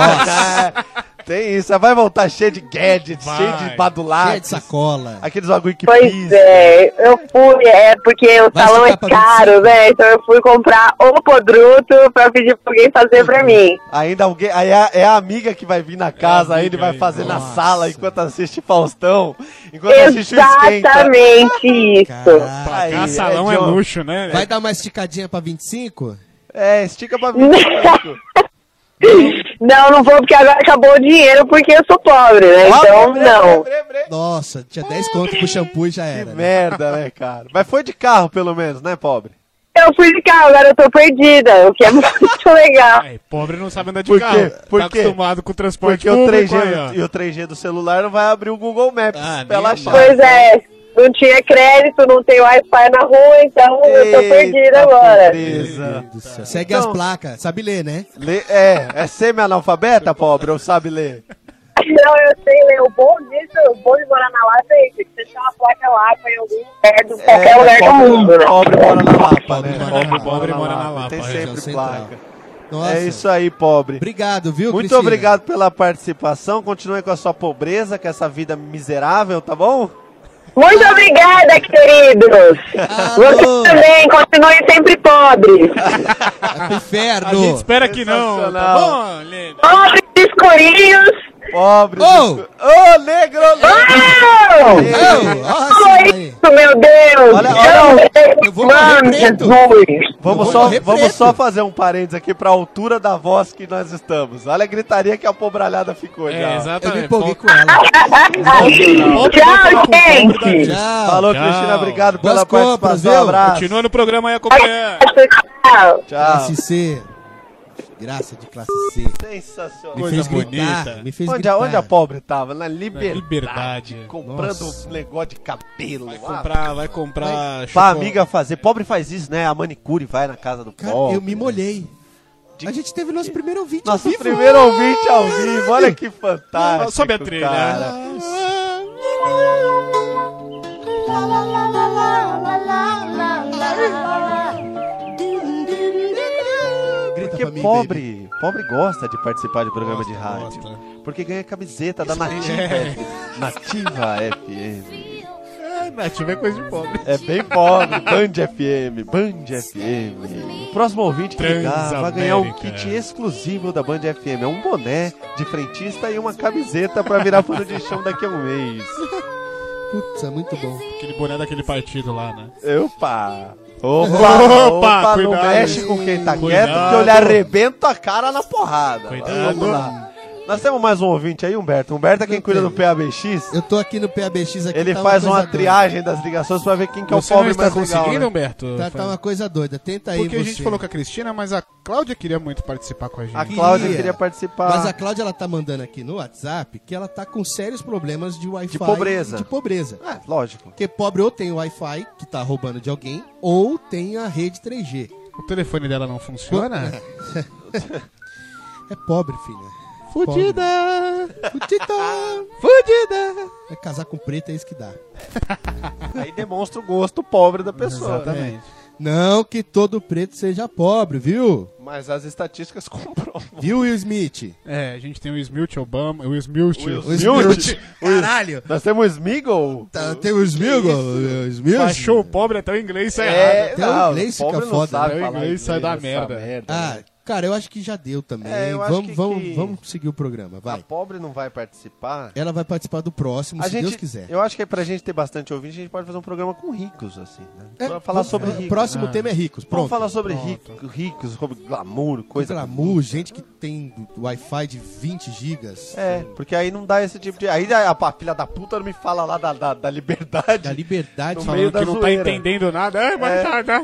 Speaker 4: Ah, tem isso, ela vai voltar cheia de gadgets,
Speaker 2: Vai.
Speaker 4: cheia de
Speaker 3: Cheia de
Speaker 4: badulados,
Speaker 3: sacola.
Speaker 4: aqueles bagulho que
Speaker 7: Pois
Speaker 4: pisa.
Speaker 7: é, eu fui, é porque o
Speaker 3: Vai
Speaker 7: salão é
Speaker 3: ficar pra
Speaker 7: caro, né? Então eu fui comprar o podruto pra pedir pra alguém fazer pra mim.
Speaker 4: Ainda alguém. Aí é, é a amiga que vai vir na casa, aí ele
Speaker 2: É amiga
Speaker 4: vai
Speaker 2: aí,
Speaker 4: fazer na
Speaker 3: nossa.
Speaker 4: sala enquanto assiste Faustão, enquanto assiste o esquenta.
Speaker 7: Exatamente isso.
Speaker 3: Caraca.
Speaker 4: Aí,
Speaker 2: Pagar salão é
Speaker 4: John.
Speaker 2: luxo, né?
Speaker 3: Vai dar uma esticadinha pra 25?
Speaker 4: É, estica pra tá 25.
Speaker 7: Não, não vou porque agora acabou o dinheiro porque eu sou pobre, né?
Speaker 4: Ah,
Speaker 7: *laughs* Então
Speaker 4: bre-
Speaker 7: não.
Speaker 4: bre- bre-
Speaker 3: Nossa, tinha 10 conto pro shampoo e já
Speaker 4: Que
Speaker 3: era. né?
Speaker 4: merda, né, cara? Mas foi de carro, pelo menos, né, pobre?
Speaker 7: Eu fui de carro, agora eu tô perdida, o que é *laughs* muito legal.
Speaker 2: Ai, É, pobre não sabe andar de
Speaker 4: Por quê?
Speaker 2: carro.
Speaker 4: Por
Speaker 2: tá
Speaker 4: quê?
Speaker 2: acostumado com o transporte
Speaker 4: Porque o
Speaker 2: público.
Speaker 4: 3G,
Speaker 2: aí, ó.
Speaker 4: e o 3G do celular não vai abrir o Google Maps
Speaker 3: Ah,
Speaker 4: pra
Speaker 3: nem
Speaker 4: ela achar.
Speaker 7: Pois é, não tinha crédito, não tem Wi-Fi na rua, então eu tô perdida
Speaker 4: Eita, tá
Speaker 7: agora.
Speaker 4: pobreza.
Speaker 3: Segue
Speaker 4: Então-
Speaker 3: as placas, sabe ler, né?
Speaker 4: Lê- é, é semi-analfabeta, pobre, ou sabe ler?
Speaker 7: *laughs* Não, eu sei ler. O bom disso, o bom de morar na Lapa é isso, que você tem uma placa Lapa em algum lugar, do- qualquer
Speaker 4: É,
Speaker 7: lugar do
Speaker 4: pobre-
Speaker 7: mundo, né?
Speaker 4: Pobre mora na Lapa,
Speaker 3: Pobre
Speaker 4: né?
Speaker 3: mora na
Speaker 2: Lapa. Pobre mora na Lapa,
Speaker 4: Tem
Speaker 2: região
Speaker 4: sempre
Speaker 3: central.
Speaker 4: placa.
Speaker 3: Nossa.
Speaker 4: É isso aí, pobre.
Speaker 3: Obrigado, viu,
Speaker 4: Muito
Speaker 3: Cristina?
Speaker 4: obrigado pela participação. Continue com a sua pobreza, com essa vida miserável, tá bom?
Speaker 7: Muito obrigada, queridos!
Speaker 3: Alô.
Speaker 7: Vocês também, continuem sempre pobres!
Speaker 3: Vai pro
Speaker 2: A gente
Speaker 3: inferno.
Speaker 2: espera que não. Tá
Speaker 4: Sensacional.
Speaker 2: bom, Lene?
Speaker 7: Pobres de escurinhos!
Speaker 4: Pobre.
Speaker 3: Ô!
Speaker 4: descu- Ô, negro!
Speaker 7: Não!
Speaker 3: Ô, ó, racismo
Speaker 7: Olha
Speaker 3: Assim, aí.
Speaker 7: isso, meu Deus!
Speaker 4: Olha, olha,
Speaker 7: eu
Speaker 3: eu vou morrer
Speaker 7: Mano,
Speaker 3: preto.
Speaker 7: Jesus!
Speaker 4: Vamos
Speaker 3: Eu vou
Speaker 4: só,
Speaker 3: morrer
Speaker 4: vamos
Speaker 3: preto.
Speaker 4: só fazer um parênteses aqui pra altura da voz que nós estamos. Olha a gritaria que a pobralhada ficou já.
Speaker 2: É,
Speaker 3: Eu me
Speaker 2: exatamente.
Speaker 3: empolguei com ela.
Speaker 7: Tchau, gente!
Speaker 3: Tchau.
Speaker 4: Falou,
Speaker 2: Tchau.
Speaker 4: Cristina. Obrigado
Speaker 3: Boas
Speaker 4: pela
Speaker 3: compras,
Speaker 4: participação.
Speaker 3: viu?
Speaker 4: abraço.
Speaker 2: Continua no programa aí acompanhando.
Speaker 7: Tchau!
Speaker 4: Tchau.
Speaker 3: Classe C. Graça de classe C. Me
Speaker 4: Sensacional.
Speaker 2: Coisa
Speaker 3: fez gritar.
Speaker 2: bonita.
Speaker 3: Me fez
Speaker 4: Onde, a-
Speaker 3: gritar.
Speaker 4: onde a pobre tava? Na liberdade.
Speaker 2: Liberdade.
Speaker 4: Comprando
Speaker 3: Nossa.
Speaker 4: um negócio de cabelo.
Speaker 2: Vai
Speaker 4: ah,
Speaker 2: comprar, vai comprar.
Speaker 4: Pra
Speaker 2: chocolate.
Speaker 4: amiga fazer. Pobre faz isso, né? A manicure vai na casa do
Speaker 3: Cara,
Speaker 4: pobre.
Speaker 3: eu me molhei. A gente teve nosso primeiro ouvinte
Speaker 4: Nosso
Speaker 3: ao vivo.
Speaker 4: primeiro ouvinte ao vivo. Olha que fantástico.
Speaker 2: Sobe a trilha.
Speaker 4: cara.
Speaker 3: Grita pra
Speaker 4: Porque
Speaker 3: mim, baby.
Speaker 4: pobre, pobre gosta de participar de programa de rádio.
Speaker 2: gosta.
Speaker 4: Porque ganha camiseta da Nativa FM. Nativa FM.
Speaker 2: É, Nativa é coisa de pobre.
Speaker 4: É bem pobre. Band FM, Band FM. O próximo ouvinte que ligar vai ganhar um
Speaker 2: Transamérica.
Speaker 4: kit exclusivo da Band FM. É um boné de frentista e uma camiseta pra virar pano de chão daqui a um mês.
Speaker 3: Putz, é muito bom.
Speaker 2: Aquele boné daquele partido lá, né?
Speaker 4: Opa! *laughs* Opa,
Speaker 2: Opa,
Speaker 4: opa, não
Speaker 2: cuidado.
Speaker 4: mexe com quem tá
Speaker 2: Cuidado.
Speaker 4: quieto, que eu lhe arrebento a cara na porrada.
Speaker 2: Cuidado.
Speaker 4: Vamos lá. Nós temos mais um ouvinte aí, Humberto. Humberto é quem cuida do PABX.
Speaker 3: Eu tô aqui no PABX aqui.
Speaker 4: Ele
Speaker 3: tá
Speaker 4: faz
Speaker 3: coisa
Speaker 4: uma
Speaker 3: doida.
Speaker 4: triagem das ligações pra ver quem que é o
Speaker 2: Você não
Speaker 4: pobre
Speaker 2: está
Speaker 4: mais legal.
Speaker 2: conseguindo,
Speaker 4: né?
Speaker 2: Humberto?
Speaker 3: Tá, tá uma coisa doida. Tenta aí
Speaker 2: Porque a gente
Speaker 3: você.
Speaker 2: falou com a Cristina, mas a Cláudia queria muito participar com a gente.
Speaker 4: A Cláudia
Speaker 3: Queria.
Speaker 4: queria participar.
Speaker 3: Mas a Cláudia, ela tá mandando aqui no WhatsApp que ela tá com sérios problemas de Wi-Fi.
Speaker 4: De pobreza.
Speaker 3: e De pobreza.
Speaker 4: Ah, lógico.
Speaker 3: Porque pobre ou tem o Wi-Fi, que tá roubando de alguém, ou tem a rede 3G.
Speaker 2: O telefone dela não funciona?
Speaker 3: É *laughs* pobre, filha.
Speaker 2: Fudida!
Speaker 3: Putita!
Speaker 2: Fudida!
Speaker 3: É casar com preto, é isso que dá.
Speaker 4: Aí demonstra o gosto pobre da pessoa. né?
Speaker 2: Exatamente.
Speaker 3: Não que todo preto seja pobre, viu?
Speaker 4: Mas as estatísticas *laughs* comprovam.
Speaker 3: Viu, Will Smith?
Speaker 2: É, a gente tem o Will Smith, Obama, o Will Smith.
Speaker 3: O Smith. Caralho.
Speaker 4: Nós temos Smiggle.
Speaker 3: Tá, tem o Smiggle? O Smith?
Speaker 2: Baixou o pobre até o inglês sai errado.
Speaker 3: Tem um
Speaker 4: não,
Speaker 3: inglês
Speaker 4: pobre
Speaker 3: que é
Speaker 4: não
Speaker 3: foda,
Speaker 4: sabe
Speaker 2: né?
Speaker 4: falar
Speaker 2: O inglês sai da
Speaker 4: essa
Speaker 2: merda.
Speaker 3: Ah, cara, eu acho que já deu também.
Speaker 4: É, eu acho
Speaker 3: vamos,
Speaker 4: que-
Speaker 3: vamos,
Speaker 4: que-
Speaker 3: vamos seguir o programa, vai.
Speaker 4: A pobre não vai participar.
Speaker 3: Ela vai participar do próximo,
Speaker 4: a
Speaker 3: se
Speaker 4: gente,
Speaker 3: Deus quiser.
Speaker 4: Eu acho que é pra gente ter bastante ouvinte, a gente pode fazer um programa com ricos, assim. Né?
Speaker 3: É,
Speaker 4: pra falar
Speaker 3: vamos-
Speaker 4: sobre
Speaker 3: é,
Speaker 4: ricos.
Speaker 2: Ah.
Speaker 3: Próximo tema é ricos,
Speaker 4: Vamos
Speaker 3: pronto.
Speaker 4: falar sobre rico- ricos, sobre glamour, coisa.
Speaker 3: Glamour, gente que tem Wi-Fi de 20 gigas.
Speaker 4: É, porque aí não dá esse tipo de. Aí a, a filha da puta não me fala lá da, da, da liberdade.
Speaker 3: Da liberdade.
Speaker 4: No
Speaker 3: fala-
Speaker 2: Falando
Speaker 4: meio da
Speaker 2: que não tá
Speaker 4: zoeira.
Speaker 2: entendendo nada. É, mas tá- tá-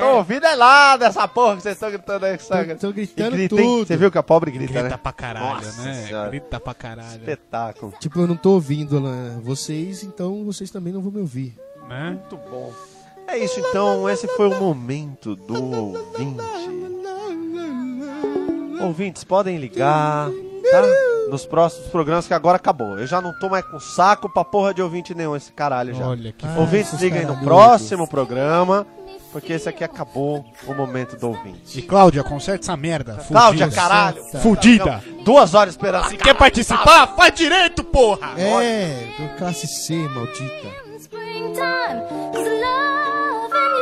Speaker 4: Tô ouvindo é lá dessa porra que vocês estão gritando aí. que saca.
Speaker 3: Tô gritando
Speaker 4: E grita, hein?
Speaker 3: tudo.
Speaker 4: Você viu que a pobre grita,
Speaker 2: Grita
Speaker 4: né?
Speaker 2: pra caralho,
Speaker 4: Nossa
Speaker 2: né?
Speaker 4: Senhora.
Speaker 2: Grita pra caralho.
Speaker 4: Espetáculo.
Speaker 3: Tipo, eu não tô ouvindo né, vocês, então vocês também não vão me ouvir.
Speaker 2: Né?
Speaker 4: Muito bom. É isso então, esse foi o momento do ouvinte. Ouvintes, podem ligar, tá? Nos próximos programas que agora acabou. Eu já não tô mais com saco pra porra de ouvinte nenhum, esse caralho já.
Speaker 2: Olha que
Speaker 3: Ah,
Speaker 4: ouvintes,
Speaker 3: esses
Speaker 4: liguem no
Speaker 3: caralhudos.
Speaker 4: próximo programa, porque esse aqui acabou o momento do ouvinte.
Speaker 2: E Cláudia, conserta essa merda.
Speaker 4: Cláudia,
Speaker 2: fudida.
Speaker 4: caralho!
Speaker 2: Fudida.
Speaker 4: Duas horas esperando.
Speaker 2: Se quer participar, faz direito, porra!
Speaker 3: É, do classe C, maldita.
Speaker 8: Springtime, 'cause loving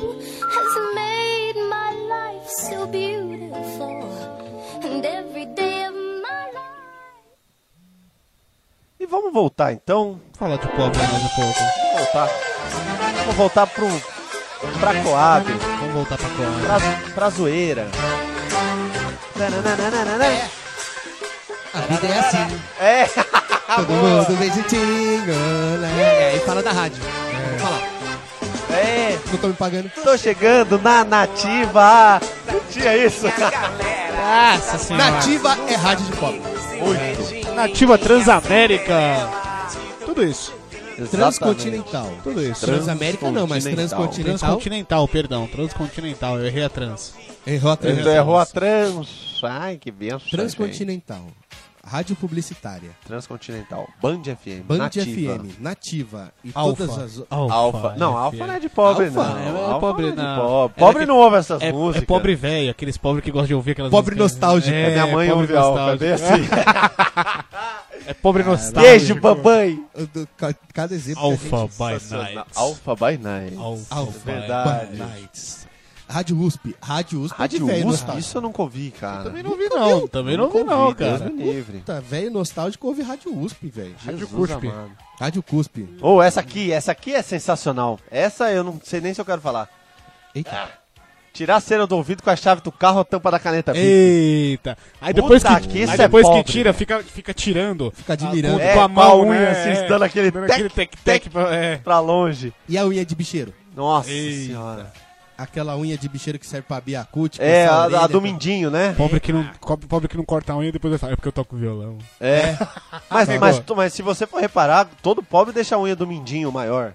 Speaker 8: you has made my life so beautiful, and every day of my life.
Speaker 4: E vamos voltar então.
Speaker 2: Fala de pobre mais um pouco.
Speaker 4: Vamos voltar. Vamos voltar pro. pra Coab.
Speaker 2: Vamos voltar pra Cláudia.
Speaker 4: pra, pra zoeira.
Speaker 3: A vida é assim.
Speaker 4: É,
Speaker 3: Todo mundo vê jeitinho, né? É, e fala da rádio. Vou falar.
Speaker 4: é,
Speaker 3: Não tô me pagando.
Speaker 4: tô chegando na nativa. Tinha é isso?
Speaker 2: Nossa senhora.
Speaker 3: Nativa é rádio de pobre.
Speaker 2: Nativa Transamérica. Tudo isso.
Speaker 3: Transcontinental.
Speaker 2: Tudo isso.
Speaker 3: Transamérica não, mas
Speaker 4: Transcontinental.
Speaker 3: transcontinental.
Speaker 2: Transcontinental, perdão. Transcontinental, eu errei a trans.
Speaker 3: Errou a trans.
Speaker 4: Ele Então, é errou a trans. Ai, que benção. gente.
Speaker 3: Transcontinental. Rádio publicitária.
Speaker 4: Transcontinental. Band FM.
Speaker 3: Band
Speaker 4: nativa.
Speaker 3: FM, nativa. E
Speaker 2: Alfa.
Speaker 3: todas as. o-
Speaker 2: Alfa.
Speaker 4: Alfa. Não,
Speaker 2: Alfa
Speaker 4: Alfa não é de pobre,
Speaker 3: Alfa?
Speaker 4: não.
Speaker 3: É,
Speaker 2: é
Speaker 4: Alfa
Speaker 2: pobre,
Speaker 4: não é de
Speaker 2: não.
Speaker 4: pobre.
Speaker 2: É
Speaker 4: Pobre
Speaker 2: daqui-
Speaker 4: não ouve essas
Speaker 2: É,
Speaker 4: músicas.
Speaker 2: é pobre velho, aqueles pobres que gostam de ouvir aquelas
Speaker 3: Pobre
Speaker 2: músicas.
Speaker 3: nostálgico.
Speaker 4: É, minha mãe ouve
Speaker 2: pobre
Speaker 4: Alfa. É bem
Speaker 2: nostálgico. *laughs*
Speaker 4: assim.
Speaker 2: É pobre nostálgico.
Speaker 4: Beijo, mamãe.
Speaker 3: o do- ca- Cada exemplo. que a
Speaker 2: Alfa
Speaker 3: gente-
Speaker 2: by Night.
Speaker 4: Alfa by night.
Speaker 2: é Alfa.
Speaker 3: Alfa.
Speaker 2: by
Speaker 4: Verdade.
Speaker 2: Nights.
Speaker 3: Rádio USP. Rádio USP.
Speaker 4: Rádio
Speaker 3: é de velho
Speaker 4: USP,
Speaker 3: nostálgico.
Speaker 4: Ah, isso eu nunca ouvi, cara.
Speaker 2: Também não ouvi não, também não ouvi não,
Speaker 4: Deus
Speaker 2: cara.
Speaker 4: me livre.
Speaker 3: Puta, velho nostálgico ouve Rádio USP, velho.
Speaker 2: Rádio
Speaker 4: Jesus
Speaker 2: Cuspe.
Speaker 4: amado.
Speaker 3: Rádio Cuspe.
Speaker 4: Ou essa aqui, essa aqui é sensacional. Essa eu não sei nem se eu quero falar. Ah,
Speaker 3: Eita.
Speaker 4: Tirar a cera do ouvido com a chave do carro ou a tampa da caneta. Bic.
Speaker 2: Eita! Aí depois
Speaker 4: Puta
Speaker 2: que,
Speaker 4: que isso
Speaker 2: aí
Speaker 4: é
Speaker 2: depois que
Speaker 4: pobre.
Speaker 2: tira, fica, fica tirando.
Speaker 3: Fica admirando.
Speaker 2: Com,
Speaker 4: É,
Speaker 2: com a
Speaker 4: com
Speaker 2: mão,
Speaker 4: a unha,
Speaker 2: né?
Speaker 4: assim,
Speaker 2: É,
Speaker 4: dando aquele
Speaker 2: dando
Speaker 4: tec,
Speaker 2: aquele tec-tec. pra- É.
Speaker 4: Pra longe.
Speaker 3: E a unha de bicheiro?
Speaker 4: Nossa
Speaker 2: Eita.
Speaker 4: senhora.
Speaker 3: Aquela unha de bicheiro que serve pra biacute.
Speaker 4: É, a, a do Mindinho, né?
Speaker 2: Pobre que, não, co- pobre que não corta a unha e depois vai falar, é porque eu toco violão.
Speaker 4: É. Mas,
Speaker 2: Tá
Speaker 3: Agora.
Speaker 4: mas, tu- mas se você for reparar, todo pobre deixa a unha do Mindinho maior.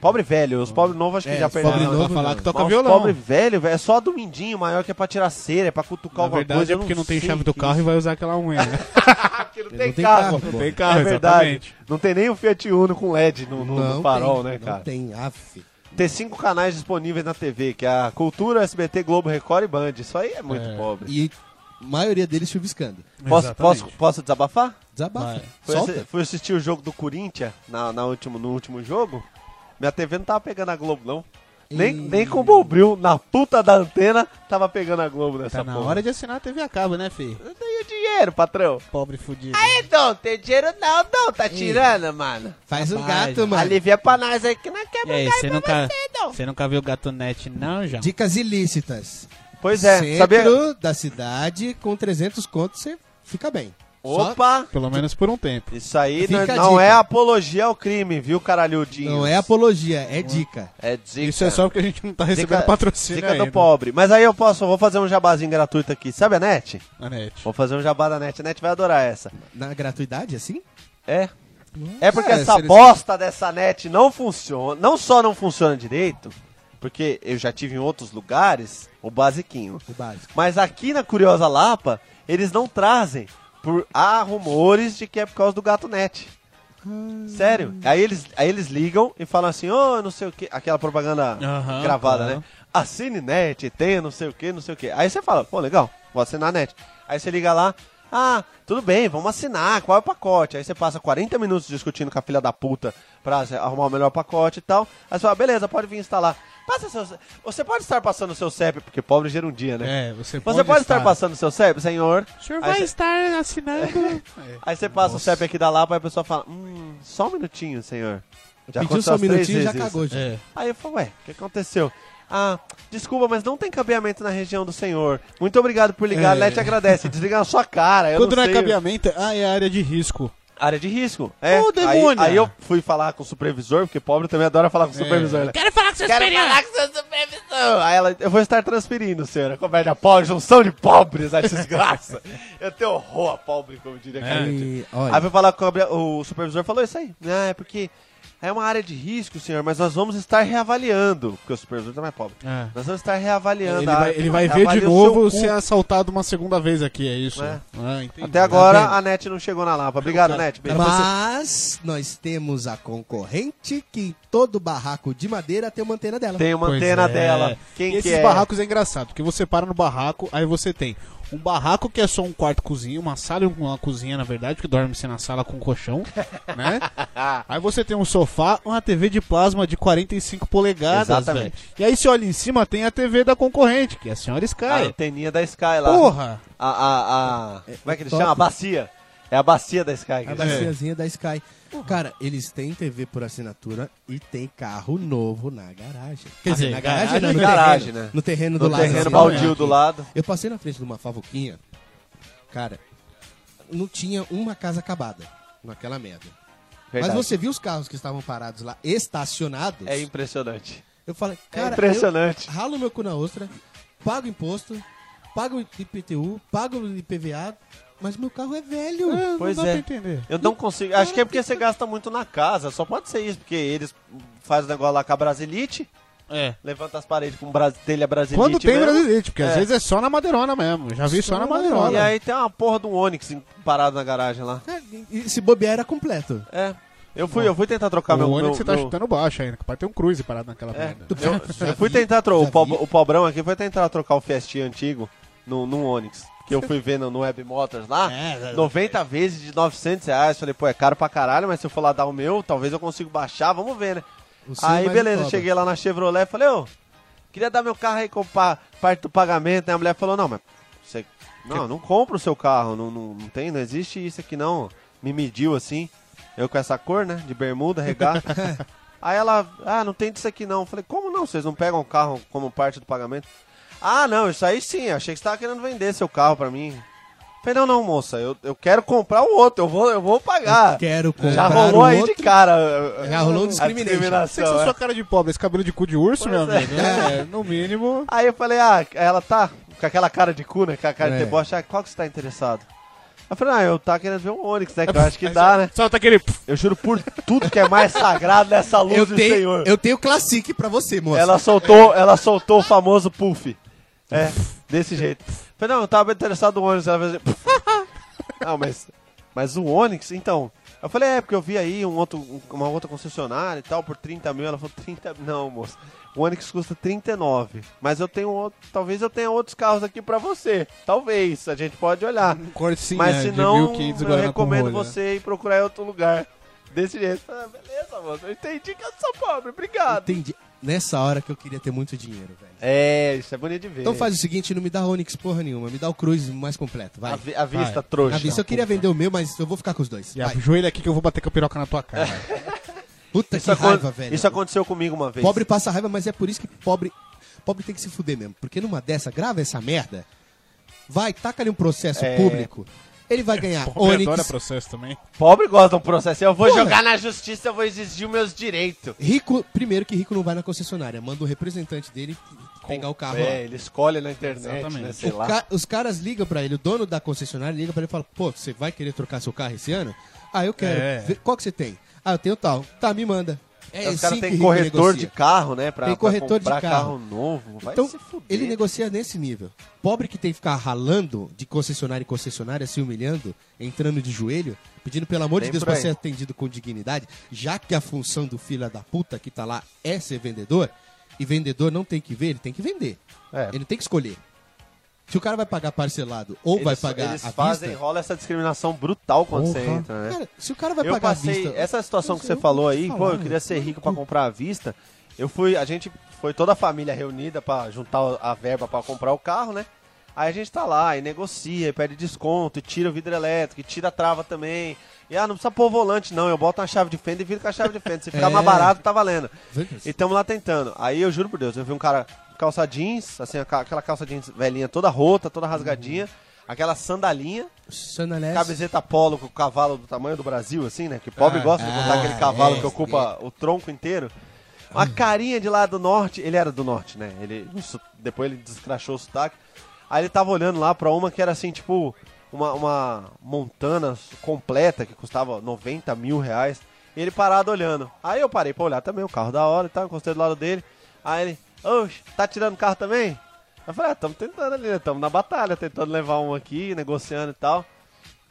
Speaker 4: Pobre velho, os pobres novos acho que
Speaker 3: É,
Speaker 4: já
Speaker 3: os
Speaker 4: perderam.
Speaker 3: pobre
Speaker 4: né?
Speaker 3: novo
Speaker 2: pra falar
Speaker 3: não.
Speaker 2: que toca
Speaker 4: Mas os
Speaker 2: violão.
Speaker 4: pobre velho, velho, é só a do Mindinho maior que é pra tirar cera, é pra cutucar
Speaker 2: Na
Speaker 4: alguma
Speaker 2: verdade
Speaker 4: coisa.
Speaker 2: é porque
Speaker 4: eu
Speaker 2: não tem
Speaker 4: sei
Speaker 2: chave do
Speaker 4: que
Speaker 2: carro
Speaker 4: isso-
Speaker 2: e vai usar aquela *laughs* unha. né?
Speaker 4: Porque não
Speaker 3: Não
Speaker 4: tem
Speaker 3: tem
Speaker 4: carro.
Speaker 3: carro, pô.
Speaker 2: tem carro,
Speaker 4: é verdade.
Speaker 2: exatamente.
Speaker 4: Não tem nem o Fiat Uno com LED no, no- no
Speaker 3: Não
Speaker 4: farol,
Speaker 3: tem,
Speaker 4: né, cara?
Speaker 3: Não tem, af.
Speaker 4: Ter cinco canais disponíveis na TV, que é a Cultura, SBT, Globo, Record e Band. Isso aí é muito pobre.
Speaker 3: E a maioria deles chuviscando.
Speaker 4: Posso, posso,
Speaker 2: Exatamente.
Speaker 4: posso desabafar?
Speaker 3: Desabafa.
Speaker 4: Fui,
Speaker 3: Solta.
Speaker 4: assi- fui assistir o jogo do Corinthians na, na último, no último jogo. Minha TV não tava pegando a Globo, não. Nem, nem com o Bombril, na puta da antena, tava pegando a Globo nessa
Speaker 2: Tá na
Speaker 4: porra.
Speaker 2: hora de assinar a TV a cabo, né, fi?
Speaker 4: Eu tenho dinheiro, patrão.
Speaker 2: Pobre fudido.
Speaker 5: Aí, Dom, tem dinheiro não, Dom, tá tirando, mano.
Speaker 3: Faz um
Speaker 2: Rapaz,
Speaker 4: né?
Speaker 3: gato, mano.
Speaker 5: Alivia pra nós aí que nós
Speaker 2: E
Speaker 5: quebramos.
Speaker 2: aí, você nunca,
Speaker 5: Dom.
Speaker 2: você nunca viu o Gatonete, não, já?
Speaker 3: Dicas ilícitas.
Speaker 4: Pois é,
Speaker 3: Centro
Speaker 4: sabia?
Speaker 3: da cidade, com 300 contos, você fica bem. Só
Speaker 4: Opa!
Speaker 2: Pelo menos por um tempo.
Speaker 4: Isso aí
Speaker 3: Fica
Speaker 4: não,
Speaker 3: a
Speaker 4: não
Speaker 3: dica.
Speaker 4: é apologia ao crime, viu, caralhudinho?
Speaker 3: não é apologia, é dica.
Speaker 4: É dica.
Speaker 2: Isso é só porque a gente não tá recebendo
Speaker 3: um
Speaker 4: dica,
Speaker 2: patrocínio
Speaker 4: dica do
Speaker 3: né?
Speaker 2: ainda.
Speaker 4: pobre. Mas aí eu posso, vou fazer um jabazinho gratuito aqui. Sabe a NET?
Speaker 2: Anete.
Speaker 4: Vou fazer um jabá da NET. A NET vai adorar essa.
Speaker 3: Na gratuidade, assim?
Speaker 4: É. É porque
Speaker 3: É,
Speaker 4: essa
Speaker 3: se eles-
Speaker 4: bosta dessa NET não funciona. Não só não funciona direito, porque eu já tive em outros lugares o basiquinho.
Speaker 3: O básico.
Speaker 4: Mas aqui na Curiosa Lapa, eles não trazem. Por, há rumores de que é por causa do gato net.
Speaker 2: Hum.
Speaker 4: Sério? Aí eles, aí eles ligam e falam assim, ô, não sei o que, aquela propaganda
Speaker 2: Aham,
Speaker 4: gravada,
Speaker 2: aham.
Speaker 4: né? Assine net, tem não sei o que, não sei o que. Aí você fala, pô, legal, vou assinar a net. Aí você liga lá, ah, tudo bem, vamos assinar, qual é o pacote? Aí você passa 40 minutos discutindo com a filha da puta pra se- arrumar o melhor pacote e tal. Aí você fala, beleza, pode vir instalar. Passa seu, você pode estar passando seu CEP, porque pobre gera um dia, né?
Speaker 2: É, você
Speaker 4: Você pode, estar passando seu CEP, senhor?
Speaker 2: O senhor
Speaker 4: Aí
Speaker 2: vai
Speaker 4: você-
Speaker 2: estar assinando.
Speaker 4: Aí você passa o CEP aqui da Lapa e a pessoa fala, hum, só um minutinho, senhor.
Speaker 3: Pediu
Speaker 4: Já aconteceu
Speaker 3: só um
Speaker 4: as três
Speaker 3: minutinho e já
Speaker 4: vezes isso.
Speaker 3: cagou. já.
Speaker 2: É.
Speaker 4: Aí eu falo, ué, o que aconteceu? Ah, desculpa, mas não tem cabeamento na região do senhor. Muito obrigado por ligar,
Speaker 2: É.
Speaker 4: Lete agradece. Desliga na sua cara, eu
Speaker 2: Quando não
Speaker 4: não
Speaker 2: é
Speaker 4: sei.
Speaker 2: cabeamento, ah, é área de risco.
Speaker 4: Área de risco. É,
Speaker 2: Ô, demônio!
Speaker 4: Aí, aí eu fui falar com o supervisor, porque pobre também adora falar com o supervisor, né?
Speaker 6: Quero falar com seus
Speaker 5: Quero
Speaker 6: experiência.
Speaker 5: falar com seu supervisor.
Speaker 4: Aí ela, eu vou estar transferindo, senhora. Comédia pobre, junção de pobres, a desgraça. *laughs* eu tenho horror a pobre, como diria a gente.
Speaker 3: E,
Speaker 4: Aí
Speaker 3: olha,
Speaker 4: foi falar com a Gabriel- o supervisor falou isso aí. Ah, é porque é uma área de risco, senhor, mas nós vamos estar reavaliando. Porque o supervisor tá mais pobre.
Speaker 2: É.
Speaker 4: Nós vamos estar reavaliando.
Speaker 2: Ele
Speaker 4: a
Speaker 2: vai,
Speaker 4: área.
Speaker 2: ele vai ver
Speaker 4: Reavalia
Speaker 2: de
Speaker 4: o seu
Speaker 2: novo
Speaker 4: cu.
Speaker 2: ser assaltado uma segunda vez aqui, é isso?
Speaker 4: É.
Speaker 2: Ah, entendi.
Speaker 4: Até agora
Speaker 2: Tá
Speaker 4: a NET não chegou na Lapa. Obrigado, NET. Beijo.
Speaker 3: mas nós temos a concorrente que em todo barraco de madeira tem uma antena dela.
Speaker 4: Tem uma
Speaker 2: Pois
Speaker 4: antena
Speaker 2: é.
Speaker 4: dela. Quem
Speaker 2: E esses
Speaker 4: que é?
Speaker 2: barracos é engraçado, porque você para no barraco, aí você tem um barraco que é só um quarto cozinha, uma sala e um, uma cozinha, na verdade, que dorme você na sala com um
Speaker 4: *laughs*
Speaker 2: colchão, né? Aí você tem um sofá, uma TV de plasma de 45 polegadas,
Speaker 4: Exatamente.
Speaker 2: velho. E aí você olha em cima, tem a TV da concorrente, que é a senhora
Speaker 4: A
Speaker 2: Sky.
Speaker 4: anteninha da Sky lá.
Speaker 2: Porra!
Speaker 4: A, a, a- Como é que eles
Speaker 3: top.
Speaker 4: chamam? A bacia. É a bacia da Sky. É,
Speaker 3: A baciazinha da Sky. Cara, eles têm TV por assinatura e tem carro novo na garagem. Quer dizer, na garagem, não,
Speaker 4: na
Speaker 3: no
Speaker 4: Ah, garagem,
Speaker 3: terreno,
Speaker 4: né?
Speaker 3: No terreno do
Speaker 4: No
Speaker 3: lado.
Speaker 4: terreno
Speaker 3: assim,
Speaker 4: baldio
Speaker 3: né?
Speaker 4: do lado.
Speaker 3: Eu passei na frente de uma favuquinha, cara, não tinha uma casa acabada naquela merda.
Speaker 4: Verdade.
Speaker 3: Mas você viu os carros que estavam parados lá, estacionados?
Speaker 4: É impressionante.
Speaker 3: eu falei, cara,
Speaker 4: é impressionante.
Speaker 3: eu ralo meu cu na ostra, pago imposto, pago IPTU, pago IPVA, mas meu carro é velho.
Speaker 2: Ah,
Speaker 4: Pois
Speaker 2: não dá
Speaker 4: é.
Speaker 2: pra entender.
Speaker 4: Eu não consigo. Acho que é porque você gasta muito na casa. Só pode ser isso, porque eles fazem o negócio lá com a Brasilite,
Speaker 2: É.
Speaker 4: levanta as paredes com bras- telha Brasilite.
Speaker 2: Quando tem
Speaker 4: mesmo,
Speaker 2: Brasilite, porque às
Speaker 4: É.
Speaker 2: vezes é só na madeirona mesmo. Eu já vi só,
Speaker 3: Só
Speaker 2: na
Speaker 3: na
Speaker 2: madeirona.
Speaker 4: E aí tem uma porra de um Onix em- parado na garagem lá.
Speaker 3: Cara, e- e se bobear era completo.
Speaker 4: É. Eu fui, eu fui tentar trocar meu.
Speaker 2: O ônibus
Speaker 4: meu-
Speaker 2: você tá
Speaker 4: meu-
Speaker 2: chutando baixo ainda, capaz tem um cruise parado naquela
Speaker 4: É.
Speaker 2: merda.
Speaker 4: Eu, eu fui tentar trocar. O, po- o pobrão aqui foi tentar trocar o Fiestinha antigo no, num Onix. Que
Speaker 2: *laughs*
Speaker 4: eu fui vendo no Web Motors lá.
Speaker 2: É,
Speaker 4: 90 vezes de 900 reais. Falei, pô, é caro pra caralho, mas se eu for lá dar o meu, talvez eu consiga baixar. Vamos ver, né?
Speaker 3: O sim,
Speaker 4: Aí,
Speaker 3: mas
Speaker 4: beleza,
Speaker 3: é cobra.
Speaker 4: cheguei lá na Chevrolet falei, ô, queria dar meu carro aí com pa- parte do pagamento. Aí a mulher falou, não, mas você. Não, não compra o seu carro, não, não, não tem, não existe isso aqui não. Me mediu assim, eu com essa cor, né? De bermuda,
Speaker 3: *laughs*
Speaker 4: regata. aí ela, ah, não tem disso aqui não. Eu falei, como não? Vocês não pegam o carro como parte do pagamento? Ah, não, isso aí sim, achei que você tava querendo vender seu carro pra mim. Falei, não, não, moça, eu, eu quero comprar o outro, eu vou, eu vou pagar.
Speaker 3: Eu quero
Speaker 4: Ah, Já
Speaker 3: comprar
Speaker 4: rolou aí de
Speaker 3: outro.
Speaker 4: cara. uh,
Speaker 3: Já rolou um discrimination.
Speaker 4: a
Speaker 2: Você que
Speaker 4: discriminação,
Speaker 2: essa
Speaker 4: é.
Speaker 2: sua cara de pobre, esse cabelo de cu de urso,
Speaker 4: Pois
Speaker 2: meu
Speaker 4: é.
Speaker 2: amigo. É, no mínimo.
Speaker 4: Aí eu falei, ah, ela tá com aquela cara de cu, né? Com a cara
Speaker 3: É.
Speaker 4: de deboche, ah, qual que você tá interessado? Eu falei, ah, eu tava querendo ver um Onix, né? Que eu acho que dá, né?
Speaker 2: Solta aquele.
Speaker 4: *laughs* Eu juro por tudo que é mais sagrado nessa luz
Speaker 3: Eu
Speaker 4: do
Speaker 3: tenho,
Speaker 4: Senhor.
Speaker 3: eu tenho Classic pra você, moça.
Speaker 4: Ela soltou, ela soltou o famoso puff. É, desse jeito. Falei, não, eu tava interessado no Onix. Ela fez assim, *laughs* Não, mas, mas o Onix, então. Eu falei, é, porque eu vi aí um outro, um- uma outra concessionária e tal, por 30 mil. Ela falou, 30 Não, moço. O Onix custa 39. Mas eu tenho outro. Talvez eu tenha outros carros aqui pra você. Talvez. A gente pode olhar.
Speaker 3: Um
Speaker 2: Corsinha
Speaker 3: né, é,
Speaker 4: mas se não, eu
Speaker 2: Guaraná com
Speaker 4: recomendo
Speaker 2: rolha.
Speaker 4: você ir procurar em outro lugar. Desse jeito. Ah, beleza, moço. Eu entendi que eu sou pobre. Obrigado.
Speaker 3: Entendi. Nessa hora que eu queria ter muito dinheiro, velho.
Speaker 4: É, isso é bonito de ver.
Speaker 3: Então faz o seguinte, não me dá Onix porra nenhuma, me dá o Cruz mais completo, vai.
Speaker 4: A, vi- a vista trouxa.
Speaker 3: Na vista, eu queria vender o meu, mas eu vou ficar com os dois.
Speaker 2: E a
Speaker 3: Vai.
Speaker 2: joelha aqui que eu vou bater com a piroca na tua cara.
Speaker 3: Puta
Speaker 4: Isso,
Speaker 3: que
Speaker 4: acon-
Speaker 3: raiva, velho.
Speaker 4: isso aconteceu comigo uma vez.
Speaker 3: Pobre passa raiva, mas é por isso que pobre pobre tem que se fuder mesmo. Porque numa dessa, grava essa merda, vai, taca ali um processo
Speaker 4: É.
Speaker 3: público, ele vai ganhar
Speaker 2: Pobre É, adora
Speaker 3: Onix,
Speaker 2: processo também.
Speaker 4: Pobre gosta de um processo. Eu vou
Speaker 5: Vou
Speaker 4: jogar.
Speaker 5: jogar na justiça, eu vou exigir os meus direitos.
Speaker 3: rico, primeiro que rico não vai na concessionária, manda o representante dele pegar o carro lá.
Speaker 4: É, ele escolhe na internet,
Speaker 2: Exatamente.
Speaker 4: né? Sei
Speaker 3: O
Speaker 4: lá.
Speaker 3: ca- os caras ligam pra ele, o dono da concessionária liga pra ele e fala: Pô, você vai querer trocar seu carro esse ano? Ah, eu quero.
Speaker 2: É.
Speaker 3: Vê- Qual que você tem? Ah, eu tenho tal. Tá, me manda. É,
Speaker 4: os
Speaker 3: sim
Speaker 4: caras têm
Speaker 3: que
Speaker 4: corretor
Speaker 3: negocia.
Speaker 4: de carro, né? Pra,
Speaker 3: Tem
Speaker 4: pra
Speaker 3: corretor de
Speaker 4: comprar
Speaker 3: carro.
Speaker 4: novo. Vai
Speaker 3: Então,
Speaker 4: se fuder.
Speaker 3: ele negocia nesse nível. Pobre que tem que ficar ralando de concessionária em concessionária, se humilhando, entrando de joelho, pedindo pelo amor
Speaker 4: Bem
Speaker 3: de Deus
Speaker 4: por
Speaker 3: pra
Speaker 4: aí.
Speaker 3: ser atendido com dignidade, já que a função do filho da puta que tá lá é ser vendedor, e vendedor não tem que ver, ele tem que vender.
Speaker 4: É.
Speaker 3: Ele tem que escolher. Se o cara vai pagar parcelado ou vai
Speaker 4: Eles-
Speaker 3: pagar
Speaker 4: Eles
Speaker 3: à
Speaker 4: fazem,
Speaker 3: vista...
Speaker 4: rola essa discriminação brutal quando você
Speaker 2: Porra.
Speaker 4: entra, né?
Speaker 3: Cara, se o cara vai
Speaker 4: eu
Speaker 3: pagar à
Speaker 4: passei
Speaker 3: vista...
Speaker 4: essa situação
Speaker 3: eu
Speaker 4: que
Speaker 3: sei,
Speaker 4: você
Speaker 3: eu
Speaker 4: falou
Speaker 3: vou
Speaker 4: aí,
Speaker 3: falar,
Speaker 4: pô, eu
Speaker 3: né?
Speaker 4: queria ser rico pra comprar à vista. Eu fui, a gente foi toda a família reunida pra juntar a verba pra comprar o carro, né? Aí a gente tá lá e negocia, e pede desconto, e tira o vidro elétrico, e tira a trava também. E ah, não precisa pôr o volante, não. Eu boto uma chave de fenda e viro com a chave de fenda. Se ficar
Speaker 3: *laughs* É.
Speaker 4: mais barato, tá valendo.
Speaker 3: Verdade.
Speaker 4: E tamo lá tentando. Aí eu juro por Deus, eu vi um cara calça jeans, assim, aca- aquela calça jeans velhinha toda rota, toda
Speaker 3: Uhum.
Speaker 4: rasgadinha, aquela sandalinha.
Speaker 3: Sonalés.
Speaker 4: Camiseta polo com o cavalo do tamanho do Brasil, assim, né? Que pobre gosta de botar aquele cavalo que ocupa o tronco inteiro. Uma carinha de lá do norte, ele era do norte, né? Ele, isso- depois ele descrachou o sotaque. Aí ele tava olhando lá pra uma que era assim, tipo, uma, uma montana completa que custava 90 mil reais. E ele parado olhando. Aí eu parei pra olhar também, o carro da hora e tal, encostei do lado dele. Aí ele, oxe, tá tirando carro também? Eu falei, ah, tamo tentando ali, né? Tamo na batalha, tentando levar um aqui, negociando e tal.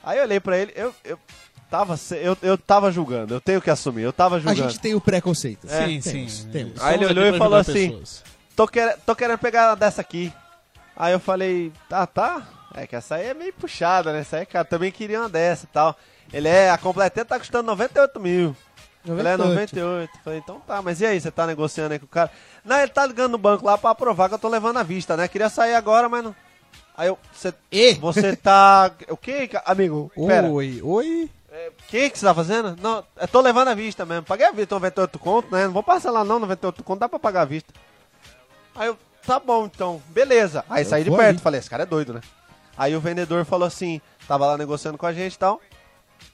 Speaker 4: Aí eu olhei pra ele, eu, eu, tava, se- eu, eu tava julgando, eu tenho que assumir, eu tava
Speaker 3: A
Speaker 4: julgando.
Speaker 3: gente tá- tem o preconceito.
Speaker 2: Sim,
Speaker 3: Temos,
Speaker 2: sim.
Speaker 3: temos.
Speaker 4: É. Aí ele
Speaker 2: Estamos
Speaker 4: olhou
Speaker 2: aqui
Speaker 4: e
Speaker 2: pra
Speaker 4: falou
Speaker 2: ajudar
Speaker 4: assim,
Speaker 2: pessoas.
Speaker 4: Tô, quer, tô querendo pegar uma dessa aqui. Aí eu falei, tá, tá. É que essa aí é meio puxada, né? Essa aí, cara, também queria uma dessa e tal. Ele é, a completa tá custando 98 mil. Ele é 98. Falei, então tá, mas e aí, você tá negociando aí com o cara? Não, ele tá ligando no banco lá pra provar que eu tô levando à vista, né? Queria sair agora, mas não. Aí eu, você,
Speaker 3: E?
Speaker 4: você tá, o que, ca-
Speaker 3: *laughs*
Speaker 4: amigo? Pera.
Speaker 2: Oi, oi.
Speaker 4: O que que você tá fazendo? Não, eu tô levando à vista mesmo. Paguei a vista, 98 conto, né? Não vou parcelar não, 98 conto, dá pra pagar à vista. Aí eu, tá bom então, beleza. Aí saí de
Speaker 3: vou
Speaker 4: perto,
Speaker 3: ali.
Speaker 4: falei, esse cara é doido, né? Aí o vendedor falou assim, tava lá negociando com a gente e tal.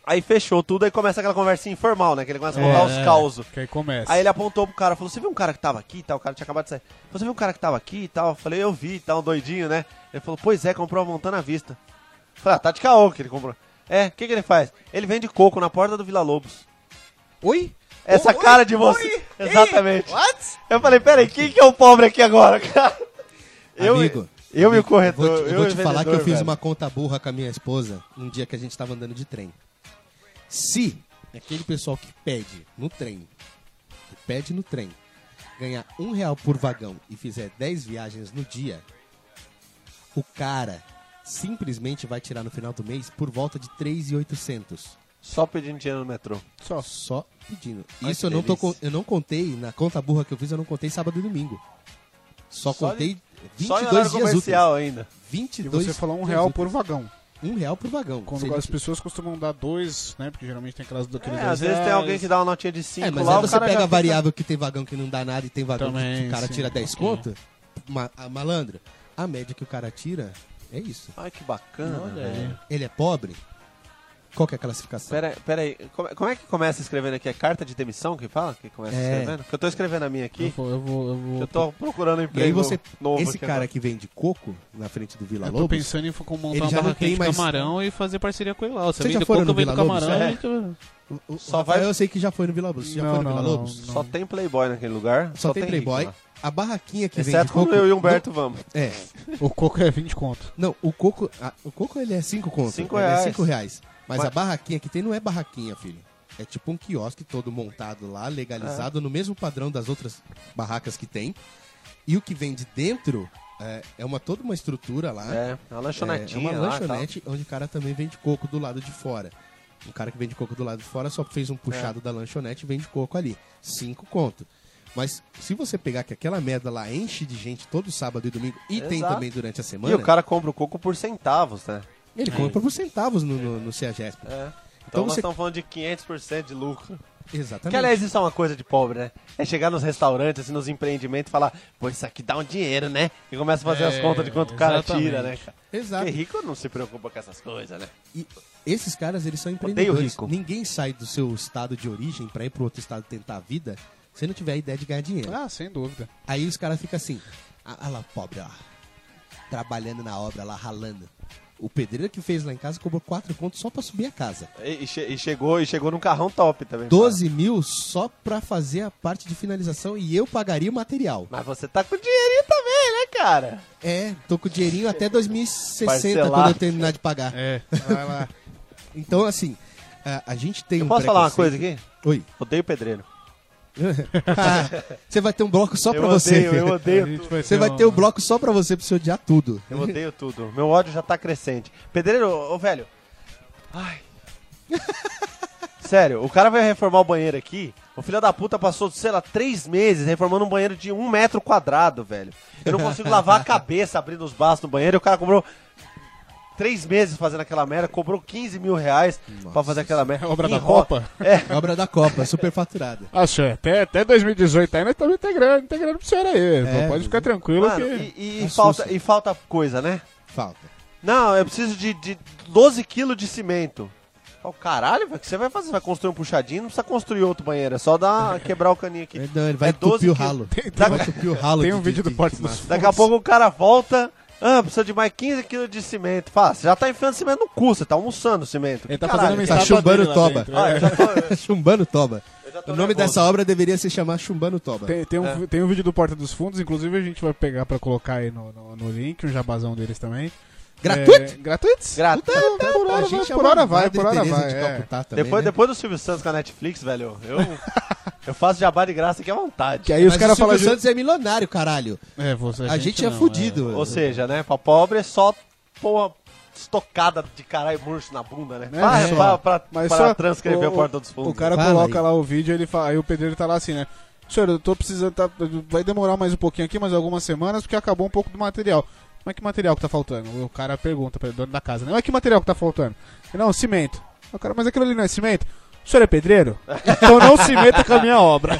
Speaker 4: Aí fechou tudo, aí começa aquela conversinha informal, né? Que ele começa a contar os causos.
Speaker 2: Que aí começa.
Speaker 4: Aí ele apontou pro cara, falou: Você viu um cara que tava aqui e tal? O cara tinha acabado de sair. Você viu um cara que tava aqui e tal? Eu falei: Eu vi e tal, um doidinho, né? Ele falou: Pois é, comprou uma montana à vista. Eu falei: Ah, tá de caô que ele comprou. É, o que, que ele faz? Ele vende coco na porta do Vila Lobos.
Speaker 3: Oi?
Speaker 4: Essa cara de você. Exatamente. Eu falei: Peraí, quem que é o pobre aqui agora, cara? Eu,
Speaker 3: Amigo,
Speaker 4: eu e o corretor.
Speaker 3: Vou te, eu
Speaker 4: eu
Speaker 3: vou
Speaker 4: e
Speaker 3: te
Speaker 4: o
Speaker 3: falar que eu
Speaker 4: vendedor,
Speaker 3: fiz
Speaker 4: velho.
Speaker 3: uma conta burra com a minha esposa num dia que a gente tava andando de trem. Se aquele pessoal que pede no trem, que pede no trem, ganhar um real por vagão e fizer 10 viagens no dia, o cara simplesmente vai tirar no final do mês por volta de 3,800.
Speaker 4: Só pedindo dinheiro no metrô.
Speaker 3: Só. Só pedindo.
Speaker 4: Ai,
Speaker 3: Isso eu
Speaker 4: que
Speaker 3: não, tô,
Speaker 4: delícia.
Speaker 3: con- eu não contei, na conta burra que eu fiz, eu não contei sábado e domingo. Só,
Speaker 4: Só
Speaker 3: contei 22
Speaker 4: Só em horário
Speaker 3: dias úteis.
Speaker 4: comercial ainda.
Speaker 2: E
Speaker 3: 22
Speaker 2: você falou um
Speaker 3: dias
Speaker 2: real
Speaker 3: úteis.
Speaker 2: por vagão.
Speaker 3: Um real por vagão.
Speaker 2: Quando
Speaker 3: Seria-
Speaker 2: as pessoas costumam dar dois, né? Porque geralmente tem aquelas daqueles
Speaker 4: É,
Speaker 2: dois
Speaker 4: às vezes tem
Speaker 2: reais.
Speaker 4: alguém que dá uma notinha de 5
Speaker 3: É, mas
Speaker 4: lá,
Speaker 3: aí
Speaker 4: o
Speaker 3: você
Speaker 4: cara
Speaker 3: pega
Speaker 4: já
Speaker 3: a
Speaker 4: fica-
Speaker 3: variável que tem vagão que não dá nada e tem vagão que
Speaker 2: Também,
Speaker 3: o cara
Speaker 2: sim,
Speaker 3: tira 10
Speaker 2: ok.
Speaker 3: conto. Ma- a malandro, a média que o cara tira é isso.
Speaker 4: Ai, que bacana, velho.
Speaker 3: Ele é pobre? Qual que é a classificação?
Speaker 4: Pera, pera aí, como, como é que começa escrevendo aqui? É carta de demissão que fala? Que começa
Speaker 3: É.
Speaker 4: escrevendo? Porque eu tô escrevendo a minha
Speaker 2: Eu
Speaker 4: aqui,
Speaker 2: vou, eu vou, eu vou-
Speaker 4: eu tô procurando um
Speaker 3: e aí
Speaker 4: emprego
Speaker 3: você,
Speaker 4: novo
Speaker 3: esse
Speaker 4: aqui
Speaker 3: cara
Speaker 4: agora.
Speaker 3: que vende coco na frente do Vila
Speaker 2: eu tô
Speaker 3: Lobos,
Speaker 2: pensando em f-
Speaker 3: Ele
Speaker 2: montar uma
Speaker 3: já não
Speaker 2: barraquinha
Speaker 3: tem
Speaker 2: de
Speaker 3: mais-
Speaker 2: camarão e fazer parceria com ele lá. Você
Speaker 3: Vocês já
Speaker 2: vende coco,
Speaker 3: foram
Speaker 2: eu
Speaker 3: no
Speaker 2: vendo
Speaker 3: Vila Lobos?
Speaker 2: camarão.
Speaker 4: É.
Speaker 2: a gente-
Speaker 3: o, o
Speaker 4: só
Speaker 3: Rafael,
Speaker 4: vai-
Speaker 3: eu sei que já foi no Vila Lobos. Você já
Speaker 2: Não,
Speaker 3: foi no
Speaker 2: não,
Speaker 3: Vila
Speaker 2: não,
Speaker 3: Lobos?
Speaker 2: não.
Speaker 4: Só tem Playboy naquele lugar.
Speaker 3: Só tem
Speaker 4: rico
Speaker 3: Playboy.
Speaker 4: lá.
Speaker 3: A barraquinha que vende
Speaker 4: Exceto
Speaker 3: coco...
Speaker 4: quando eu e o Humberto vamos.
Speaker 3: não- É,
Speaker 2: O coco é 20 conto.
Speaker 3: Não, o coco, a- o coco ele é 5 conto.
Speaker 4: Cinco
Speaker 3: ele
Speaker 4: reais.
Speaker 3: É 5 reais. Mas,
Speaker 4: Mas-
Speaker 3: a barraquinha que tem não é barraquinha, filho. É tipo um quiosque todo montado lá,
Speaker 4: É.
Speaker 3: legalizado, no mesmo padrão das outras barracas que tem. E o que vende dentro é, é uma toda uma estrutura lá.
Speaker 4: É, uma
Speaker 3: É, é
Speaker 4: lanchonetinha
Speaker 3: uma
Speaker 4: lá e tal.
Speaker 3: lanchonete onde o cara também vende coco do lado de fora. O cara que vende coco do lado de fora só
Speaker 4: É.
Speaker 3: fez um puxado da lanchonete e vende coco ali. Cinco conto. Mas se você pegar que aquela merda lá enche de gente todo sábado e domingo e tem
Speaker 4: Exato.
Speaker 3: também durante a semana.
Speaker 4: E o cara compra o coco por centavos, né?
Speaker 3: Ele compra por centavos no, no, no CEAGESP.
Speaker 4: É. Então,
Speaker 3: Então
Speaker 4: nós
Speaker 3: você-
Speaker 4: estamos falando de 500% de lucro.
Speaker 3: Exatamente.
Speaker 4: Que, aliás, isso é uma coisa de pobre, né? É chegar nos restaurantes, assim, nos empreendimentos e falar, pô, isso aqui dá um dinheiro, né? E começa a fazer as contas de quanto o cara
Speaker 2: exatamente.
Speaker 4: tira, né? cara?
Speaker 3: É, Exato.
Speaker 4: Porque rico não se preocupa com essas coisas, né?
Speaker 3: E esses caras, eles são
Speaker 4: Odeio
Speaker 3: empreendedores.
Speaker 4: rico.
Speaker 3: Ninguém sai do seu estado de origem pra ir pro outro estado tentar a vida se não tiver a ideia de ganhar dinheiro.
Speaker 2: Ah, sem dúvida.
Speaker 3: Aí os caras ficam assim, ah, ah lá, pobre lá, trabalhando na obra lá, ralando. O pedreiro que fez lá em casa cobrou 4 contos só pra subir a casa.
Speaker 4: E, e che- e chegou, e chegou num carrão top também.
Speaker 3: 12 mil só pra fazer a parte de finalização e eu pagaria o material.
Speaker 4: Mas você tá com dinheirinho também, né, cara?
Speaker 3: É, tô com o dinheirinho até 2060
Speaker 4: Parcelar.
Speaker 3: quando eu terminar de pagar.
Speaker 2: É, vai lá.
Speaker 3: Então, assim, a, a gente tem
Speaker 4: Eu
Speaker 3: um
Speaker 4: posso falar uma coisa
Speaker 3: preconceito-
Speaker 4: aqui?
Speaker 3: Oi.
Speaker 4: Odeio pedreiro.
Speaker 3: Ah, você vai ter um bloco só
Speaker 4: eu
Speaker 3: pra
Speaker 4: odeio,
Speaker 3: você. *laughs*
Speaker 4: eu
Speaker 2: A
Speaker 4: odeio
Speaker 2: gente
Speaker 4: tudo.
Speaker 3: Você vai
Speaker 2: um-
Speaker 3: ter um bloco só pra você pra você odiar tudo.
Speaker 4: Eu odeio tudo. Meu ódio já tá crescente. Pedreiro, ô ô, velho. Ai. *laughs* Sério, o cara veio reformar o banheiro aqui. O filho da puta passou, sei lá, três meses reformando um banheiro de um metro quadrado, velho. Eu não consigo lavar a cabeça abrindo os baços no banheiro. E o cara cobrou três meses fazendo aquela merda, cobrou 15 mil reais pra fazer aquela merda.
Speaker 2: É obra da
Speaker 4: Enrola-
Speaker 2: Copa?
Speaker 4: É,
Speaker 3: Obra da Copa, superfaturada.
Speaker 2: Ah, senhor, até, até 2018 aí nós estamos integrando, integrando pro senhor aí.
Speaker 3: É,
Speaker 4: Então
Speaker 2: pode ficar tranquilo
Speaker 4: mano,
Speaker 2: que... é
Speaker 4: e- e,
Speaker 3: Assusta.
Speaker 4: falta, e falta coisa, né?
Speaker 3: Falta.
Speaker 4: Não, eu preciso de, de 12 quilos de cimento. Ó, caralho, velho, o que você vai fazer? Você vai construir um puxadinho? Não precisa construir outro banheiro, é
Speaker 2: *laughs*
Speaker 4: só dar, quebrar o caninho aqui.
Speaker 3: Não, Então, ele vai
Speaker 4: É 12
Speaker 3: entupir o
Speaker 4: quilos.
Speaker 3: ralo.
Speaker 2: Tem-
Speaker 3: Ele vai entupir o ralo.
Speaker 2: Tem
Speaker 3: de-
Speaker 2: um vídeo
Speaker 3: de-
Speaker 2: do Porto
Speaker 3: de
Speaker 2: dos
Speaker 3: massa.
Speaker 4: Daqui a pouco o cara volta, ah, precisa de mais 15 quilos de cimento. Fala, você já tá enfiando cimento no cu, você tá almoçando cimento.
Speaker 2: Ele
Speaker 4: Que
Speaker 2: tá
Speaker 4: caralho,
Speaker 2: fazendo uma
Speaker 4: cara?
Speaker 2: estátua
Speaker 3: chumbando
Speaker 2: dele lá
Speaker 3: toba.
Speaker 2: dentro,
Speaker 4: Ah,
Speaker 2: é.
Speaker 4: eu já
Speaker 3: *laughs*
Speaker 4: tô-
Speaker 3: Chumbando Toba.
Speaker 4: eu já tô
Speaker 3: O nome
Speaker 4: nervoso.
Speaker 3: dessa obra deveria se chamar Chumbando Toba.
Speaker 2: Tem, tem um, tem um vídeo do Porta dos Fundos, inclusive a gente vai pegar pra colocar aí no, no, no link, um jabazão deles também.
Speaker 3: Gratuito?
Speaker 2: É, gratuitos?
Speaker 4: Gratuito.
Speaker 2: Então, Por hora,
Speaker 3: A
Speaker 2: vai,
Speaker 3: gente é
Speaker 2: por
Speaker 3: uma
Speaker 2: hora vai,
Speaker 3: Madre
Speaker 2: por hora
Speaker 3: Teresa
Speaker 2: vai.
Speaker 3: de
Speaker 2: é.
Speaker 3: Calcutá também,
Speaker 4: Depois,
Speaker 3: né?
Speaker 4: depois do Silvio Santos com a Netflix, velho, eu,
Speaker 2: *laughs*
Speaker 4: eu faço jabá de graça aqui à vontade.
Speaker 2: Que aí os
Speaker 3: Mas
Speaker 2: caras
Speaker 3: o Silvio
Speaker 2: falam...
Speaker 3: Santos é milionário, caralho.
Speaker 2: É, você,
Speaker 3: A gente, é
Speaker 2: não,
Speaker 3: fudido.
Speaker 4: Ou seja, né, pra pobre é só porra estocada de caralho murcho na bunda, né?
Speaker 2: Né?
Speaker 4: Pra,
Speaker 2: Só.
Speaker 4: pra, pra,
Speaker 2: Mas
Speaker 4: pra
Speaker 2: só-
Speaker 4: transcrever
Speaker 2: o-
Speaker 4: a porta dos fundos.
Speaker 2: O cara
Speaker 3: Fala
Speaker 2: coloca
Speaker 3: aí.
Speaker 2: lá o vídeo ele fala, aí o pedreiro tá lá assim, né? Senhor, eu tô precisando. tá- vai demorar mais um pouquinho aqui, mais algumas semanas, porque acabou um pouco do material. Mas que material que tá faltando? O cara pergunta pra dono da casa, né? Mas que material que tá faltando? Não, cimento. O cara, mas aquilo ali não é cimento? O senhor é pedreiro?
Speaker 4: *laughs*
Speaker 2: Então não se meta com a minha obra.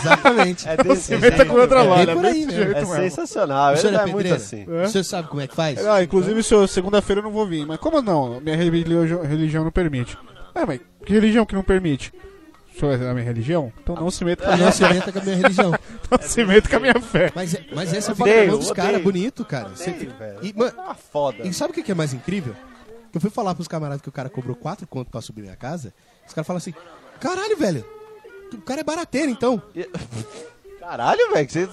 Speaker 3: Exatamente.
Speaker 4: *laughs* É desse
Speaker 2: se meta com o meu trabalho.
Speaker 3: por
Speaker 2: desse
Speaker 3: aí, né?
Speaker 2: jeito
Speaker 4: É
Speaker 2: mesmo.
Speaker 4: sensacional,
Speaker 3: O
Speaker 4: ele
Speaker 3: senhor
Speaker 4: é,
Speaker 3: é
Speaker 4: muito
Speaker 3: pedreiro?
Speaker 4: assim.
Speaker 3: O senhor sabe como é que faz?
Speaker 2: Ah, inclusive, senhor, segunda-feira eu não vou vir. Mas como não? Minha religião, religião não permite. É, mas que religião que não permite? O senhor é da minha religião? Então não se
Speaker 4: é
Speaker 2: meta com a minha,
Speaker 3: Não se alimenta com a minha religião.
Speaker 2: não se meta com a minha fé.
Speaker 3: Mas, é- mas essa é a
Speaker 4: Odeio,
Speaker 3: propaganda dos
Speaker 4: odeio.
Speaker 3: caras, bonito, cara. Você-
Speaker 4: velho.
Speaker 3: E, mano,
Speaker 4: Ah, foda.
Speaker 3: E sabe o que que é mais incrível? Eu fui falar pros camaradas que o cara cobrou 4 conto pra subir minha casa. Os caras falam assim: caralho, velho, o cara é barateiro então.
Speaker 4: Caralho, velho. que Vocês...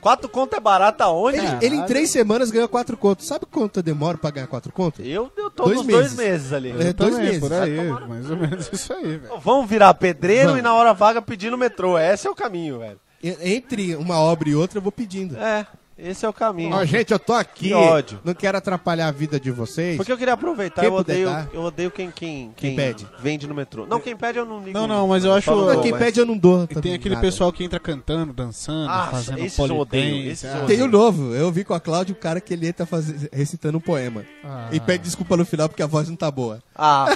Speaker 4: Quatro conto é barata onde?
Speaker 3: Ele, ele em 3 semanas ganhou 4 conto. Sabe quanto eu demoro pra ganhar 4 conto?
Speaker 4: Eu, eu tô
Speaker 3: Dois
Speaker 4: nos dois
Speaker 3: meses.
Speaker 4: meses ali.
Speaker 3: É, dois
Speaker 2: Também,
Speaker 3: meses.
Speaker 2: por aí, mais ou menos isso aí, velho.
Speaker 4: Vão virar pedreiro
Speaker 3: Vamos.
Speaker 4: e na hora vaga pedir no metrô. Esse é o caminho, velho.
Speaker 3: E- Entre uma obra e outra eu vou pedindo.
Speaker 4: É, esse é o caminho.
Speaker 3: Ó, gente, eu tô aqui.
Speaker 4: Que ódio.
Speaker 3: Não quero atrapalhar a vida de vocês.
Speaker 4: Porque eu ququeria aproveitar,
Speaker 3: Quem
Speaker 4: eu
Speaker 3: puder
Speaker 4: odeio,
Speaker 3: dar.
Speaker 4: eu odeio quem, quem,
Speaker 3: Quem pede.
Speaker 4: Vende no metrô. Não, quem pede eu não ligo.
Speaker 2: Não, não, mas eu acho-
Speaker 4: Só não
Speaker 3: Não,
Speaker 4: dou,
Speaker 3: quem
Speaker 4: mas-
Speaker 3: pede eu não dou.
Speaker 2: E tem
Speaker 3: também
Speaker 2: aquele
Speaker 3: nada.
Speaker 2: pessoal que entra cantando, dançando,
Speaker 4: Ah,
Speaker 2: fazendo
Speaker 4: esses eu odeio,
Speaker 2: polidense.
Speaker 4: esses eu
Speaker 2: Ah,
Speaker 4: odeio.
Speaker 3: Tem o novo, eu vi com a Cláudia o cara que ele tá faze- recitando um poema.
Speaker 2: Ah.
Speaker 3: E pede desculpa no final porque a voz não tá boa.
Speaker 4: Ah,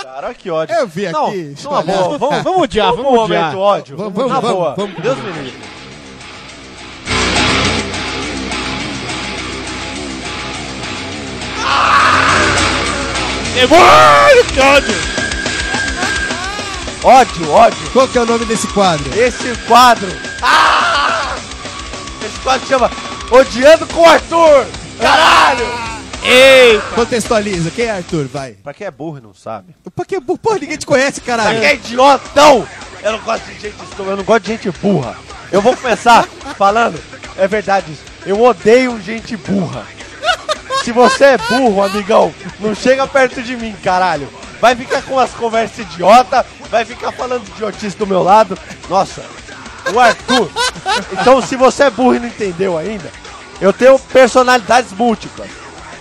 Speaker 4: cara, olha que ódio.
Speaker 3: Eu vim
Speaker 4: não,
Speaker 3: aqui
Speaker 4: Não,
Speaker 3: espalhar.
Speaker 4: boa,
Speaker 3: *laughs*
Speaker 4: vamos, vamos odiar, vamos, odiar. momento ódio.
Speaker 3: Vamos, vamos,
Speaker 4: na
Speaker 3: vamos,
Speaker 4: boa.
Speaker 3: vamos.
Speaker 4: Deus me livre. Ódio, ódio.
Speaker 3: Qual que é o nome desse quadro?
Speaker 4: Esse quadro. Ah! Esse quadro chama Odiando com Arthur. Caralho.
Speaker 3: Contextualiza, quem é Arthur? Vai.
Speaker 4: Pra quem é burro e não sabe.
Speaker 3: Pra que, porra, ninguém te conhece,
Speaker 4: Pra
Speaker 3: caralho.
Speaker 4: quem é idiotão. Eu não gosto de gente estúpida, eu não gosto de gente burra. Eu vou começar *laughs* falando, é verdade isso. Eu odeio gente burra. Se você é burro, amigão, não chega perto de mim, caralho. Vai ficar com as conversas idiota, vai ficar falando idiotice do meu lado. Nossa, o Arthur. Então, se você é burro e não entendeu ainda, eu tenho personalidades múltiplas.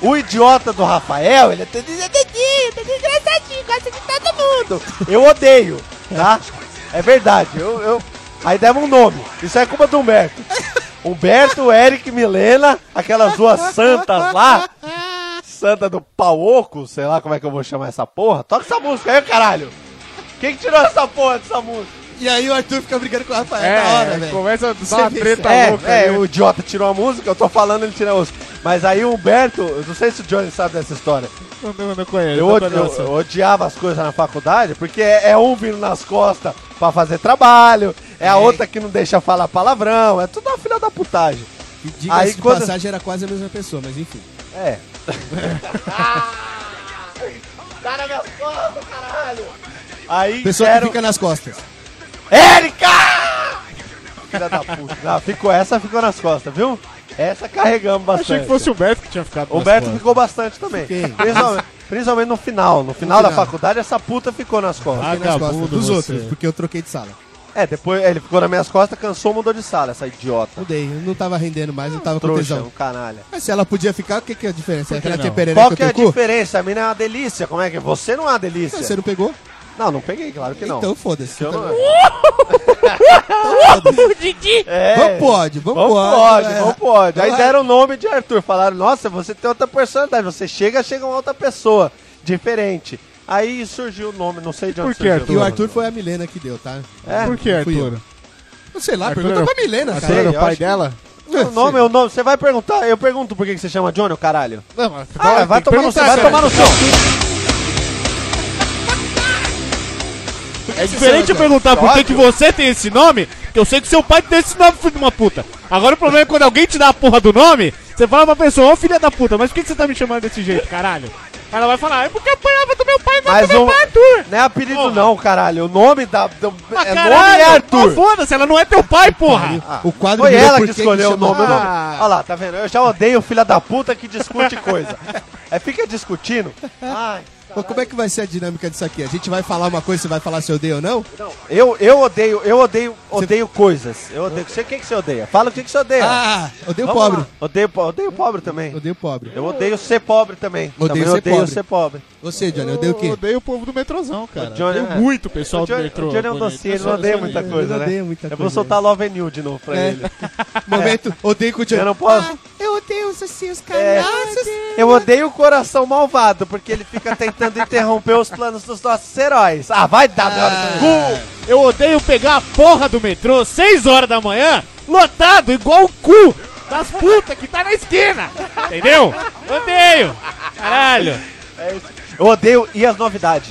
Speaker 4: O idiota do Rafael, ele é todo engraçadinho, todo engraçadinho, gosta de todo mundo. Eu odeio, tá? É verdade, eu, eu... Aí dava um nome. Isso é culpa do Humberto. Humberto, Eric, Milena, aquelas duas santas lá, Santa do pau oco, sei lá como é que eu vou chamar essa porra. Toca essa música aí, caralho. Quem que tirou essa porra dessa música?
Speaker 3: E aí o Arthur fica brigando com o Rafael
Speaker 2: É,
Speaker 3: da hora,
Speaker 2: é,
Speaker 3: velho.
Speaker 2: começa a
Speaker 3: Você
Speaker 2: dar uma
Speaker 3: vê
Speaker 2: treta
Speaker 4: é,
Speaker 2: louca.
Speaker 4: é,
Speaker 2: né?
Speaker 4: o idiota tirou a música, eu tô falando, ele tira a música. Mas aí o Humberto, eu não sei se o Johnny sabe dessa história.
Speaker 2: eu não, eu não conheço.
Speaker 4: Eu,
Speaker 2: tá
Speaker 4: odi- eu-
Speaker 2: falando assim.
Speaker 4: eu odiava as coisas na faculdade, porque é, é um vindo nas costas pra fazer trabalho, é a outra que não deixa falar palavrão, é tudo uma filha da putagem.
Speaker 3: E diga-se
Speaker 4: Aí
Speaker 3: de
Speaker 4: quando-
Speaker 3: passagem, era quase a mesma pessoa, mas enfim.
Speaker 4: É.
Speaker 5: Cara, meus corpos, caralho!
Speaker 4: Aí
Speaker 3: Pessoa
Speaker 4: quero...
Speaker 3: que fica nas costas.
Speaker 4: Érica! Filha da puta. Não, ficou, essa ficou nas costas, viu? Essa carregamos bastante.
Speaker 2: Achei que fosse o Beto que tinha ficado.
Speaker 4: O
Speaker 2: nas
Speaker 4: Beto
Speaker 2: costas.
Speaker 4: ficou bastante também.
Speaker 3: Fiquei.
Speaker 4: Principalmente, principalmente no final. No final da faculdade, essa puta ficou nas costas.
Speaker 3: Fiquei nas costas
Speaker 2: Vagabundo
Speaker 3: dos
Speaker 2: você.
Speaker 3: outros, porque eu troquei de sala.
Speaker 4: É, depois ele ficou nas minhas costas, cansou, mudou de sala, essa idiota.
Speaker 3: Mudei, eu não tava rendendo mais, não tava com
Speaker 4: Trouxa,
Speaker 3: tesão.
Speaker 4: um canalha.
Speaker 3: Mas se ela podia ficar, o que que é a diferença? É que
Speaker 2: que
Speaker 3: ela tinha
Speaker 2: não?
Speaker 3: perereca
Speaker 4: Qual
Speaker 3: no
Speaker 4: que é a
Speaker 3: teu cu?
Speaker 4: diferença? A mina é uma delícia. Como é que é? Você não é uma delícia.
Speaker 3: Você não pegou?
Speaker 4: Não, não peguei, claro que não.
Speaker 3: Então foda-se.
Speaker 4: Eu não-
Speaker 6: Didi!
Speaker 4: É.
Speaker 3: Vamos pode, vamos
Speaker 4: Vamos
Speaker 3: pode.
Speaker 4: pode,
Speaker 3: é.
Speaker 4: vamos pode. Aí
Speaker 3: Vai.
Speaker 4: deram o nome de Arthur, falaram, nossa, você tem outra personalidade, você chega, chega uma outra pessoa, diferente. Aí surgiu o nome, não sei de onde
Speaker 2: Por que,
Speaker 4: surgiu.
Speaker 3: E o Arthur foi a Milena que deu, tá?
Speaker 4: É.
Speaker 2: Por que,
Speaker 3: Não fui eu.
Speaker 2: Arthur?
Speaker 3: Não sei lá,
Speaker 2: Arthur
Speaker 3: pergunta
Speaker 2: era-
Speaker 3: pra Milena,
Speaker 2: Arthur
Speaker 3: cara.
Speaker 2: era
Speaker 4: eu
Speaker 2: o pai
Speaker 4: acho que-
Speaker 2: dela?
Speaker 4: O nome, é o nome, você vai perguntar, eu pergunto por que que você chama Johnny, o caralho.
Speaker 2: Não, mas
Speaker 4: Ah, vai tomar no seu, vai tomar no seu.
Speaker 2: É diferente eu perguntar por que, que você tem esse nome, que eu sei que seu pai tem esse nome, filho de uma puta. Agora o problema é quando alguém te dá a porra do nome, você fala pra pessoa, ô filha da puta, mas por que, que você tá me chamando desse jeito, caralho? Ela vai falar, é porque eu apanhava do meu pai, mas
Speaker 4: Mas
Speaker 2: do meu
Speaker 4: um,
Speaker 2: pai, Arthur.
Speaker 4: não é apelido
Speaker 2: Porra.
Speaker 4: não, caralho, o nome da, do,
Speaker 2: Ah,
Speaker 4: é
Speaker 2: caralho,
Speaker 4: nome é
Speaker 2: ah,
Speaker 4: Arthur.
Speaker 2: foda-se, ela não é teu pai, porra.
Speaker 3: O quadro
Speaker 4: Foi
Speaker 3: virou
Speaker 4: ela
Speaker 3: por
Speaker 4: que escolheu
Speaker 3: me
Speaker 4: o nome.
Speaker 3: chamou-
Speaker 4: o nome.
Speaker 2: Ah.
Speaker 4: Olha lá, tá vendo? Eu já odeio filha da puta que discute coisa. É, fica discutindo. Ai,
Speaker 3: Mas como é que vai ser a dinâmica disso aqui? A gente vai falar uma coisa, você vai falar se eu odeio ou não?
Speaker 4: eu, eu odeio, eu odeio, odeio coisas. Eu odeio. Você, o que, que você odeia? Fala o que, que você odeia.
Speaker 3: Ah, odeio
Speaker 4: Vamos
Speaker 3: pobre.
Speaker 4: lá. Odeio, po- odeio pobre também.
Speaker 3: Odeio pobre.
Speaker 4: Eu odeio ser pobre também.
Speaker 3: Odeio
Speaker 4: também
Speaker 3: ser
Speaker 4: odeio
Speaker 3: pobre.
Speaker 4: ser pobre.
Speaker 3: Você, Johnny, odeio o quê?
Speaker 2: Eu odeio o povo do metrozão, cara.
Speaker 4: O Johnny-
Speaker 2: odeio
Speaker 4: é.
Speaker 2: muito o pessoal
Speaker 4: o Johnny,
Speaker 2: do metrô.
Speaker 4: o Johnny é um
Speaker 2: bonito.
Speaker 4: docinho, ele
Speaker 2: Eu
Speaker 4: não
Speaker 2: só-
Speaker 4: odeia
Speaker 2: só-
Speaker 4: muita coisa,
Speaker 3: Ele
Speaker 4: né?
Speaker 3: odeia muita
Speaker 4: eu vou
Speaker 3: coisa,
Speaker 4: soltar Love and New de novo pra
Speaker 3: É.
Speaker 4: ele.
Speaker 3: Momento, odeio com o Johnny. Ah,
Speaker 4: Eu não posso.
Speaker 6: Eu odeio os seus
Speaker 4: É, eu odeio o coração malvado, porque ele fica tentando interromper os planos dos nossos heróis. Ah, vai dar ah. cu!
Speaker 2: Eu odeio pegar a porra do metrô 6 horas da manhã, lotado, igual o cu das putas que tá na esquina. Entendeu? Odeio. Caralho.
Speaker 4: Eu odeio e as novidades.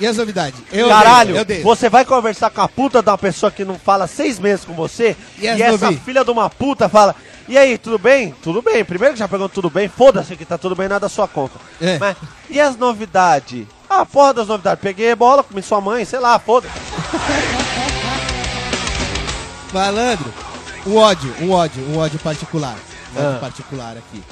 Speaker 3: E as novidades? Eu
Speaker 4: Caralho,
Speaker 3: odeio, eu odeio.
Speaker 4: você vai conversar com a puta de uma pessoa que não fala seis meses com você
Speaker 3: E as
Speaker 4: e essa
Speaker 3: novi?
Speaker 4: filha de uma puta fala. E aí, tudo bem? Tudo bem. Primeiro que já perguntou tudo bem, foda-se que tá tudo bem, nada da sua conta.
Speaker 3: É.
Speaker 4: Mas, e as novidades? Ah, porra das novidades. Peguei bola, comi sua mãe, sei lá, foda-se.
Speaker 3: Malandro, um ódio, um ódio, um ódio particular. Um
Speaker 4: Ah.
Speaker 3: ódio particular aqui.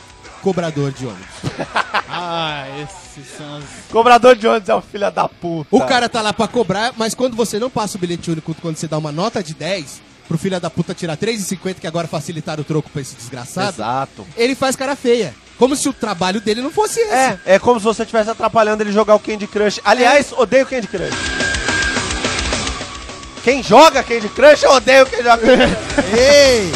Speaker 3: Cobrador de ônibus.
Speaker 4: Tá.
Speaker 2: Ah, esses são os...
Speaker 4: Cobrador de ônibus é um filho da puta.
Speaker 3: O cara tá lá pra cobrar, mas quando você não passa o bilhete único, quando você dá uma nota de 10 pro filho da puta tirar 3,50, que agora facilitaram o troco pra esse desgraçado,
Speaker 4: Exato.
Speaker 3: ele faz cara feia. Como se o trabalho dele não fosse esse.
Speaker 4: É, é como se você estivesse atrapalhando ele jogar o Candy Crush.
Speaker 3: É.
Speaker 4: Aliás, odeio Candy Crush. Quem joga Candy Crush, eu odeio quem joga Candy Crush.
Speaker 3: *laughs* Ei!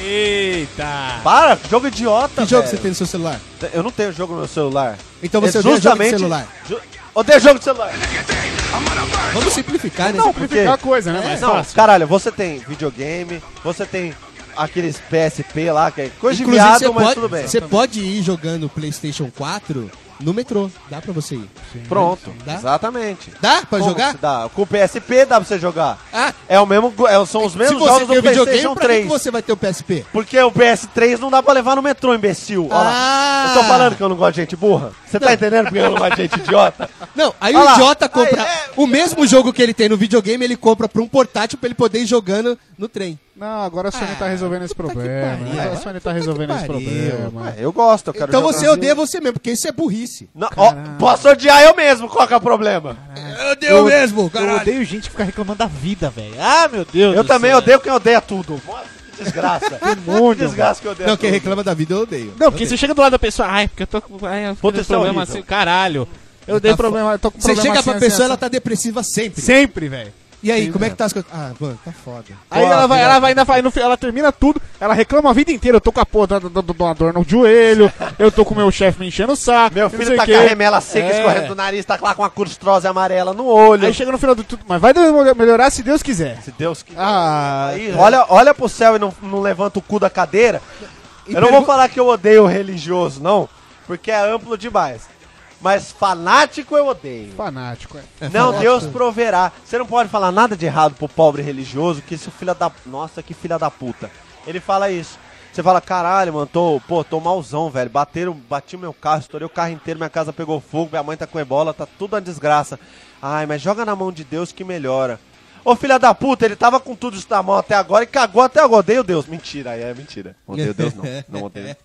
Speaker 2: Eita.
Speaker 4: Para, jogo idiota,
Speaker 3: Que jogo você
Speaker 4: velho.
Speaker 3: tem no seu celular?
Speaker 4: Eu não tenho jogo no meu celular.
Speaker 3: Então você
Speaker 4: É
Speaker 3: odeia jogo de celular?
Speaker 4: ju- Odeio jogo de celular.
Speaker 3: Vamos simplificar, né?
Speaker 4: Não, porque... É,
Speaker 2: Simplificar a coisa, né? Mais
Speaker 4: não,
Speaker 2: fácil.
Speaker 4: caralho, você tem videogame, você tem aqueles PSP lá, que é coisa
Speaker 3: Inclusive,
Speaker 4: de
Speaker 3: você
Speaker 4: viado, mas
Speaker 3: pode,
Speaker 4: tudo bem.
Speaker 3: Você pode ir jogando PlayStation 4 no metrô. Dá pra você ir.
Speaker 4: Pronto,
Speaker 3: Dá?
Speaker 4: exatamente.
Speaker 3: Dá pra
Speaker 4: Como
Speaker 3: jogar?
Speaker 4: que Dá. Com o PSP dá pra você jogar.
Speaker 3: Ah,
Speaker 4: É o mesmo, go- é- são os mesmos jogos do PlayStation
Speaker 3: pra que
Speaker 4: 3.
Speaker 3: que você vai ter o PSP?
Speaker 4: Porque o PS3 não dá pra levar no metrô, imbecil. Olha lá.
Speaker 3: Ah.
Speaker 4: Eu tô falando que eu não gosto de gente burra. Você tá entendendo porque eu não gosto de gente idiota?
Speaker 3: Não, aí
Speaker 4: Olha
Speaker 3: o
Speaker 4: lá.
Speaker 3: idiota compra
Speaker 4: Aí, é-
Speaker 3: o mesmo jogo que ele tem no videogame, ele compra pra um portátil pra ele poder ir jogando no trem.
Speaker 2: Não, agora a Sony tá resolvendo esse problema.
Speaker 3: pariu.
Speaker 2: Agora a Sony tá resolvendo esse
Speaker 3: pariu.
Speaker 2: problema.
Speaker 4: Ué, eu gosto, eu quero
Speaker 3: então
Speaker 4: jogar.
Speaker 3: você odeia você mesmo, porque isso é burrice.
Speaker 4: Não, ó, posso odiar eu mesmo, qual que é o problema?
Speaker 3: Eu odeio mesmo,
Speaker 2: Eu odeio gente que fica reclamando da vida, velho. Ah, meu Deus.
Speaker 4: Eu
Speaker 2: do
Speaker 4: também
Speaker 2: céu.
Speaker 4: odeio quem odeia tudo. Nossa,
Speaker 3: *laughs*
Speaker 4: que desgraça. que
Speaker 2: Demônio,
Speaker 4: desgraça que eu odeio
Speaker 3: Não, quem
Speaker 4: tudo.
Speaker 3: reclama da vida eu odeio.
Speaker 2: Não, porque você chega do lado da pessoa, ai, porque eu tô com ai, eu tô
Speaker 4: Puta,
Speaker 2: com
Speaker 4: isso é
Speaker 2: problema
Speaker 4: horrível.
Speaker 2: assim, caralho. Eu dei problema, eu tô com
Speaker 3: Você
Speaker 2: problema
Speaker 3: chega
Speaker 2: assim,
Speaker 3: pra
Speaker 2: assim,
Speaker 3: pessoa,
Speaker 2: assim.
Speaker 3: ela tá depressiva sempre.
Speaker 2: Sempre, né? velho.
Speaker 3: E aí, como é que tá as coisas? Ah, mano, tá foda.
Speaker 2: *laughs* Aí
Speaker 4: Porra,
Speaker 2: ela vai,
Speaker 4: filha
Speaker 2: ela vai ainda vai, no fim, ela termina tudo, ela reclama a vida inteira, eu tô com a porra da- da- da- de uma dor no
Speaker 4: *laughs*
Speaker 2: joelho, eu tô com meu chefe me enchendo o saco,
Speaker 4: Meu
Speaker 2: não
Speaker 4: filho
Speaker 2: sei
Speaker 4: tá
Speaker 2: o quê.
Speaker 4: com a remela seca
Speaker 2: É.
Speaker 4: escorrendo do nariz, tá lá com uma crustrosa amarela no olho.
Speaker 2: Aí chega no final do tudo, mas vai de- melhorar se Deus quiser.
Speaker 4: Se Deus quiser.
Speaker 2: Ah,
Speaker 4: Aí, né? olha, olha pro céu e não, não levanta o cu da cadeira. eu não vou falar que eu odeio religioso, não, porque é amplo demais. Mas fanático eu odeio.
Speaker 2: fanático, é.
Speaker 4: não, Deus proverá. Você não pode falar nada de errado pro pobre religioso, que isso filha da. Nossa, que filha da puta. Ele fala isso. Você fala, caralho, mano, tô, pô, tô malzão, velho. Bateram, bati o meu carro, estourei o carro inteiro, minha casa pegou fogo, minha mãe tá com ebola, tá tudo uma desgraça. Ai, mas joga na mão de Deus que melhora. Ô filha da puta, ele tava com tudo isso na mão até agora e cagou até agora. Odeio Deus. Mentira, aí é mentira. Odeio Deus não. Não
Speaker 3: *laughs*
Speaker 4: odeio.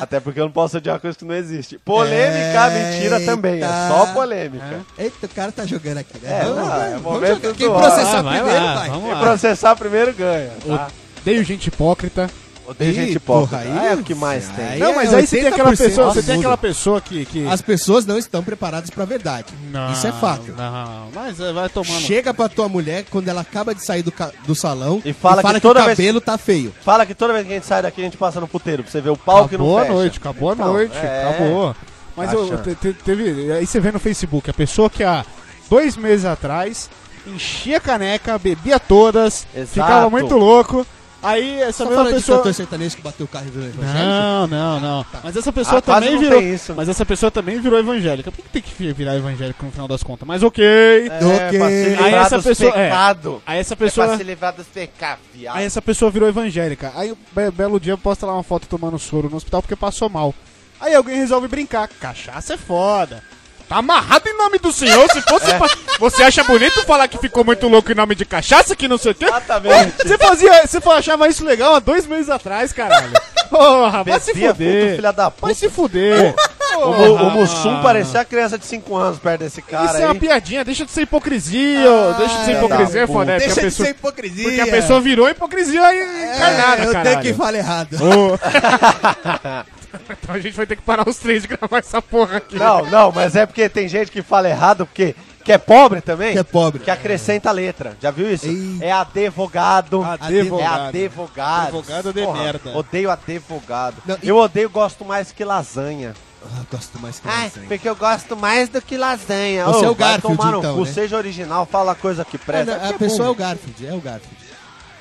Speaker 4: Até porque eu não posso odiar uma coisa que não existe. Polêmica, mentira também. É só polêmica.
Speaker 3: Eita, o cara tá jogando aqui, né?
Speaker 4: É,
Speaker 3: Vamos,
Speaker 4: não, é
Speaker 3: vamos
Speaker 4: momento
Speaker 3: jogar.
Speaker 4: do
Speaker 3: Quem
Speaker 4: ó.
Speaker 3: processar
Speaker 2: Ah, vai
Speaker 3: primeiro,
Speaker 2: lá,
Speaker 3: vai.
Speaker 2: vamos
Speaker 4: Quem
Speaker 2: lá.
Speaker 4: processar primeiro ganha. Tá?
Speaker 2: Odeio gente hipócrita.
Speaker 4: Odeio gente
Speaker 3: Ih,
Speaker 4: hipócrita.
Speaker 3: porra,
Speaker 4: Ah, é
Speaker 3: aí-
Speaker 4: o que mais tem.
Speaker 3: aí
Speaker 2: Não, mas aí você tem aquela
Speaker 3: 80%
Speaker 2: pessoa, você tem
Speaker 3: muda.
Speaker 2: aquela pessoa que. que...
Speaker 3: As pessoas não estão preparadas pra verdade.
Speaker 2: Não,
Speaker 3: Isso é fato.
Speaker 2: Não, mas é, vai tomando.
Speaker 3: Chega pra tua mulher quando ela acaba de sair do, ca- do salão
Speaker 4: E fala que
Speaker 3: que,
Speaker 4: toda
Speaker 3: o
Speaker 4: vez-
Speaker 3: cabelo tá feio.
Speaker 4: Fala que toda vez que a gente sai daqui, a gente passa no puteiro pra você ver o pau que
Speaker 2: Acabou
Speaker 4: não
Speaker 2: a
Speaker 4: fecha.
Speaker 2: Ah, noite, acabou a
Speaker 4: Então,
Speaker 2: noite,
Speaker 4: é.
Speaker 2: acabou. Mas eu-
Speaker 4: Acha.
Speaker 2: te- te- teve. Aí você vê no Facebook, a pessoa que há dois meses atrás enchia a caneca, bebia todas,
Speaker 4: Exato.
Speaker 2: ficava muito louco. Aí essa
Speaker 3: Só
Speaker 2: mesma
Speaker 3: falando de
Speaker 2: pessoa.
Speaker 3: cantor sertanejo que bateu o carro e virou evangélico?
Speaker 2: Não, é, não, não.
Speaker 3: Tá.
Speaker 2: Mas essa pessoa
Speaker 4: Ah, quase
Speaker 2: também
Speaker 4: não
Speaker 2: virou.
Speaker 4: tem isso, né?
Speaker 2: Mas essa pessoa também virou evangélica. Por que tem que virar evangélico no final das contas? Mas ok.
Speaker 4: É, pra se livrar
Speaker 2: Aí essa
Speaker 4: dos
Speaker 2: pessoa- é.
Speaker 4: pecado.
Speaker 2: Aí essa
Speaker 5: É pra
Speaker 2: pessoa.
Speaker 5: se livrar dos pecados, viado.
Speaker 2: Aí essa pessoa virou evangélica. Aí um be- belo dia posta lá uma foto tomando soro no hospital porque passou mal. Aí alguém resolve brincar. Cachaça é foda. Tá amarrado em nome do senhor. Se fosse. pra- Você acha bonito falar que ficou muito louco em nome de cachaça, que não sei o quê?
Speaker 4: Exatamente.
Speaker 2: Você fazia. Você achava isso legal há dois meses atrás, caralho. Porra, vai se
Speaker 4: Bebia, puto,
Speaker 2: fuder.
Speaker 4: filha da
Speaker 2: Vai
Speaker 4: puta.
Speaker 2: se fuder.
Speaker 4: O,
Speaker 2: Porra,
Speaker 4: Mu- o Mussum
Speaker 2: mano.
Speaker 4: parecia a criança de 5 anos perto desse cara
Speaker 2: Isso
Speaker 4: aí.
Speaker 2: é uma piadinha, deixa de ser hipocrisia, ó, deixa de ser
Speaker 4: filha
Speaker 2: hipocrisia,
Speaker 4: da
Speaker 2: é foda, é, porque, a pessoa,
Speaker 3: hipocrisia. É,
Speaker 2: porque a pessoa virou hipocrisia encarnada,
Speaker 3: eu
Speaker 2: caralho.
Speaker 3: tenho que falar errado.
Speaker 2: Ô. *laughs* então a gente vai ter que parar os três de gravar essa porra aqui.
Speaker 4: Não, não, mas é porque tem gente que fala errado porque que é pobre também.
Speaker 3: Que é pobre.
Speaker 4: Que acrescenta a letra. Já viu isso?
Speaker 3: Eita.
Speaker 4: É advogado.
Speaker 2: Advogado.
Speaker 4: É advogado.
Speaker 2: Advogado de merda.
Speaker 4: Odeio advogado.
Speaker 3: Não, e-
Speaker 4: Eu odeio, gosto mais que lasanha.
Speaker 3: Ah, gosto mais que
Speaker 5: Ai,
Speaker 3: lasanha.
Speaker 5: porque eu gosto mais do que lasanha.
Speaker 3: Você é o
Speaker 4: vai
Speaker 3: Garfield,
Speaker 4: tomar no
Speaker 3: então,
Speaker 4: cu,
Speaker 3: né?
Speaker 4: Seja original, fala coisa que
Speaker 3: Ah,
Speaker 4: presta.
Speaker 3: não,
Speaker 4: Aqui
Speaker 3: a
Speaker 4: é
Speaker 3: pessoa é o
Speaker 4: burro.
Speaker 3: Garfield, é o Garfield.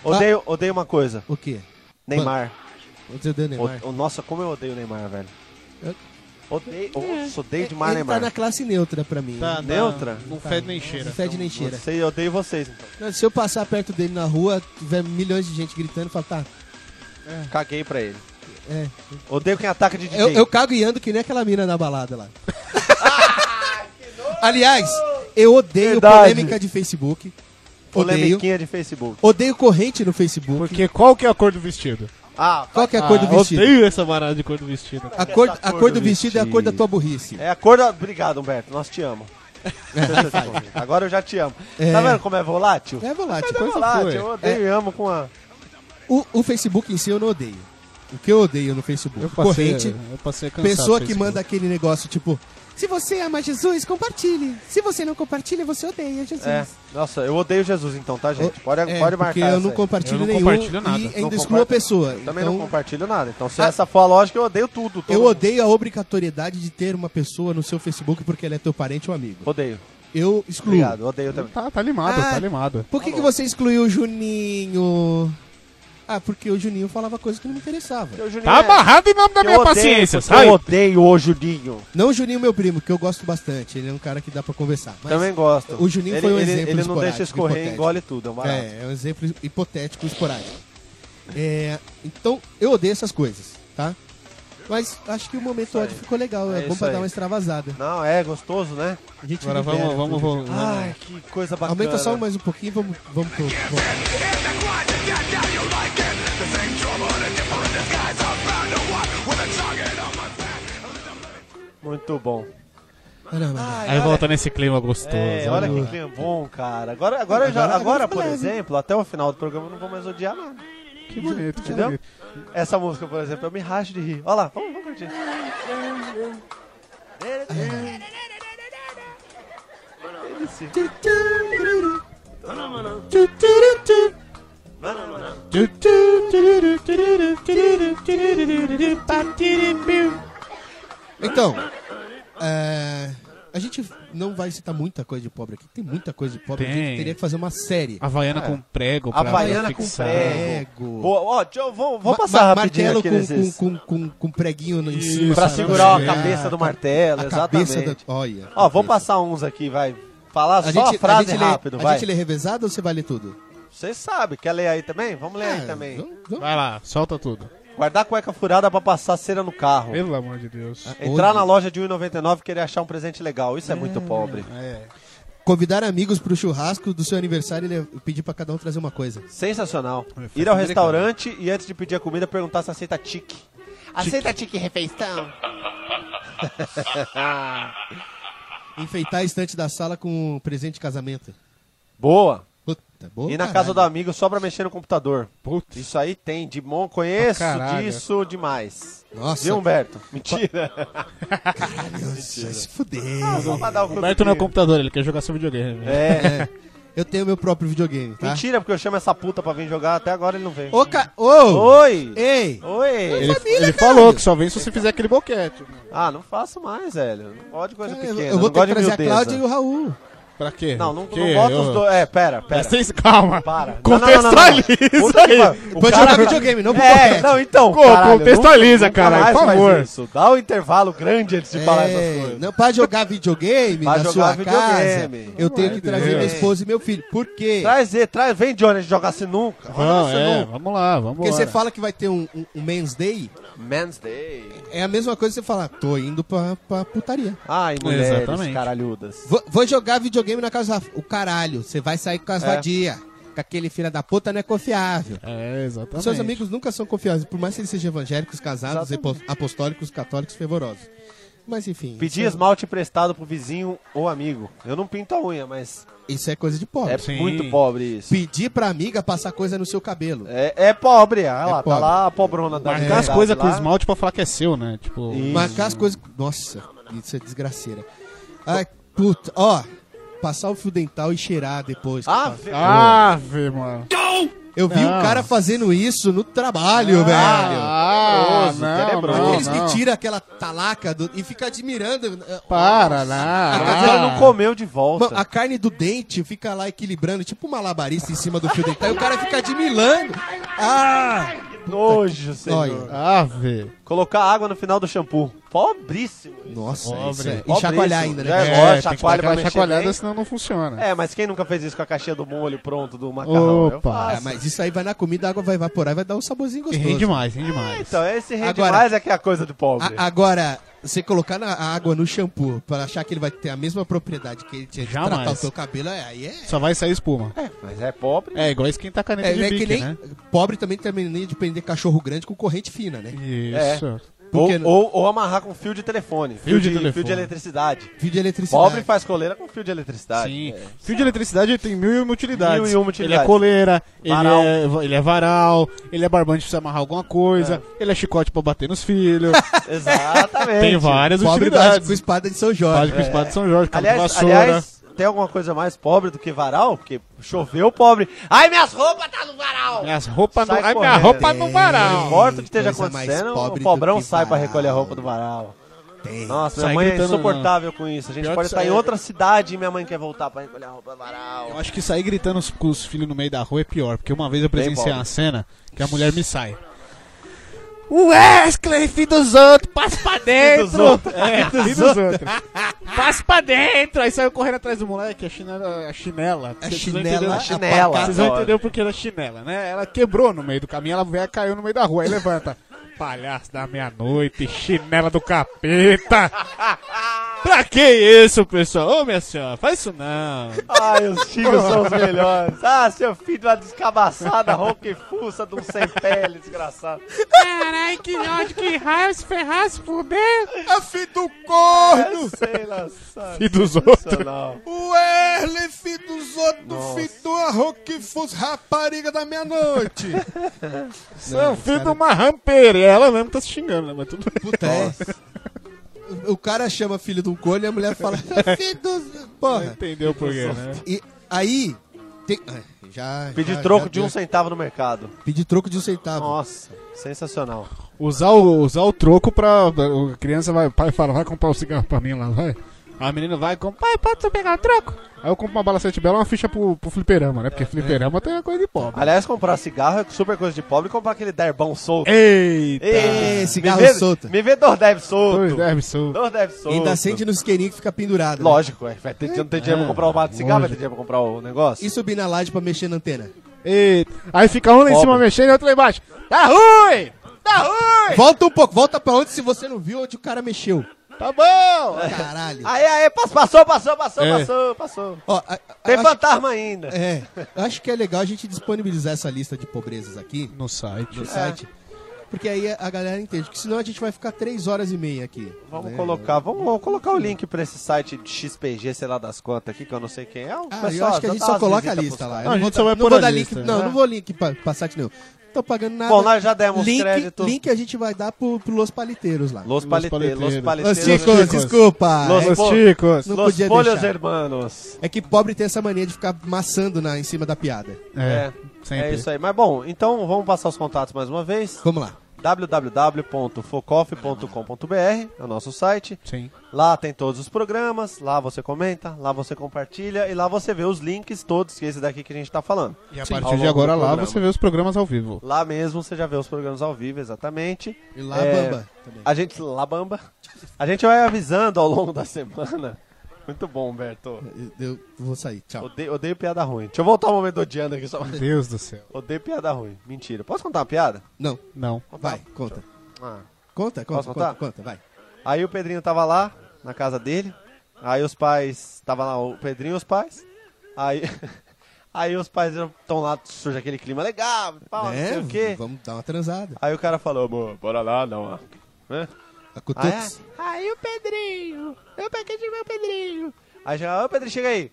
Speaker 4: Odeio, odeio uma coisa.
Speaker 3: O quê?
Speaker 4: Neymar.
Speaker 3: Você deu Neymar?
Speaker 4: O, o- nossa, como eu odeio o Neymar, velho.
Speaker 3: Eu-
Speaker 4: Odeio, nossa, odeio demais
Speaker 3: Ele tá
Speaker 4: Neymar.
Speaker 3: na classe neutra pra mim.
Speaker 2: Tá,
Speaker 4: Neutra?
Speaker 2: Não fede nem cheira.
Speaker 3: Não fede nem cheira.
Speaker 4: Não sei, eu odeio vocês, então.
Speaker 3: Não, se eu passar perto dele na rua, tiver milhões de gente gritando, eu falo, tá.
Speaker 4: Caguei pra ele.
Speaker 3: É.
Speaker 4: Odeio quem ataca de DJ.
Speaker 3: Eu, eu cago e ando que nem aquela mina na balada lá. Aliás, eu odeio
Speaker 4: Verdade.
Speaker 3: polêmica de Facebook. Odeio.
Speaker 4: Polemiquinha de Facebook.
Speaker 3: Odeio corrente no Facebook.
Speaker 2: Porque qual que é a cor do vestido?
Speaker 4: Ah,
Speaker 3: Qual que é a cor do
Speaker 2: eu
Speaker 3: vestido?
Speaker 2: odeio essa barada de cor do vestido.
Speaker 3: A cor, a
Speaker 4: cor
Speaker 3: cor
Speaker 4: do
Speaker 3: do vestido é a cor da tua burrice.
Speaker 4: é a cor da... Obrigado, Humberto. Nós
Speaker 3: *laughs*
Speaker 4: te amo. Agora eu já te amo.
Speaker 3: É.
Speaker 4: Tá vendo como é volátil?
Speaker 3: É volátil.
Speaker 4: É volátil. Eu odeio e amo com a...
Speaker 3: O, o Facebook em si eu não odeio. O que eu odeio no Facebook? corrente.
Speaker 2: eu passei cansado.
Speaker 3: Pessoa
Speaker 2: do
Speaker 3: que
Speaker 2: Facebook.
Speaker 3: manda aquele negócio tipo: Se você ama Jesus, compartilhe. Se você não compartilha, você odeia Jesus.
Speaker 4: É. Nossa, eu odeio Jesus então, tá, gente? Pode,
Speaker 3: É,
Speaker 4: pode
Speaker 3: porque
Speaker 4: marcar
Speaker 3: eu não
Speaker 4: essa aí.
Speaker 3: compartilho
Speaker 2: Eu não
Speaker 3: nenhum
Speaker 2: compartilho nada.
Speaker 3: e ainda
Speaker 4: Não
Speaker 3: excluo a
Speaker 4: compartilho.
Speaker 3: pessoa.
Speaker 4: Também
Speaker 3: então,
Speaker 4: não compartilho nada. Então, se
Speaker 3: Ah.
Speaker 4: essa for a lógica, eu odeio tudo. todo
Speaker 3: eu
Speaker 4: mundo.
Speaker 3: odeio a obrigatoriedade de ter uma pessoa no seu Facebook porque ela é teu parente ou amigo.
Speaker 4: Odeio.
Speaker 3: Eu excluo.
Speaker 4: Obrigado, odeio também.
Speaker 2: Tá, tá limado,
Speaker 3: Ah.
Speaker 2: tá limado.
Speaker 3: Por que, que você excluiu o Juninho? Ah, porque o Juninho falava coisa que não me interessava.
Speaker 4: Porque o Juninho
Speaker 2: Tá
Speaker 4: é-
Speaker 2: amarrado em nome da
Speaker 4: eu
Speaker 2: minha
Speaker 4: odeio,
Speaker 2: paciência,
Speaker 4: porque
Speaker 2: sai.
Speaker 4: Eu odeio o Juninho.
Speaker 3: Não o Juninho, meu primo, que eu gosto bastante. Ele é um cara que dá pra conversar. Mas
Speaker 4: Também gosto.
Speaker 3: o Juninho
Speaker 4: ele,
Speaker 3: foi um
Speaker 4: ele,
Speaker 3: exemplo
Speaker 4: Ele não
Speaker 3: esporádico,
Speaker 4: deixa escorrer,
Speaker 3: hipotético.
Speaker 4: engole tudo. É um barato.
Speaker 3: É, é um exemplo hipotético, esporádico. É, então, eu odeio essas coisas, tá? Mas acho que o momento ódio ficou legal.
Speaker 4: É
Speaker 3: É, bom
Speaker 4: isso
Speaker 3: pra
Speaker 4: aí.
Speaker 3: dar uma extravasada.
Speaker 4: Não, é gostoso, né? Uhum.
Speaker 3: A gente
Speaker 2: Agora
Speaker 3: libera
Speaker 2: vamos, vamos,
Speaker 3: pro
Speaker 2: vamos.
Speaker 3: Ah,
Speaker 4: Ai, que coisa bacana.
Speaker 3: Aumenta só mais um pouquinho, vamos, vamos pro. vamos.
Speaker 4: Muito bom.
Speaker 3: Caramba.
Speaker 2: Aí volta nesse clima gostoso.
Speaker 4: É, olha que clima bom, cara. Agora, agora, eu já,
Speaker 3: Agora- é
Speaker 4: agora
Speaker 3: agora
Speaker 4: por
Speaker 3: ficou leve.
Speaker 4: exemplo, até o final do programa eu não vou mais odiar nada.
Speaker 2: que bonito, que
Speaker 4: Entendeu?
Speaker 2: bonito.
Speaker 4: Essa música, por exemplo, eu me racho de rir. Olha lá, vamos, vamos curtir.
Speaker 3: Então, é, a gente não vai citar muita coisa de pobre aqui. Tem muita coisa de pobre. A
Speaker 2: Tem.
Speaker 3: gente teria que fazer uma série.
Speaker 4: Ah,
Speaker 2: Havaiana com prego pra
Speaker 4: Havaiana com
Speaker 2: fixar.
Speaker 4: prego. Boa, ó, deixa eu- vou, vou
Speaker 3: Ma-
Speaker 4: passar
Speaker 3: ma-
Speaker 4: rapidinho
Speaker 3: martelo
Speaker 4: aqui
Speaker 3: com,
Speaker 4: nesses-
Speaker 3: com, com, com, com preguinho no- em
Speaker 2: Isso,
Speaker 3: cima.
Speaker 4: Pra
Speaker 3: sabe?
Speaker 4: segurar a
Speaker 3: É,
Speaker 4: cabeça do martelo,
Speaker 3: a
Speaker 4: exatamente.
Speaker 3: cabeça da. Olha.
Speaker 4: Ó, vou
Speaker 3: cabeça.
Speaker 4: passar uns aqui, vai. Falar
Speaker 3: A
Speaker 4: só
Speaker 3: gente,
Speaker 4: a frase
Speaker 3: a gente lê,
Speaker 4: rápido,
Speaker 3: a
Speaker 4: vai.
Speaker 3: gente lê revezado ou você vai ler tudo?
Speaker 4: Vocês sabem. Quer ler aí também? Vamos ler aí
Speaker 3: É,
Speaker 4: também.
Speaker 3: vamos- vamos-
Speaker 2: Vai lá, solta tudo.
Speaker 4: Guardar a cueca furada pra passar cera no carro.
Speaker 2: Pelo amor de Deus.
Speaker 4: Entrar
Speaker 3: Onde?
Speaker 4: na loja de 1,99 e querer achar um presente legal. Isso é muito pobre.
Speaker 3: Convidar amigos pro churrasco do seu aniversário e le- pedir pra cada um trazer uma coisa.
Speaker 4: Sensacional. Ir ao restaurante e antes de pedir a comida perguntar se aceita tique.
Speaker 5: Aceita tique refeição?
Speaker 3: Enfeitar a estante da sala com um presente de casamento.
Speaker 4: Boa.
Speaker 3: Puta, boa.
Speaker 4: Ir na
Speaker 3: caralho.
Speaker 4: casa do amigo só pra mexer no computador.
Speaker 2: Putz.
Speaker 4: Isso aí tem. De bom, conheço
Speaker 2: Pra caralho.
Speaker 4: disso demais.
Speaker 3: Nossa.
Speaker 4: Viu, Humberto? Mentira.
Speaker 3: Nossa, vai se fuder.
Speaker 4: Só pra dar o
Speaker 2: Humberto não é computador, ele quer jogar seu videogame.
Speaker 4: É.
Speaker 3: Eu tenho meu próprio videogame, tá?
Speaker 4: Mentira, porque eu chamo essa puta pra vir jogar. Até agora ele não veio.
Speaker 3: Ô, ca... Ô!
Speaker 4: Oi!
Speaker 3: Ei!
Speaker 4: Oi!
Speaker 2: Ele, ele tá falou que só vem se você fizer aquele boquete. né?
Speaker 4: Ah, não faço mais, velho. Não pode coisa
Speaker 3: Eu,
Speaker 4: pequena.
Speaker 3: eu vou
Speaker 4: não
Speaker 3: ter
Speaker 4: gosto
Speaker 3: que
Speaker 4: de
Speaker 3: trazer a
Speaker 4: miudeza.
Speaker 3: Cláudia e o Raul.
Speaker 2: Pra quê?
Speaker 4: Não, não, não
Speaker 2: Que
Speaker 4: bota
Speaker 2: eu-
Speaker 4: os dois. É, pera, pera.
Speaker 2: Vocês, calma.
Speaker 4: Para.
Speaker 2: Contextualiza
Speaker 4: Puta que
Speaker 2: aí.
Speaker 4: pariu. O
Speaker 3: Pode
Speaker 4: cara-
Speaker 3: jogar videogame, não
Speaker 4: É,
Speaker 3: boquete.
Speaker 4: não, então.
Speaker 2: Co-
Speaker 4: caralho,
Speaker 2: contextualiza,
Speaker 4: nunca
Speaker 2: cara,
Speaker 4: mais
Speaker 2: por
Speaker 4: faz
Speaker 2: favor.
Speaker 4: Isso. Dá um intervalo grande antes de falar essas coisas.
Speaker 3: É, Não, pra jogar videogame
Speaker 4: *laughs* Pra
Speaker 3: na
Speaker 4: jogar
Speaker 3: sua casa,
Speaker 4: videogame.
Speaker 3: eu tenho que trazer
Speaker 2: Deus.
Speaker 3: minha esposa e meu filho. Por quê?
Speaker 4: Traz ele, traz. Vem, Johnny, a gente joga sinuca.
Speaker 2: Vamos, é, vamos lá, vamos
Speaker 3: Porque
Speaker 2: lá.
Speaker 3: você fala que vai ter um, um, um Men's Day,
Speaker 4: Man's Day.
Speaker 3: é a mesma coisa que você falar, tô indo pra, pra putaria.
Speaker 4: Ai, mulheres
Speaker 2: Exatamente.
Speaker 4: caralhudas.
Speaker 3: Vou, vou jogar videogame na casa da... O caralho, você vai sair com as
Speaker 4: É.
Speaker 3: vadia. Com aquele filho da puta não é confiável.
Speaker 2: É, exatamente.
Speaker 3: Seus amigos nunca são confiáveis, por mais que eles sejam evangélicos, casados, apo- apostólicos, católicos, fervorosos. Mas enfim,
Speaker 4: Pedir
Speaker 3: isso,
Speaker 4: esmalte emprestado pro vizinho ou amigo. Eu não pinto a unha, mas
Speaker 3: é, isso é coisa de pobre.
Speaker 4: é
Speaker 2: Sim.
Speaker 4: muito pobre isso.
Speaker 3: Pedir pra amiga passar coisa no seu cabelo.
Speaker 4: É, é pobre,
Speaker 3: É
Speaker 4: ah, lá,
Speaker 3: pobre.
Speaker 4: tá lá a pobrona da
Speaker 2: Marcar as
Speaker 4: verdade
Speaker 2: coisas com
Speaker 4: lá.
Speaker 2: esmalte pra falar que é seu, né? Tipo,
Speaker 4: Isso.
Speaker 3: Marcar as coisas. Nossa, isso é desgraceira. Ai, puta, ó. Passar o fio dental e cheirar depois.
Speaker 4: Ah,
Speaker 3: cara.
Speaker 4: fe-
Speaker 2: Ave, mano.
Speaker 3: eu vi um
Speaker 2: não.
Speaker 3: cara fazendo isso no trabalho, velho.
Speaker 2: Ah, não,
Speaker 4: tenebroso.
Speaker 2: não,
Speaker 3: Aqueles
Speaker 2: não.
Speaker 3: que tiram aquela talaca do- e fica admirando. eh,
Speaker 2: Para, não.
Speaker 4: Mas ela
Speaker 2: Ah.
Speaker 4: não comeu de volta.
Speaker 3: Mano, a carne do dente fica lá equilibrando, tipo um malabarista em cima do fio dental, e o cara fica admirando. Ah!
Speaker 4: Que nojo, senhor.
Speaker 3: Olha.
Speaker 2: Ave.
Speaker 4: Colocar água no final do shampoo. Pobríssimo.
Speaker 3: Nossa,
Speaker 2: Pobre,
Speaker 3: isso é. E
Speaker 4: pobríssimo.
Speaker 3: chacoalhar ainda,
Speaker 4: Já
Speaker 3: né?
Speaker 4: é lógico,
Speaker 2: tem que dar
Speaker 4: chacoalha pra
Speaker 2: aquela
Speaker 4: mexer
Speaker 2: chacoalhada,
Speaker 4: bem.
Speaker 2: senão não funciona.
Speaker 4: É, mas quem nunca fez isso com a caixinha do molho pronto do macarrão? Eu
Speaker 2: Opa.
Speaker 4: faço.
Speaker 3: Ah, mas isso aí vai na comida, a água vai evaporar e vai dar um saborzinho
Speaker 2: E
Speaker 3: gostoso.
Speaker 2: rende mais, rende mais.
Speaker 4: Então, esse rende
Speaker 3: Agora-
Speaker 4: mais é que é a coisa de pobre.
Speaker 3: A- agora, você colocar na a água no shampoo pra achar que ele vai ter a mesma propriedade que ele tinha de
Speaker 2: Jamais.
Speaker 3: tratar o seu cabelo, é, aí é.
Speaker 2: Só vai sair espuma.
Speaker 4: Mas é pobre.
Speaker 2: É, igual esquentar a caneta
Speaker 3: É,
Speaker 2: de
Speaker 3: é
Speaker 2: bique,
Speaker 3: que nem
Speaker 2: né?
Speaker 3: pobre também termina de prender cachorro grande com corrente fina, né?
Speaker 4: É.
Speaker 2: Isso.
Speaker 4: Ou,
Speaker 3: Porque-
Speaker 4: ou- ou amarrar com fio de telefone.
Speaker 2: Fio de telefone.
Speaker 4: Fio de eletricidade.
Speaker 3: Fio de eletricidade.
Speaker 4: Pobre faz coleira com fio de eletricidade.
Speaker 2: Sim.
Speaker 4: É.
Speaker 2: Fio de eletricidade ele tem mil e uma utilidades.
Speaker 4: Mil e uma utilidades.
Speaker 2: Ele é coleira,
Speaker 4: Varal.
Speaker 2: Ele, é, ele é varal, ele é barbante pra amarrar alguma coisa, ele é tipo, chicote pra bater nos filhos. *laughs*
Speaker 4: Exatamente.
Speaker 2: tem várias
Speaker 3: Pobre bate
Speaker 2: utilidades.
Speaker 3: com espada de São
Speaker 2: Faz
Speaker 3: Jorge.
Speaker 2: com espada de São
Speaker 4: Tá
Speaker 2: Jorge, cabo de
Speaker 4: Aliás,
Speaker 2: vassoura.
Speaker 4: aliás, tem alguma coisa mais pobre do que varal? Porque choveu pobre. Ai, minhas roupas tá no varal!
Speaker 2: Minhas roupas no...
Speaker 4: Sai
Speaker 2: Ai, minha
Speaker 4: correndo.
Speaker 2: roupa no
Speaker 4: Não
Speaker 2: varal.
Speaker 4: importa o que esteja
Speaker 3: coisa mais
Speaker 4: acontecendo,
Speaker 3: pobre
Speaker 4: o
Speaker 3: do
Speaker 4: pobrão
Speaker 3: que
Speaker 4: sai pra
Speaker 3: varal.
Speaker 4: recolher a roupa do varal.
Speaker 3: Tem.
Speaker 4: Nossa,
Speaker 2: Sai
Speaker 4: minha mãe
Speaker 2: gritando,
Speaker 4: é insuportável com isso. A gente
Speaker 2: Pior que
Speaker 4: pode estar
Speaker 2: sai-
Speaker 4: em outra cidade e minha mãe quer voltar pra recolher a roupa do
Speaker 2: Eu
Speaker 4: varal.
Speaker 2: acho que sair gritando os- com os filhos no meio da rua é pior, porque uma vez eu presenciei
Speaker 4: pobre.
Speaker 2: uma cena que a mulher me sai. Wesley, filho dos outros, passa pra dentro!
Speaker 4: dos outros.
Speaker 2: É, filho dos outros. passa pra dentro! Aí saiu correndo atrás do moleque, a chinela. A chinela. é Vocês
Speaker 3: A
Speaker 2: vão
Speaker 3: chinela,
Speaker 2: entender-
Speaker 3: a
Speaker 4: chinela.
Speaker 3: pacata.
Speaker 2: Vocês vão entender o porquê da chinela, né? Ela quebrou no meio do caminho, ela veio, caiu no meio da rua, aí levanta. Palhaço da meia-noite, chinela do *laughs* capeta! Pra que isso, pessoal? Ô, minha senhora, faz isso não!
Speaker 4: Ai, os tios são os melhores. Ah, seu filho de uma descabaçada, roupa e fuça de um sem pele, desgraçado.
Speaker 2: Caralho, que ódio, que raiva, se ferrar, se fuder.
Speaker 3: A filho do corno!
Speaker 4: É, sei lá, sabe?
Speaker 2: E dos outros.
Speaker 4: Sensacional.
Speaker 3: O Erle, filho dos outros, filho do arroquifos, rapariga da
Speaker 4: *laughs*
Speaker 3: meia-noite.
Speaker 2: São filho de uma rampeira. E ela mesmo tá se xingando, né? Mas tudo bem.
Speaker 3: Puta, é. O cara chama filho de um corno e a mulher fala, filho
Speaker 4: *laughs*
Speaker 3: dos... Porra.
Speaker 2: Entendeu por quê, né?
Speaker 3: E aí. Tem, ah, já.
Speaker 4: Pedir
Speaker 3: já-
Speaker 4: troco
Speaker 3: já-
Speaker 4: de um centavo no mercado.
Speaker 3: Pedir troco de um centavo.
Speaker 4: Nossa, sensacional.
Speaker 2: Usar o, usar o troco pra. A criança vai. O pai fala, vai comprar um cigarro pra mim lá, vai. A menina vai e compra, pai, pode só pegar o troco? Aí eu compro uma bala sete bela e uma ficha pro, pro fliperama, né? Porque fliperama tem a coisa de pobre.
Speaker 4: Aliás, comprar cigarro é super coisa de pobre. Comprar aquele derbão solto.
Speaker 2: Eita!
Speaker 4: Ei,
Speaker 3: cigarro
Speaker 4: me vê,
Speaker 3: solto.
Speaker 4: Me vê Dordeb
Speaker 2: Dois
Speaker 4: solto.
Speaker 2: deve um, solto.
Speaker 4: Dordeb solto.
Speaker 3: Ainda assim, acende no isqueirinho que fica pendurado. né?
Speaker 4: Lógico, é. Vai ter, não tem dinheiro pra comprar o mato de cigarro, vai
Speaker 2: lógico.
Speaker 4: ter dinheiro pra comprar o negócio.
Speaker 3: E subir na laje pra mexer na antena.
Speaker 2: Eita. Aí fica um lá em cima mexendo e outro lá embaixo. Tá ruim! Tá ruim!
Speaker 3: Volta um pouco, volta pra onde se você não viu onde o cara
Speaker 4: *laughs*
Speaker 3: mexeu.
Speaker 2: Tá bom!
Speaker 3: Caralho.
Speaker 4: Aí, aí, pas- passou, passou, passou,
Speaker 3: É.
Speaker 4: passou, passou.
Speaker 3: Ó, a- a-
Speaker 4: Tem
Speaker 3: acho-
Speaker 4: fantasma ainda.
Speaker 3: É, acho que é legal a gente disponibilizar essa lista de pobrezas aqui
Speaker 2: No site.
Speaker 3: no
Speaker 4: É.
Speaker 3: site. Porque aí a galera entende, que senão a gente vai ficar três horas e meia aqui.
Speaker 4: Vamos
Speaker 3: né?
Speaker 4: colocar, vamos, vamos colocar o link pra esse site de XPG, sei lá das quantas aqui, que eu não sei quem é. O
Speaker 3: Ah, eu
Speaker 4: pessoal
Speaker 3: acho que a
Speaker 4: dá
Speaker 3: gente
Speaker 4: umas
Speaker 3: só coloca a
Speaker 4: visitas
Speaker 3: lista
Speaker 4: pros
Speaker 3: lá.
Speaker 4: caras.
Speaker 3: Eu
Speaker 2: a
Speaker 3: não,
Speaker 2: gente
Speaker 3: vou,
Speaker 2: só vai
Speaker 3: não
Speaker 2: pôr
Speaker 3: vou
Speaker 2: a
Speaker 3: dar
Speaker 2: lista,
Speaker 3: link. Não,
Speaker 2: né?
Speaker 3: não vou link pra, pra site não. Tô pagando nada.
Speaker 4: Bom, nós já demos
Speaker 3: link,
Speaker 4: crédito.
Speaker 3: link a gente vai dar pro, pro Los Paliteiros lá.
Speaker 4: Los Paleteiros, Los
Speaker 2: Paleteiros.
Speaker 3: Los
Speaker 4: Paleteiros.
Speaker 2: Los
Speaker 3: Chicos,
Speaker 2: Chicos.
Speaker 3: desculpa.
Speaker 4: Los
Speaker 3: É
Speaker 2: Os
Speaker 4: Pô,
Speaker 2: chicos.
Speaker 3: não
Speaker 4: Los
Speaker 3: podia
Speaker 4: Polhos
Speaker 3: deixar.
Speaker 4: Hermanos.
Speaker 3: É que pobre tem essa mania de ficar maçando na, em cima da piada.
Speaker 4: É,
Speaker 2: É, sempre.
Speaker 4: é isso aí. Mas bom, então vamos passar os contatos mais uma vez.
Speaker 3: Vamos lá.
Speaker 4: www.focoff.com.br é o nosso site.
Speaker 2: Sim.
Speaker 4: Lá tem todos os programas, lá você comenta, lá você compartilha e lá você vê os links todos, que é esse daqui que a gente tá falando.
Speaker 2: E a
Speaker 4: Sim. Ao
Speaker 2: partir
Speaker 4: longo
Speaker 2: de
Speaker 4: do
Speaker 2: agora lá
Speaker 4: programa.
Speaker 2: você vê os programas ao vivo.
Speaker 4: Lá mesmo você já vê os programas ao vivo, exatamente. É,
Speaker 3: E lá, Bamba, também.
Speaker 4: A gente, lá bamba. A gente vai avisando ao longo da *laughs* semana. Muito bom, Humberto.
Speaker 3: Eu, eu vou sair, tchau.
Speaker 4: Odeio, odeio piada ruim. Deixa eu voltar um momento odiando aqui só.
Speaker 2: Meu Deus do céu.
Speaker 4: Odeio piada ruim. Mentira. Posso contar uma piada?
Speaker 3: Não,
Speaker 2: Não.
Speaker 3: vai, conta.
Speaker 4: Ah.
Speaker 3: Conta,
Speaker 4: Posso
Speaker 3: conta,
Speaker 4: contar?
Speaker 3: conta, conta, vai.
Speaker 4: Aí o Pedrinho tava lá, na casa dele. Aí os pais. Tava lá o Pedrinho e os pais. Aí. *laughs* Aí os pais estão lá, surge aquele clima legal, pau, não sei o quê.
Speaker 3: Né? Vamos dar uma transada.
Speaker 4: Aí o cara falou, amor, bora lá, não. Né?
Speaker 3: A
Speaker 4: Aí,
Speaker 3: Cututs.
Speaker 4: aí o Pedrinho, eu peguei de meu Pedrinho. Aí chega, ô Pedrinho, chega aí.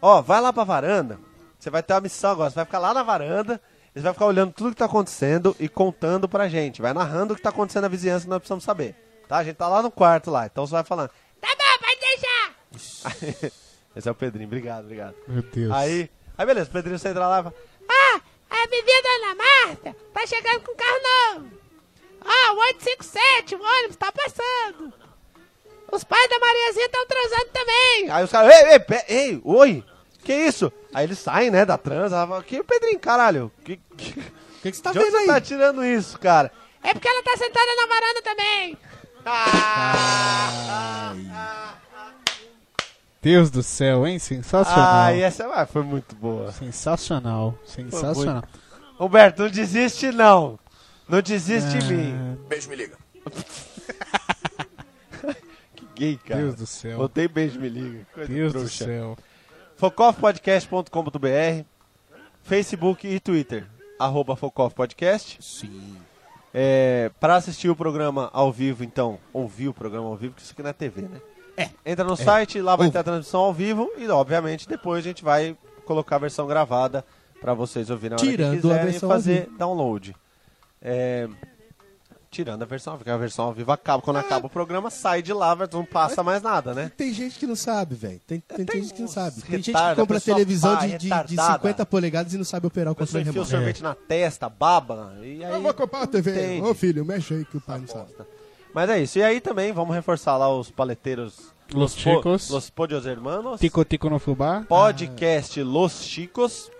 Speaker 4: Ó, vai lá pra varanda, você vai ter uma missão agora, você vai ficar lá na varanda, você vai ficar olhando tudo que tá acontecendo e contando pra gente, vai narrando o que tá acontecendo na vizinhança que nós precisamos saber. Tá? A gente tá lá no quarto lá, então você vai falando.
Speaker 6: Tá bom, pode deixar.
Speaker 4: Esse é o Pedrinho, obrigado, obrigado.
Speaker 2: Meu Deus.
Speaker 4: Aí, aí beleza, o Pedrinho você entra lá e fala,
Speaker 6: Ah, a bebida Ana Marta tá chegando com um carro novo. Ah, o 857, o ônibus tá passando. Os pais da Mariazinha estão transando também.
Speaker 4: Aí os caras, ei, ei, pe- ei, oi, que isso? Aí eles saem, né, da transa, ela fala, que Pedrinho, caralho, que, que...
Speaker 3: O que, que você tá
Speaker 4: de onde
Speaker 3: vendo
Speaker 4: você
Speaker 3: aí?
Speaker 4: tá tirando isso, cara?
Speaker 6: É porque ela tá sentada na varanda também.
Speaker 2: Deus do céu, hein? Sensacional.
Speaker 4: Ah, e essa ah, foi muito boa.
Speaker 2: Sensacional. Sensacional.
Speaker 4: Roberto, não desiste não. Não desiste de mim.
Speaker 2: Ah.
Speaker 9: Beijo, me liga.
Speaker 4: *laughs* Que gay, cara.
Speaker 2: Deus do céu.
Speaker 4: Botei beijo, me liga. que Coisa
Speaker 2: Deus do
Speaker 4: trouxa.
Speaker 2: céu.
Speaker 4: Focofpodcast.com.br Facebook e Twitter. Arroba Focoff Podcast.
Speaker 3: Sim.
Speaker 4: É, para assistir o programa ao vivo, então, ouvir o programa ao vivo, que isso aqui não é TV, né? É. Entra no site, lá vai
Speaker 3: Ouve.
Speaker 4: ter a transmissão ao vivo e, obviamente, depois a gente vai colocar a versão gravada para vocês ouvirem a hora
Speaker 3: Tirando
Speaker 4: que
Speaker 3: a
Speaker 4: quiserem e
Speaker 3: versão ao
Speaker 4: fazer download. É, tirando a versão ao vivo, porque a versão ao vivo acaba. Quando
Speaker 3: Ah.
Speaker 4: acaba o programa, sai de lá, vai- não passa mais nada, né?
Speaker 3: Tem gente que não sabe, velho. Tem, tem,
Speaker 4: Tem
Speaker 3: gente que não
Speaker 4: uns
Speaker 3: sabe. Tem gente que
Speaker 4: retarda,
Speaker 3: compra
Speaker 4: pessoa
Speaker 3: televisão
Speaker 4: pá,
Speaker 3: de, de, de
Speaker 4: retardada.
Speaker 3: 50 polegadas e não sabe operar o
Speaker 4: A pessoa
Speaker 3: controle
Speaker 4: enfia o
Speaker 3: remoto. É.
Speaker 4: sorvete
Speaker 2: É.
Speaker 4: na testa, baba, e aí...
Speaker 3: Eu vou comprar a TV.
Speaker 4: Entende.
Speaker 3: Ô filho, mexe aí que o pai não sabe.
Speaker 4: Mas é isso. E aí também, vamos reforçar lá os paleteiros...
Speaker 2: Los
Speaker 4: po-
Speaker 2: Chicos.
Speaker 4: Los Podios Hermanos.
Speaker 2: Tico Tico no Fubá.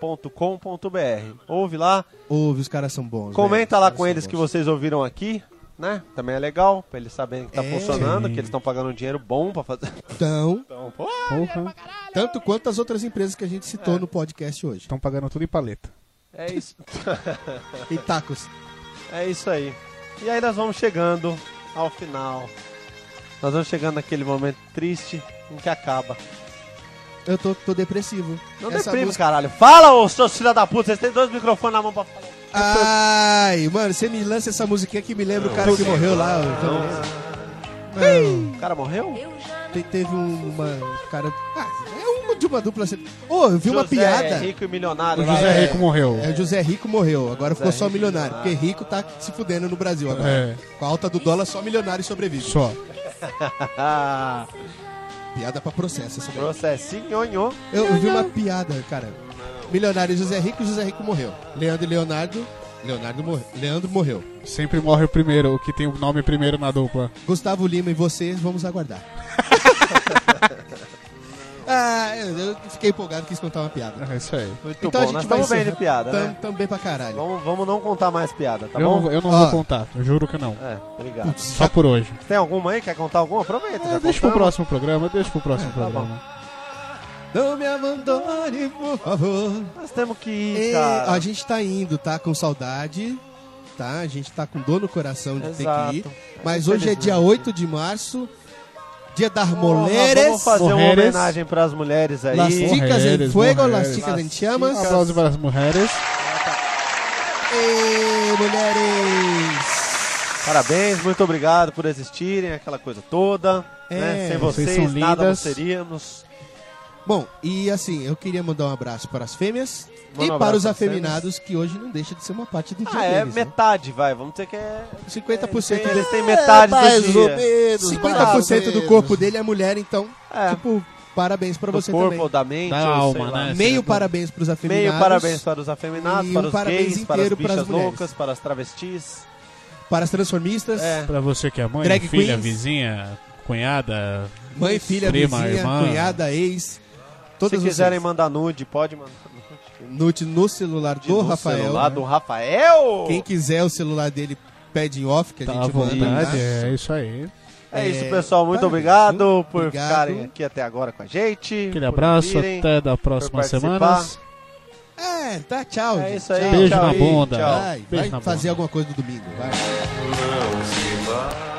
Speaker 4: podcastloschicos.com.br. Ouve lá,
Speaker 3: Ouve, os caras são bons.
Speaker 4: comenta
Speaker 3: velho.
Speaker 4: lá
Speaker 3: Os caras
Speaker 4: com
Speaker 2: é
Speaker 3: são
Speaker 4: eles que
Speaker 3: bons.
Speaker 4: vocês ouviram aqui, né? Também é legal, pra eles saberem que tá
Speaker 3: É.
Speaker 4: funcionando, que eles estão pagando um dinheiro bom pra fazer. *laughs*
Speaker 3: Então,
Speaker 4: Então, pô,
Speaker 2: Porra.
Speaker 3: tanto quanto as outras empresas que a gente citou no podcast hoje.
Speaker 2: Estão pagando tudo em paleta.
Speaker 4: é isso.
Speaker 3: E tacos.
Speaker 4: É isso aí. E aí nós vamos chegando ao final. Nós vamos chegando naquele momento triste em que acaba.
Speaker 3: Eu tô, tô depressivo.
Speaker 4: Não
Speaker 3: Essa
Speaker 4: deprime,
Speaker 3: música-
Speaker 4: caralho. Fala, ô seus filha da puta, vocês têm dois microfones na mão pra falar.
Speaker 3: Ai, mano, você me lança essa musiquinha que me lembra o cara que morreu lá. o japonês. Não.
Speaker 4: O cara morreu?
Speaker 3: Te- teve um- uma um cara. Ah, é uma de uma dupla. sertaneja. Ô, eu vi uma
Speaker 4: José
Speaker 3: piada.
Speaker 4: Rico e milionário.
Speaker 2: O
Speaker 4: lá,
Speaker 2: José
Speaker 4: é.
Speaker 2: Rico morreu.
Speaker 3: É, o José Rico morreu, agora ficou só
Speaker 4: Rico ah.
Speaker 3: milionário. Porque rico tá se fudendo no Brasil agora.
Speaker 2: É.
Speaker 3: Com a alta do dólar, só milionário sobrevive.
Speaker 2: Só.
Speaker 4: Ah, *laughs*
Speaker 3: Piada pra processo. Essa daí.
Speaker 4: é processinho, nhô.
Speaker 3: eu, eu vi uma piada, cara. Milionário José Rico, José Rico morreu. Leandro e Leonardo. Leonardo morreu. Leandro morreu.
Speaker 2: Sempre morre o primeiro, o que tem o nome primeiro na dupla.
Speaker 3: Gustavo Lima e vocês, vamos
Speaker 4: *laughs*
Speaker 3: aguardar. ah, eu eu fiquei empolgado, quis contar uma piada. Então
Speaker 2: É isso aí.
Speaker 4: Muito bom, nós estamos bem de piada,
Speaker 3: tam,
Speaker 4: né?
Speaker 3: Também pra caralho.
Speaker 4: Vamos, vamos não contar mais piada, tá
Speaker 2: eu
Speaker 4: bom?
Speaker 2: não, eu não
Speaker 3: Ó.
Speaker 2: vou contar, eu juro que não.
Speaker 4: É, obrigado.
Speaker 2: Só por hoje.
Speaker 4: Tem alguma aí? Quer contar alguma? Aproveita. já
Speaker 2: É, deixa pro
Speaker 4: contamos.
Speaker 2: É, tá próximo programa, deixa pro próximo programa.
Speaker 3: Não me abandone, por favor.
Speaker 4: Nós temos que ir,
Speaker 3: É,
Speaker 4: cara.
Speaker 3: a gente tá indo, tá? Com saudade, tá? A gente tá com dor no coração de
Speaker 4: Exato.
Speaker 3: ter que ir. Mas hoje é dia 8 de março, dia das mulheres.
Speaker 4: Vamos fazer uma
Speaker 2: Mulheres.
Speaker 4: homenagem pras mulheres aí.
Speaker 3: Las chicas em
Speaker 2: Mulheres,
Speaker 3: fuego,
Speaker 2: mulheres.
Speaker 3: las chicas em
Speaker 4: Las
Speaker 3: chamas.
Speaker 2: Um aplauso para as mulheres.
Speaker 3: Ê, mulheres!
Speaker 4: Parabéns, muito obrigado por existirem, aquela coisa toda.
Speaker 3: É,
Speaker 4: né? Sem
Speaker 2: vocês
Speaker 4: vocês,
Speaker 2: são
Speaker 4: nada não
Speaker 2: lindas.
Speaker 4: seríamos.
Speaker 3: Bom, e assim, eu queria mandar um abraço para as fêmeas
Speaker 4: Manda um
Speaker 3: e para
Speaker 4: abraço
Speaker 3: os
Speaker 4: às fêmeas.
Speaker 3: afeminados, que hoje não deixa de ser uma parte do dia
Speaker 4: Ah, é
Speaker 3: deles, né?
Speaker 4: metade, vai. Vamos dizer que é.
Speaker 3: 50%
Speaker 4: Eles
Speaker 3: deles É,
Speaker 4: têm metade do dia.
Speaker 3: 50% do corpo dele é mulher, então,
Speaker 4: É.
Speaker 3: tipo, parabéns para
Speaker 4: do
Speaker 3: você
Speaker 4: corpo
Speaker 3: também.
Speaker 4: ou da mente.
Speaker 2: Da
Speaker 4: ou sei
Speaker 2: alma,
Speaker 4: lá.
Speaker 2: né?
Speaker 3: Meio parabéns para os afeminados.
Speaker 4: Meio parabéns para os afeminados,
Speaker 3: E um
Speaker 4: para os
Speaker 3: parabéns
Speaker 4: gays, para as
Speaker 3: inteiro
Speaker 4: bichas
Speaker 3: pras mulheres.
Speaker 4: loucas, para as travestis.
Speaker 3: para as transformistas.
Speaker 4: É.
Speaker 2: Para você que é mãe,
Speaker 3: Drag
Speaker 2: filha,
Speaker 3: queens.
Speaker 2: vizinha, cunhada.
Speaker 3: Mãe, filha,
Speaker 2: prima,
Speaker 3: vizinha,
Speaker 2: irmã.
Speaker 3: cunhada, ex. Todas
Speaker 4: Se quiserem
Speaker 3: vocês.
Speaker 4: mandar nude, pode mandar nude.
Speaker 3: Nude no celular do
Speaker 4: No
Speaker 3: Rafael. né?
Speaker 4: celular do Rafael!
Speaker 3: Quem quiser o celular dele, pede em off que a
Speaker 2: Tá à
Speaker 3: gente manda.
Speaker 2: vontade,
Speaker 3: tá?
Speaker 2: é isso aí.
Speaker 4: É
Speaker 3: É,
Speaker 4: isso, pessoal. Muito
Speaker 3: parabéns,
Speaker 4: obrigado
Speaker 3: viu?
Speaker 4: por
Speaker 3: Obrigado.
Speaker 4: ficarem aqui até agora com a gente.
Speaker 2: Aquele
Speaker 4: por
Speaker 2: abraço,
Speaker 4: ouvirem.
Speaker 2: até da próxima
Speaker 4: por participar.
Speaker 2: semana.
Speaker 3: É, tá, tchau.
Speaker 4: É
Speaker 3: gente,
Speaker 4: isso aí,
Speaker 3: tchau.
Speaker 2: Beijo
Speaker 4: tchau
Speaker 2: na
Speaker 4: aí,
Speaker 2: bunda.
Speaker 4: tchau.
Speaker 3: Vai,
Speaker 2: Beijo
Speaker 3: vai
Speaker 2: na
Speaker 3: fazer
Speaker 2: bunda.
Speaker 3: alguma coisa no domingo, vai.
Speaker 9: Não se vá.